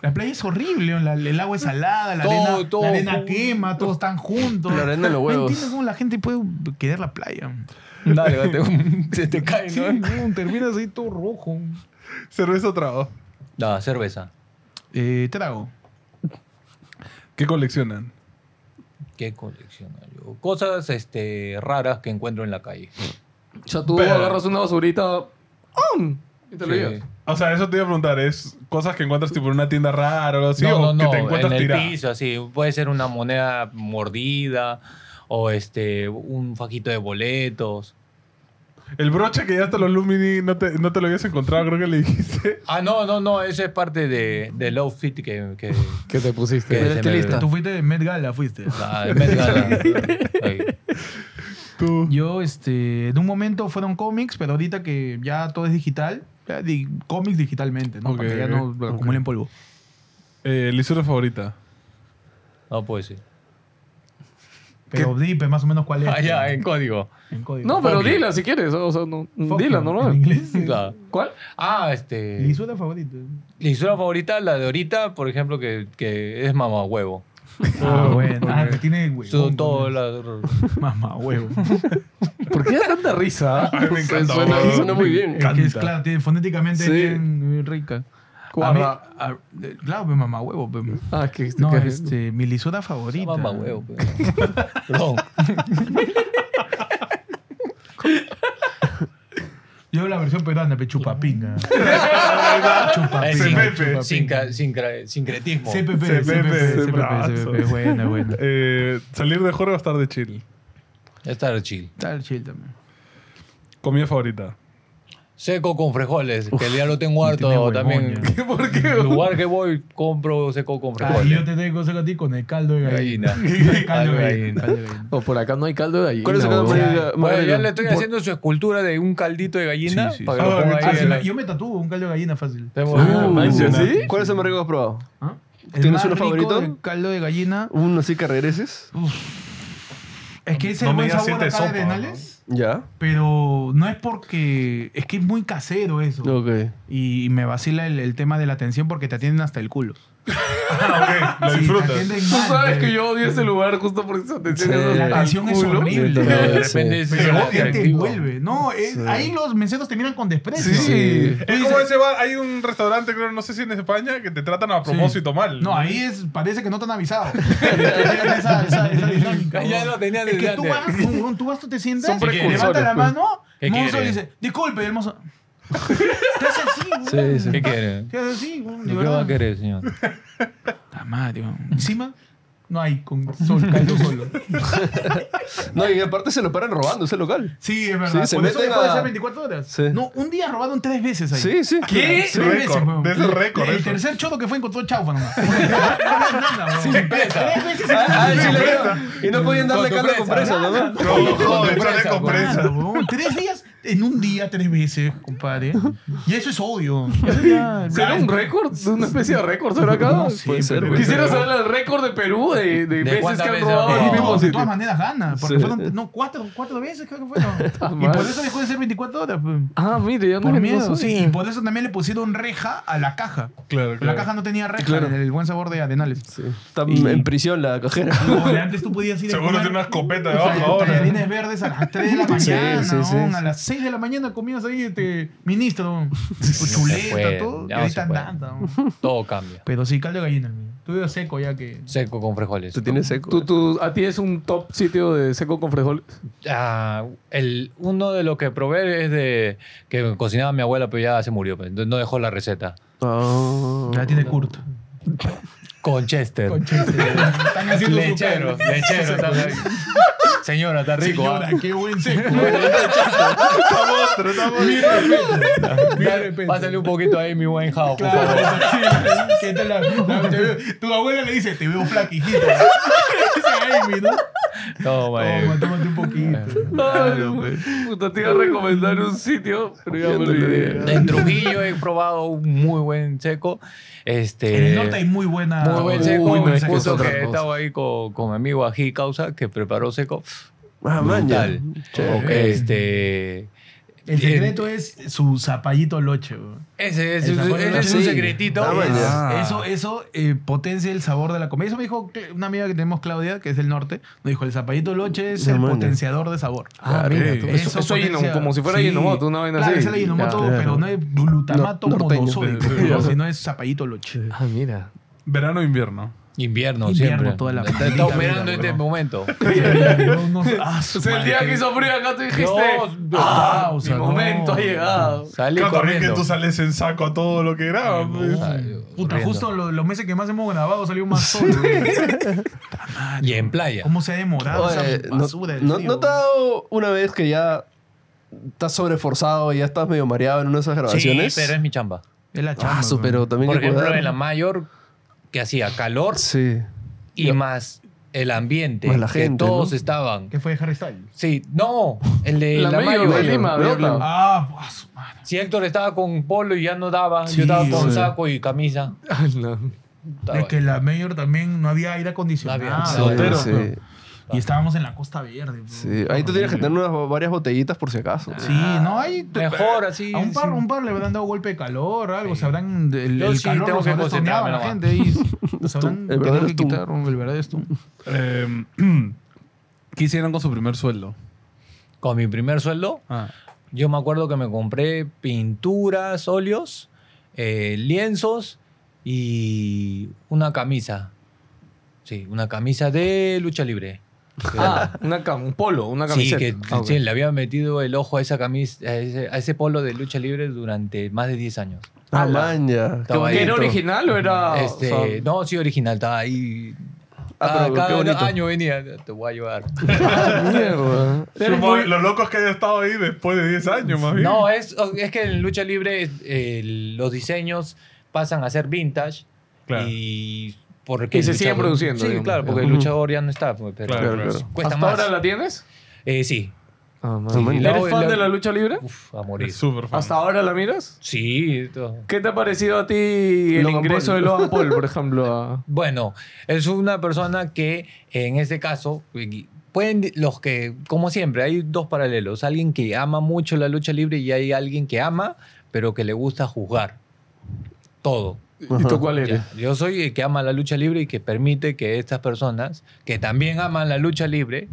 La playa es horrible, la- el agua es salada, la
Todo,
arena,
todo
la arena
junto.
quema, todos están juntos.
La arena en los
No
huevos.
entiendo cómo la gente puede querer la playa.
Dale, date, se te cae,
Sí,
¿no?
no, terminas ahí todo rojo.
Cerveza o trago.
No, cerveza.
Eh, trago.
¿Qué coleccionan?
¿Qué coleccionario? Cosas este, raras que encuentro en la calle.
O sea, tú agarras una basurita ¡pum! y te lo
Sí.
llevas.
O sea, eso te iba a preguntar. ¿Es cosas que encuentras tipo en una tienda rara o algo así?
no, no,
o que
no.
te encuentras
en el
tirada.
piso, así. Puede ser una moneda mordida o este, un fajito de boletos.
El broche que ya hasta los Lumini no te, no te lo habías encontrado, creo que le dijiste.
Ah, no, no, no. Eso es parte de, del outfit que... que
¿Qué te pusiste?
Del
El
estilista.
estilista.
Tú fuiste de Met Gala, fuiste.
la- me regala. Ay.
Tú.
Yo, este, en un momento fueron cómics, pero ahorita que ya todo es digital, ya di- cómics digitalmente, ¿no? Para
Ok,
que ya no acumulen polvo.
Eh, lisura favorita.
No puede ser.
Pero dime más o menos cuál es.
Ah, ya, en código.
En código.
No, pero
Fobia.
dila si quieres. O sea, no,
Fuck
dila
you,
normal.
En inglés.
Claro.
¿Cuál?
Ah, este...
Lisura favorita.
Lisura favorita, la de ahorita, por ejemplo, que, que es mamá huevo.
Ah, bueno. Ah, que tiene huevo.
Su- todo la-
Mamá, huevo.
¿Por qué da tanta risa?
A mí me encanta.
Suena,
weón.
suena muy bien.
Es que es claro, tiene, fonéticamente es
Sí.
bien, bien rica. A mí- a- eh, claro, pues mamá huevo. pues.
Ah, que este,
No,
que-
este, mi lisura favorita.
Mamá huevo. pues. Perdón.
Yo la versión peruana, pe chupapinga.
Eh,
chupapinga.
sin,
CPP.
sin ca- sin cra- sincretismo.
CPP,
CPP,
CPP,
brazo.
CPP, bueno, bueno.
Eh, salir de Jorge o estar de chill.
Estar chill.
Está chill también.
Comida favorita.
Seco con frijoles, que ya lo tengo
tiene
harto
huevón,
también.
ya.
¿Por qué? En lugar que voy, compro seco con
Ah, y yo
frijoles.
te tengo cosas a ti con el caldo de gallina.
Gallina.
El caldo de
Gallina.
gallina. caldo de gallina.
O por acá no hay caldo de gallina.
¿Cuál es el
weón.
caldo de gallina?
Bueno, ya le estoy
Por-
haciendo su escultura de un caldito de gallina
Sí, Ah, sí,
para que
sí.
lo ponga
Ah,
Ah,
ahí.
sí,
en la-
me- yo me tatúo un caldo de gallina fácil.
Tengo-
Uh,
manches, ¿sí?
¿Cuál es el más rico que has probado?
¿Ah?
¿Tienes
El más
uno
rico
favorito?
de caldo de gallina.
¿Uno así que regreses?
Es que ese es el
No me
buen
digas
sabor acá
siete
de
sopa,
Arenales,
Ya.
pero no es porque... Es que es muy casero eso.
Ok.
Y me vacila el, el tema de la atención porque te atienden hasta el culo.
Ah, ok. Lo
Sí, te
disfrutas.
atienden
Tú
mal,
sabes
pe.
que yo odio ese lugar justo por esa atención.
Sí.
al
La atención es
culo.
horrible.
Pero de
Sí.
repente es
Pero la gente
atractivo.
vuelve. No, es- ahí los meseros te miran con desprecio.
Sí, sí.
Es como ese bar, hay un restaurante, creo, no sé si en España, que te tratan a propósito mal.
No, ahí es, parece que no te han avisado. Esa- esa- esa dinámica,
Ya
¿no?
lo tenía
Es que
desde
tú vas,
antes.
tú, tú vas, tú te sientas,
Son
levanta la
precursores,
mano,
¿Qué
el mozo
quiere?
le dice, disculpe, y el mozo. Te hace así, güey.
Sí, sí.
¿Qué quiere?
Te hace así, güey, de
¿Qué
verdad.
va a querer, señor?
Ah, madre, güey. Encima, no hay con sol, caldo solo.
No, y aparte se lo paran robando ese local.
Sí, es verdad.
Sí, se
Por eso
meten
dejó de
a-
ser 24 horas.
Sí.
No, un día robaron tres veces ahí.
Sí, sí.
¿Qué?
Sí, récord.
weón.
De ese récord,
El
eso.
tercer chodo que fue encontró chaufa nomás. No, no, no, no, weón. Tres veces
Ah, ah, sí,
encontró
le
chaufa.
dieron. Y no podían darle
Con
caldo con
compresa.
presa, ¿no?
No, joder, sale con presa.
Claro, weón. Tres días, en un día, tres veces, compadre. Y eso es odio. Eso ya-
¿Será un récord? ¿Una especie de récord será acá?
No sé,
Puede ser,
pero-
güey.
Quisiera saber el récord de Perú de, de, veces
cuántas
que han
veces
robado
han
el
No,
mismo
de todas
sitio.
maneras gana. Porque
Sí.
fueron no, cuatro, cuatro veces creo que fueron. Y
madre.
por eso dejó de ser 24 horas. pues.
Ah, mire, yo no
Por
no
miedo,
sabía.
sí. Y por eso también le pusieron reja a la caja.
Claro,
La
claro.
caja no tenía reja,
Claro.
en el buen sabor de Arenales.
Está
Y-
en prisión la cajera.
No, antes tú podías ir a
Seguro
comer
tiene una escopeta
tall-
debajo ahora.
tallarines verdes a las 3 de la
Sí,
mañana,
sí, sí,
¿no?
sí.
a las 6 de la mañana comías ahí este ministro, Pues
se
chuleta,
puede,
todo, y
ya no
ahorita
se puede.
nada.
Todo cambia.
Pero sí, caldo de gallina. amigo. Tuve seco ya que...
Seco con frijoles.
Te tienes seco. eh.
Tú, tú, ¿A ti es un top sitio de seco con frijoles?
Ah, el, uno de los que probé es de que cocinaba mi abuela, pero ya se murió. pues, Entonces no dejó la receta.
Ah.
Ya tiene Kurt.
Con Chester.
Están haciendo su
lechero, lechero. está- Señora, está rico. ah.
¿eh? Señora, qué buen seco.
Estamos Tratamos de-
De repente.
Pásale un poquito ahí mi buen Jao, por favor.
¿Qué tal la- la- te veo- tu abuela le dice, te veo flaquijito. Ese Amy, ¿no?
No,
Toma,
man.
tómate un poquito. Claro, pues.
Puta, te iba a recomendar un sitio, pero ya me olvidé.
En Trujillo he probado un muy buen seco. Este,
En el norte hay Eh, muy buena.
muy buen seco.
Uy, no,
un
esa que es
punto
otra.
que he
cosa.
estado ahí con, con mi amigo Ají Causa, que preparó seco.
Ah, man, ya.
Brutal.
Chévere.
Ok, Este,
El secreto es su zapallito loche. bro.
ese es,
El
ese
zapallito
es un
así.
secretito.
Ah, bueno.
Ah. Eso, eso eh, potencia el sabor de la comida. Eso me dijo Cla- una amiga que tenemos, Claudia, que es del norte. Nos dijo, el zapallito loche es el
Demonio.
potenciador de sabor.
Ah, mira, tú. Eso, eso
potencia-
Inom- como si fuera Inomoto, una vaina
Claro,
así.
es el Inomoto,
Ya.
pero no es glutamato
No- norteño.
monosódico,
Claro.
¿no? sino es zapallito loche.
Ah, mira.
Verano o invierno.
Invierno,
Invierno
siempre.
toda la
Está-
maldita
Está operando
vida,
este
bro.
momento.
No, no- ah, su
O sea, el
madre,
día
qué-
que hizo frío acá tú dijiste,
Dios,
ah,
o sea,
mi momento
no.
ha llegado.
Salí
Claro, también que
corriendo.
tú sales en saco a todo lo que grabas. pues.
Puta,
corriendo.
justo lo- los meses que más hemos grabado salió más sol.
Y en playa.
¿Cómo se ha demorado
Oye,
esa
no,
Ah, basura? del
no-
tío,
¿no te ha dado una vez que ya estás sobreforzado y ya estás medio mareado en una de esas
Sí,
grabaciones?
pero es mi chamba.
Es la chamba.
Ah, su, pero también
Por
hay que
ejemplo,
cuidar.
en la mayor, que hacía calor
Sí.
y más el ambiente,
Más la gente,
que todos
¿no?
estaban.
¿Qué fue Harry Styles?
Sí, no, el de
La
la,
medio
mayor.
de Lima,
Mayor,
¿verdad?
Lima.
Ah, a su madre.
Si Héctor estaba con polo y ya no daba,
Sí,
yo estaba con
sí.
saco y camisa.
Ah, no.
Estaba
Es que la mayor también no había aire acondicionado.
No había.
Sí,
Ah, Soltero,
sí,
bro. Y estábamos en la Costa Verde. bro.
sí. Ahí tú tienes que tener unas varias botellitas por si
Ah.
acaso.
Sí, no hay.
Mejor así.
A un par,
sí.
un par le habrán dado golpe de calor, algo. Se habrán. El,
Yo
el
sí
calor
tengo
los
que
habrá estoneado a la
concentrarme
gente. Y los habrán
El
tenido
verdadero
que
Stum.
quitar el verdadero Stum.
Eh, ¿Qué hicieron con su primer sueldo?
Con mi primer sueldo,
Ah.
yo me acuerdo que me compré pinturas, óleos, eh, lienzos y una camisa. Sí, una camisa de lucha libre.
Ah, una cam- un polo, una
Sí,
camiseta.
que
Ah, ok.
sí, le había metido el ojo a esa camisa, a ese, a ese polo de lucha libre durante más de 10 años.
Ah,
Ala.
man, ya.
¿Que
¿Que
Qué
era
bonito.
original Ah, o era...? o
Este,
sea,
no, sí, original, estaba ahí.
Ah, pero
cada
qué bonito.
año venía, te voy a ayudar.
Mierda.
Supongo que Los locos que hayan estado ahí después de 10 años, más bien.
No, es, es que en lucha libre eh, los diseños pasan a ser vintage
Claro.
y porque
Y se
el
siguen
luchador-
produciendo,
Sí,
digamos.
claro, porque el
Ujú.
luchador ya no está, pues, pero
Claro,
Claro,
claro.
claro.
cuesta
¿Hasta
más.
ahora la tienes?
Eh, sí,
Ah, man, ya.
la-
¿Eres fan
la-
de la lucha libre?
Uf, a morir.
Es súper fan.
¿Hasta ahora la miras?
Sí, todo.
¿Qué te ha parecido a ti el
Logan
ingreso
Paul.
de Logan Paul, por ejemplo? a-
Bueno, es una persona que en este caso pueden los que como siempre hay dos paralelos, alguien que ama mucho la lucha libre y hay alguien que ama pero que le gusta juzgar todo.
¿Y tú cuál eres?
Ya, Yo soy el que ama la lucha libre y que permite que estas personas que también aman la lucha libre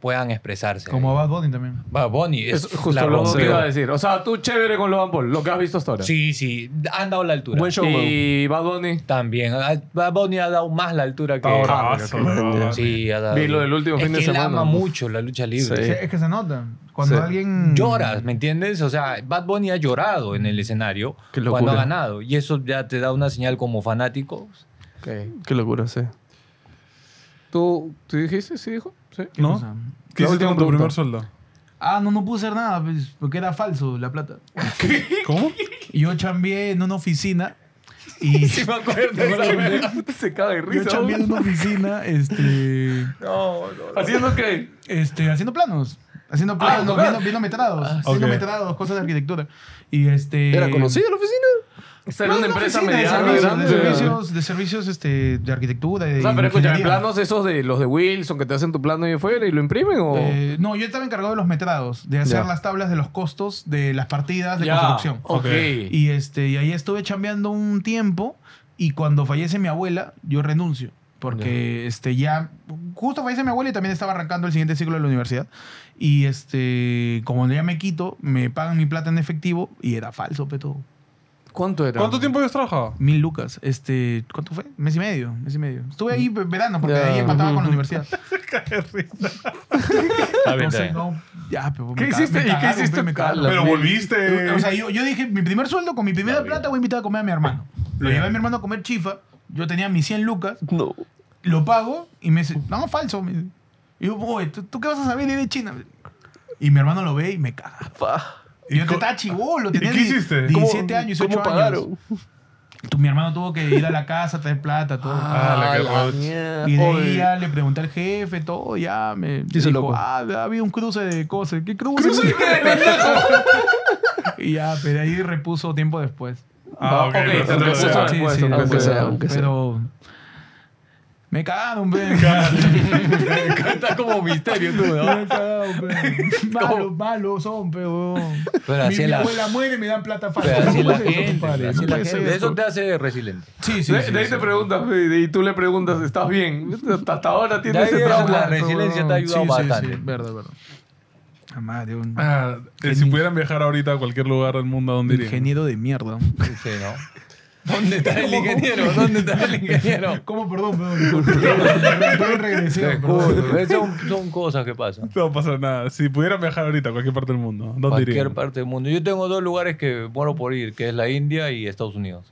puedan expresarse.
Como Bad Bunny también.
va Bonnie, es
Es justo
la
lo que
rompió.
iba a decir. O sea, tú chévere con Logan Paul, lo que has visto hasta ahora.
Sí, sí, han dado la altura.
Buen show, man.
Y Bad Bunny,
También, ah, Bad Bunny ha dado más la altura que
Ahora,
Ah,
sí,
man,
Sí, ha dado.
vi lo del último
es
fin
que
de
él
semana.
ama mucho la lucha libre.
Sí.
Sí, Es que se nota. Cuando
Sí.
alguien.
Lloras, ¿me entiendes? O sea, Bad Bunny ha llorado en el escenario
Qué locura.
cuando ha ganado. Y eso ya te da una señal como fanático.
Ok.
Qué locura, sí.
¿Tú, ¿Tú dijiste? ¿Sí dijo? ¿Sí?
cosa?
¿No? ¿Qué
La
hiciste
última
con tu primer
pregunta.
sueldo?
Ah, no, no pude hacer nada, pues, porque era falso la plata.
¿Cómo?
Y yo chambié en una oficina. Y
me acuerdo.
Ah, Se cae de
yo
risa.
chambié en una oficina, este.
¿Haciendo qué?
Este, haciendo planos. Haciendo planos,
no,
viendo, viendo metrados.
Ah,
Haciendo
ok.
metrados, cosas de arquitectura. Y este.
¿Era conocida la oficina?
Esta era una empresa
oficina de
mediana,
servicios, de
grande.
servicios, de servicios este, de arquitectura. De
O sea, pero escúchame,
ingeniería.
planos esos de los de Wilson que te hacen tu plano ahí afuera y lo imprimen o.
Eh, no, yo estaba encargado de los metrados, de hacer
Ya.
las tablas de los costos de las partidas de
Ya,
construcción.
Ok.
Y, este, y ahí estuve chambeando un tiempo y cuando fallece mi abuela, yo renuncio. Porque este, ya, justo fallece mi abuela y también estaba arrancando el siguiente ciclo de la universidad. Y este, como ya me quito, me pagan mi plata en efectivo y era falso, peto.
¿Cuánto era?
¿Cuánto tiempo habías trabajado?
Mil lucas. Este, ¿Cuánto fue? Mes y medio, mes y medio. Estuve ahí ve- verano porque
Ya.
de ahí empataba con la universidad. Entonces,
Pero
no, ya, pero me
¿Qué
ca-
hiciste?
me
¿Y qué
cagaron,
hiciste?
pe, me cagaron.
Las
Pero
mil.
volviste.
O sea, yo, yo dije, mi primer sueldo con mi primera plata voy a invitar a comer a mi hermano. Lo llevé a mi hermano a comer chifa. Yo tenía mis 100 lucas,
No.
lo pago y me dice, no, falso. me dice. Y yo, oye, ¿tú, tú qué vas a saber de China? Y mi hermano lo ve y me caga.
Pa.
Y yo
co-
estaba chibolo, tenía
qué hiciste?
17 años, 18
¿Cómo
años.
pagaron?
Tu- mi hermano tuvo que ir a la casa, traer plata, todo.
Ah, la que roch.
Y de ahí ya le pregunté al jefe, todo, ya me
hizo
dijo,
loco.
ah, ha habido un cruce de cosas. ¿Qué cruce? y ya, pero ahí repuso tiempo después.
Ah, ok.
Ok,
pero
entonces,
se
eso-
lo-
después, aunque
aunque
sea,
sea,
aunque sea.
Pero me cagaron, ve.
Está como misterio tú, ¿no?
Me cagaron, pe. Malos, malos son, pero.
Pero
mi
así es
mi
la-
abuela muere y me dan plata fácil.
Pero así es
¿Cómo es
la
Pues,
eso,
gente.
compadre?
así es
No
la
puede
gente.
ser
Eso
esto.
te hace resiliente.
Sí, sí,
de,
sí,
de ahí
sí,
te
sí.
preguntas, y, y tú le preguntas, ¿estás bien? Hasta hasta ahora
De
tienes
ahí
ese
es
trauma.
la resiliencia te ha ayudado
Sí, sí,
bastante.
sí, verdad, verdad. Ah, madre, un
Ah, eh, si pudieran viajar ahorita a cualquier lugar del mundo, ¿a dónde irían?
ingeniero de mierda.
Sí, ¿no? ¿Dónde está el ingeniero? ¿Dónde está el ingeniero?
¿Cómo? Perdón, perdón. Perdón, perdón, regresé, perdón.
Uy, Son, son cosas que pasan.
No pasa nada. Si pudieran viajar ahorita a cualquier parte del mundo, ¿dónde
Cualquier
irían?
parte del mundo. Yo tengo dos lugares que muero por ir, que es la India y Estados Unidos.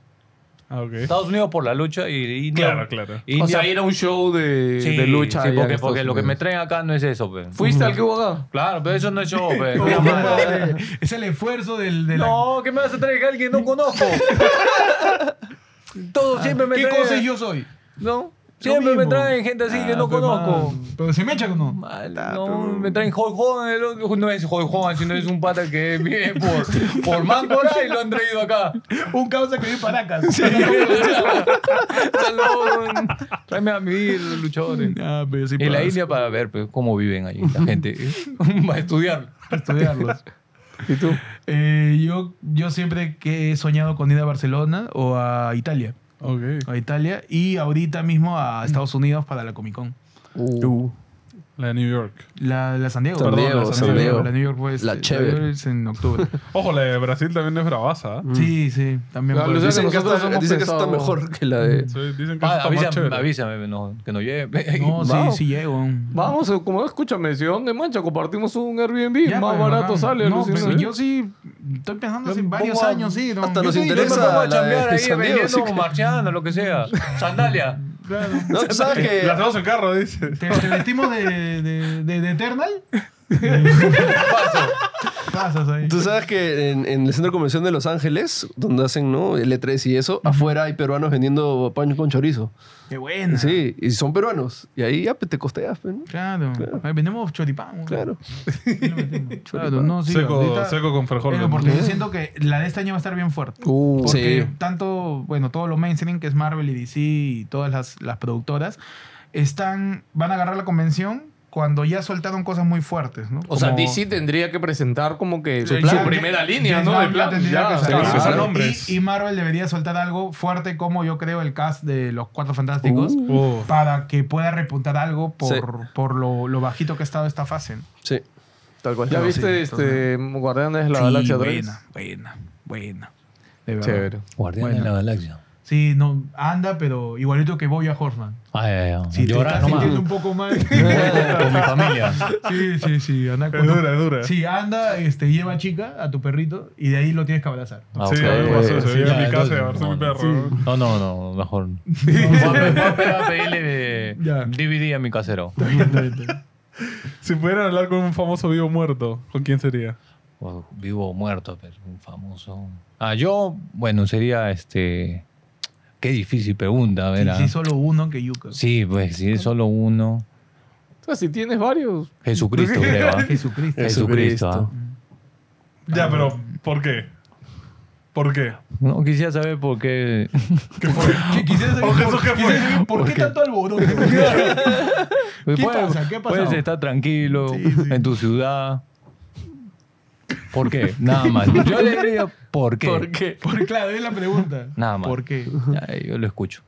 Ah, ok.
Estados Unidos por la lucha y India.
Claro, claro.
India-
O sea, ir a un show de,
Sí,
de lucha.
sí,
allá en
porque,
Estados
porque lo que me
Unidos.
traen acá no es eso, pe.
¿Fuiste al que hubo acá? Este
Claro, pero eso no es show, pe.
No, madre, Es el esfuerzo del. De la-
No, ¿qué me vas a traer a alguien que no conozco? Todo siempre me
¿Qué
traen-
cosas yo soy?
¿No? Siempre me
mismo.
traen gente así que
Ah,
no
pues,
conozco.
man. Pero se me echa o no.
Mal, no, me traen Hulk Hogan, el otro- no es Hulk Hogan, sino es un pata que vive por, por Máncora y lo han traído acá.
Un causa que vi paracas.
Salón, tráeme a mí los luchadores.
Ah, pero sí
En la
para-
India para ver pues, cómo viven ahí la gente, para estudiar.
para estudiarlos. ¿Y tú? yo, yo siempre que he soñado con ir a Barcelona o a Italia.
Ok.
A Italia y ahorita mismo a Estados Unidos para la Comic Con.
La de New York.
La, la San Diego.
San
perdón,
Diego,
la
San Diego.
La New York fue este-
La chévere.
New York es en octubre.
Ojo, la de Brasil también es bravaza. ¿eh?
sí, sí, también.
La
fue.
Lucía-
Dicen que
nosotros
está,
hemos
dicen que
pensado-
está mejor que la de...
Sí, Dicen que
Ah,
está más
avísame,
chévere.
avísame, pues, no, que no lleve.
No, sí,
Vamos.
sí llego.
Vamos, eh, como escúchame, si dónde mancha, compartimos un Airbnb,
Ya,
más
pues,
barato
bacán.
sale.
No,
alucina. ¿eh?
pero yo sí estoy pensando hace varios
pongo a-
años, sí. no.
hasta
Yo
nos
sí-
Yo me
interesa.
pongo a
la
chambear
de
ahí
San Diego,
vendiendo,
sí que-
marchando, lo que sea. Sandalia.
No, tú sabes que...
La hacemos en carro, dice.
¿Te, te vestimos de, de, de, de Eternal? Pasas ahí.
Tú sabes que en, en el centro de convención de Los Ángeles, donde hacen ¿no? L3 y eso, afuera hay peruanos vendiendo pan con chorizo.
Qué buena.
Sí, y son peruanos. Y ahí ya pues, te costeas, pues, ¿no?
Claro. Ahí vendemos choripán. güey.
Claro.
Claro, no, sí.
Seco,
ahorita-
seco con frejol.
Pero
¿no?
porque yo siento que la de este año va a estar bien fuerte.
Uh,
Porque tanto, bueno, todos los mainstream que es Marvel y DC y todas las, las productoras están, van a agarrar la convención cuando ya soltaron cosas muy fuertes, ¿no?
O sea,
Como-
DC tendría que presentar como que su,
Ya- ya-
primera
ya-
línea,
ya
¿no?
está,
De
ya
plan,
tendría
ya,
que
o sea,
salir.
que son
Y-
hombres.
Y, Marvel debería soltar algo fuerte como yo creo el cast de los Cuatro Fantásticos
Uh.
para que pueda repuntar algo por,
Sí.
por lo, lo bajito que ha estado esta fase.
Sí, tal cual.
¿Ya
No,
viste
sí,
este Guardianes de la
Sí,
Galaxia 3?
buena, buena, buena. De verdad.
Chévere.
Guardián de la galaxia.
Sí, no, anda, pero igualito que Boya Horseman.
Ay, ay, ay.
Si te
Llorar
estás
nomás.
sintiendo un poco mal.
Con mi familia.
sí, sí, sí. Anda
Es dura, es dura.
Sí, anda, este, lleva a chica a tu perrito y de ahí lo tienes que abrazar.
Ah,
Sí,
ok.
a mí me pasó eso.
Sí,
Yo en
ya,
mi casa
entonces,
y abracé a mi
no,
perro.
No,
¿no?
no, no, mejor. Voy a voy a pedirle de-
Ya.
DVD a mi casero.
Si pudieran hablar con un famoso vivo muerto, ¿con quién sería?
O vivo o muerto, pero un famoso. Ah, yo, bueno, sería este. Qué difícil pregunta,
Sí,
¿verdad?
sí,
Sí,
solo uno que Yuka.
pues si es solo uno.
O sea, si tienes varios.
Jesucristo, creo. ¿ah?
Jesucristo.
Jesucristo. ¿ah?
Ya, pero ¿por qué? ¿Por qué?
No quisiera saber por qué.
¿Qué fue?
Que quisiera saber
Oh, Jesús,
por-
¿qué fue?
quisiera saber ¿Por qué tanto alboroto?
Pues,
¿Qué
puedes-
pasa? ¿Qué ha pasado?
Puedes estar tranquilo en tu ciudad. ¿Por qué? Nada más. Yo le diría por qué.
¿Por qué? Por- claro, es la pregunta.
Nada más.
¿Por qué?
Ya, yo lo escucho.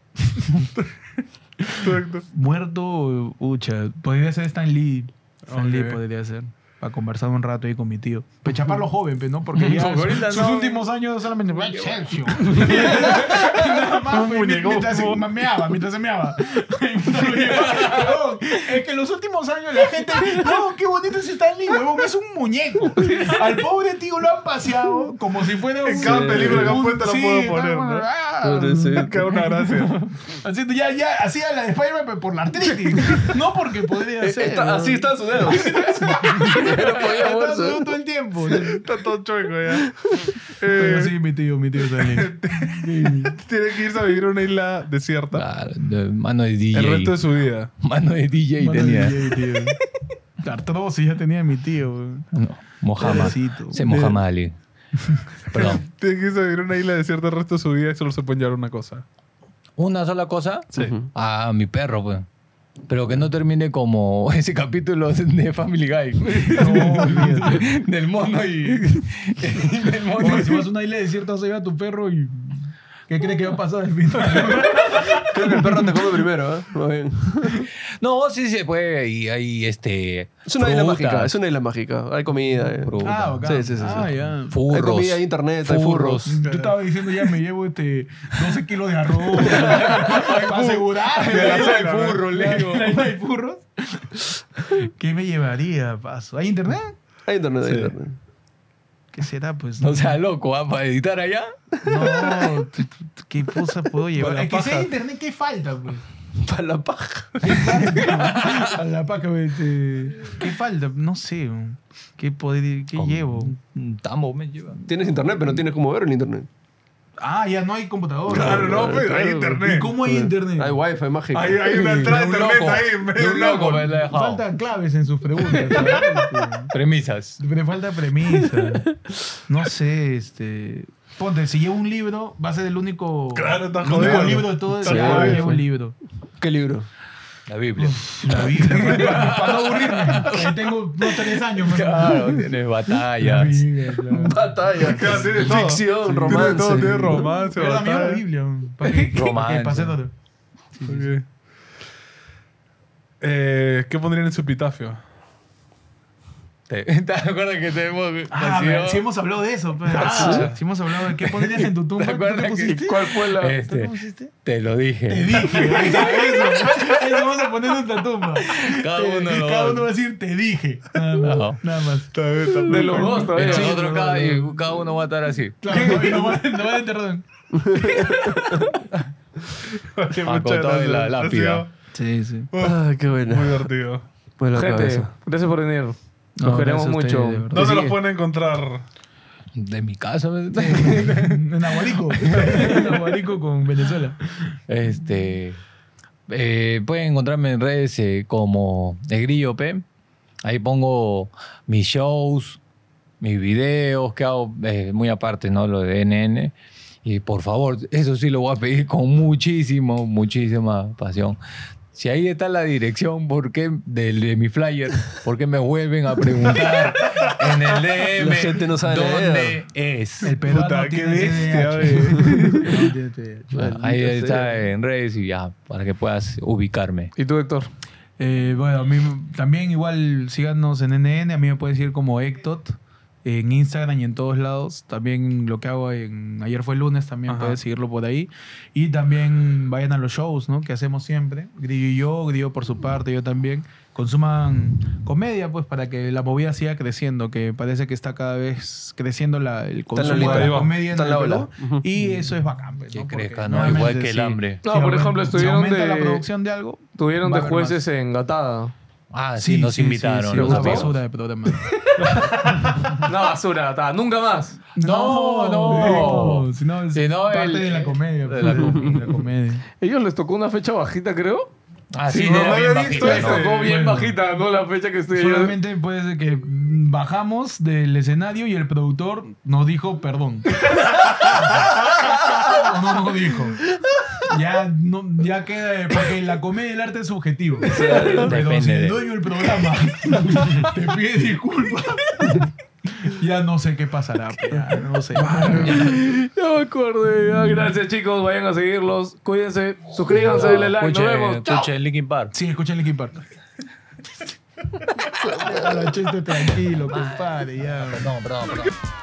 Exacto.
Muerto, ucha. Podría ser Stan Lee. Stan
Ok.
Lee podría ser. Para conversar un rato ahí con mi tío. Pues chaparlo joven, pues, ¿no? Porque ya
Porque ahorita
sus, sus
no.
últimos años solamente... Sergio. Nada más, pues,
muñeco.
mientras se meaba, mientras se meaba. Huevón, es que en los últimos años la gente... No, qué bonito es Stan Lee, huevón. Es un muñeco. Al pobre tío lo han paseado como si fuera un...
En cada película que han
un-
puesto lo
sí,
puedo poner,
vamos,
¿no?
ah, ya.
Queda una gracia.
Así, ya, ya, hacía la de Spider-Man pero por la artritis. no porque podría ser.
Eh, Está- así están sus dedos. no podía
Estaba
moverse.
todo el tiempo.
Está todo chueco ya.
Pero
Eh,
sí, mi tío, mi tío también.
Tiene que irse a vivir a una isla desierta
Claro, de- mano de DJ.
el resto de su vida.
Mano de DJ
Mano de
tenía.
DJ, tío. La Artrosis ya tenía mi tío. güey.
No, Mohamed.
Pobrecito.
Se Mohamed Ali. Perdón.
Tiene que irse a vivir a una isla desierta el resto de su vida y solo se pueden llevar una cosa.
Una sola cosa.
Sí.
A mi perro, pues. Pero que no termine como ese capítulo de Family Guy. del mono y. del mono
Oye, si
y-
vas a una isla desierta, se ve a tu perro y. ¿Qué crees que va a pasar al final?
Creo que el perro te come primero, ¿eh? Más bien.
No, sí se puede. Y hay este.
Es una isla
frutas,
mágica, es una isla mágica. Hay comida. eh.
Frutas.
Ah, ok.
Sí, sí, sí, sí.
Ah, ya.
Furros.
Hay comida, hay internet, hay furros.
Yo estaba diciendo ya me llevo este 12 kilos de arroz para asegurar.
De la
isla
cena, ¿no?
Lego. La isla de furros. ¿Qué me llevaría, paso? ¿Hay internet?
Hay internet, hay internet.
¿Qué será, pues?
No sea loco, ¿ah? Para editar allá.
No, t- t- ¿qué cosa puedo llevar?
la
Es que si
paja.
hay internet, ¿qué falta, pues?
Para la paja.
A la paca, este, ¿qué falta? No sé. ¿Qué, poder, qué llevo?
Un tamo me llevan.
Tienes internet, pero no tienes cómo ver el internet.
Ah, ya no hay computador.
Claro, no,
claro,
pero hay
claro.
¿Y
internet.
cómo hay internet?
Hay wifi mágico.
Hay, hay una entrada de
un
internet
loco.
ahí.
De un loco me la he dejado.
Faltan claves en sus preguntas. ¿sabes?
Premisas.
Este, Me falta premisa. No sé, este. Ponte, si llevo un libro, va a ser el único.
Claro, está
el único
jodido.
libro de todo.
Sí,
Ah,
sí.
llevo un libro.
¿Qué libro?
La Biblia.
La Biblia. para, para no aburrirme. Ahí tengo dos, tres años. man.
Claro, tienes
La
batallas.
Biblia, claro.
Batalla.
Claro, tiene todo.
Ficción,
Tiene
romance.
todo, tiene romance,
Pero la mía era
batalla.
la Biblia. man. ¿Para qué?
Romance.
Ok, pasé todo.
Ok. Eh, ¿Qué pondrían en su epitafio?
¿Te, ¿Te acuerdas que te hemos
Ah,
nacido?
si hemos hablado de eso. pues. Ah, si hemos hablado de qué pondrías en tu tumba.
¿Te
¿Tú
acuerdas
qué
que-
pusiste?
¿Cuál fue la...?
¿Tú qué
Este,
pusiste?
te lo dije.
Te dije. Eso, eso vamos a poner en nuestra tumba.
Cada
Te-
uno lo
cada
va-
uno va a decir, te dije. Nada más.
Ajá.
Nada más.
Está bien, está
De los
perfecto.
dos todavía.
Nosotros cada, y cada uno va a estar así.
Claro, no, no va- no va a enterrar.
Oye,
Ah,
muchas
con todo y la
gracias. Ha
lápida.
sido
Sí, sí.
Ah, qué
Muy
buena.
divertido.
Buena
Gente,
cabeza.
gracias por venir.
No,
Los
gracias
queremos
a ustedes,
mucho.
de verdad.
¿Dónde
Sí,
los
sí.
pueden encontrar?
De mi casa. ¿me-
En Aguarico. En Aguarico con Venezuela.
Este, eh, pueden encontrarme en redes eh, como El Grillo P. Ahí pongo mis shows, mis videos que hago eh, muy aparte, ¿no? Lo de NN. Y por favor, eso sí lo voy a pedir con muchísimo, muchísima pasión. Si ahí está la dirección, ¿por qué del- de, mi flyer? ¿Por qué me vuelven a preguntar en el DM
La gente no sabe
dónde
leer.
es?
El peruano
Puta, qué
tiene
bestia,
TDAH. No tiene TDAH.
Maldita
Ah, Ahí
sea.
está en redes y ya, para que puedas ubicarme.
¿Y tú, Héctor?
Eh, bueno, a mí también igual síganos en NN, a mí me pueden seguir como Ectot en Instagram y en todos lados. También lo que hago en ayer fue lunes, también
Ajá.
pueden seguirlo por ahí. Y también vayan a los shows, ¿no? Que hacemos siempre. Grillo y yo, Grillo por su parte, yo también. Consuman comedia, pues, para que la movida siga creciendo, que parece que está cada vez creciendo la, el consumo
la
de
ola.
la comedia en
Está en la
el
ola.
Perú. Y eso es bacán, pues,
Que
¿no? Porque
crezca, ¿no? Igual
nuevamente,
que el
sí.
hambre.
Sí,
No, por ejemplo,
aumenta- si
estuvieron
aumenta
de-
la producción de algo,
Tuvieron
Va a
de
haber
jueces en Gatada.
Ah, sí, nos invitaron.
sí,
nos
una
gustó.
vimos.
basura de programa.
Una basura, Gatada. Nunca más.
No, no.
no, Si no, es
Si no,
parte
el-
de la comedia. pues.
de
De
la
la, comedia.
Ellos les tocó una fecha bajita, creo.
Ah, sí,
Sí, no
era
lo
bien
había visto
bajita,
ese.
¿no?
Tocó bien
bueno.
bajita, ¿no? La fecha que estoy
Solamente puede ser que mm, bajamos del escenario y el productor nos dijo perdón. O no nos dijo. Ya, no, ya queda, eh, porque la comedia y el arte es subjetivo. Pero
depende
si el
de-
dueño del programa te pide disculpas, ya no sé qué pasará. pues, ya no sé.
Ya me acordé. Ah, gracias, chicos. Vayan a seguirlos. Cuídense. Suscríbanse, denle like. Nos
Escuche-
vemos. Chao.
Escuche Linkin Park.
Sí, escuchen Linkin Park. Déjalo, chiste tranquilo, compadre, ya.
Perdón, perdón, perdón.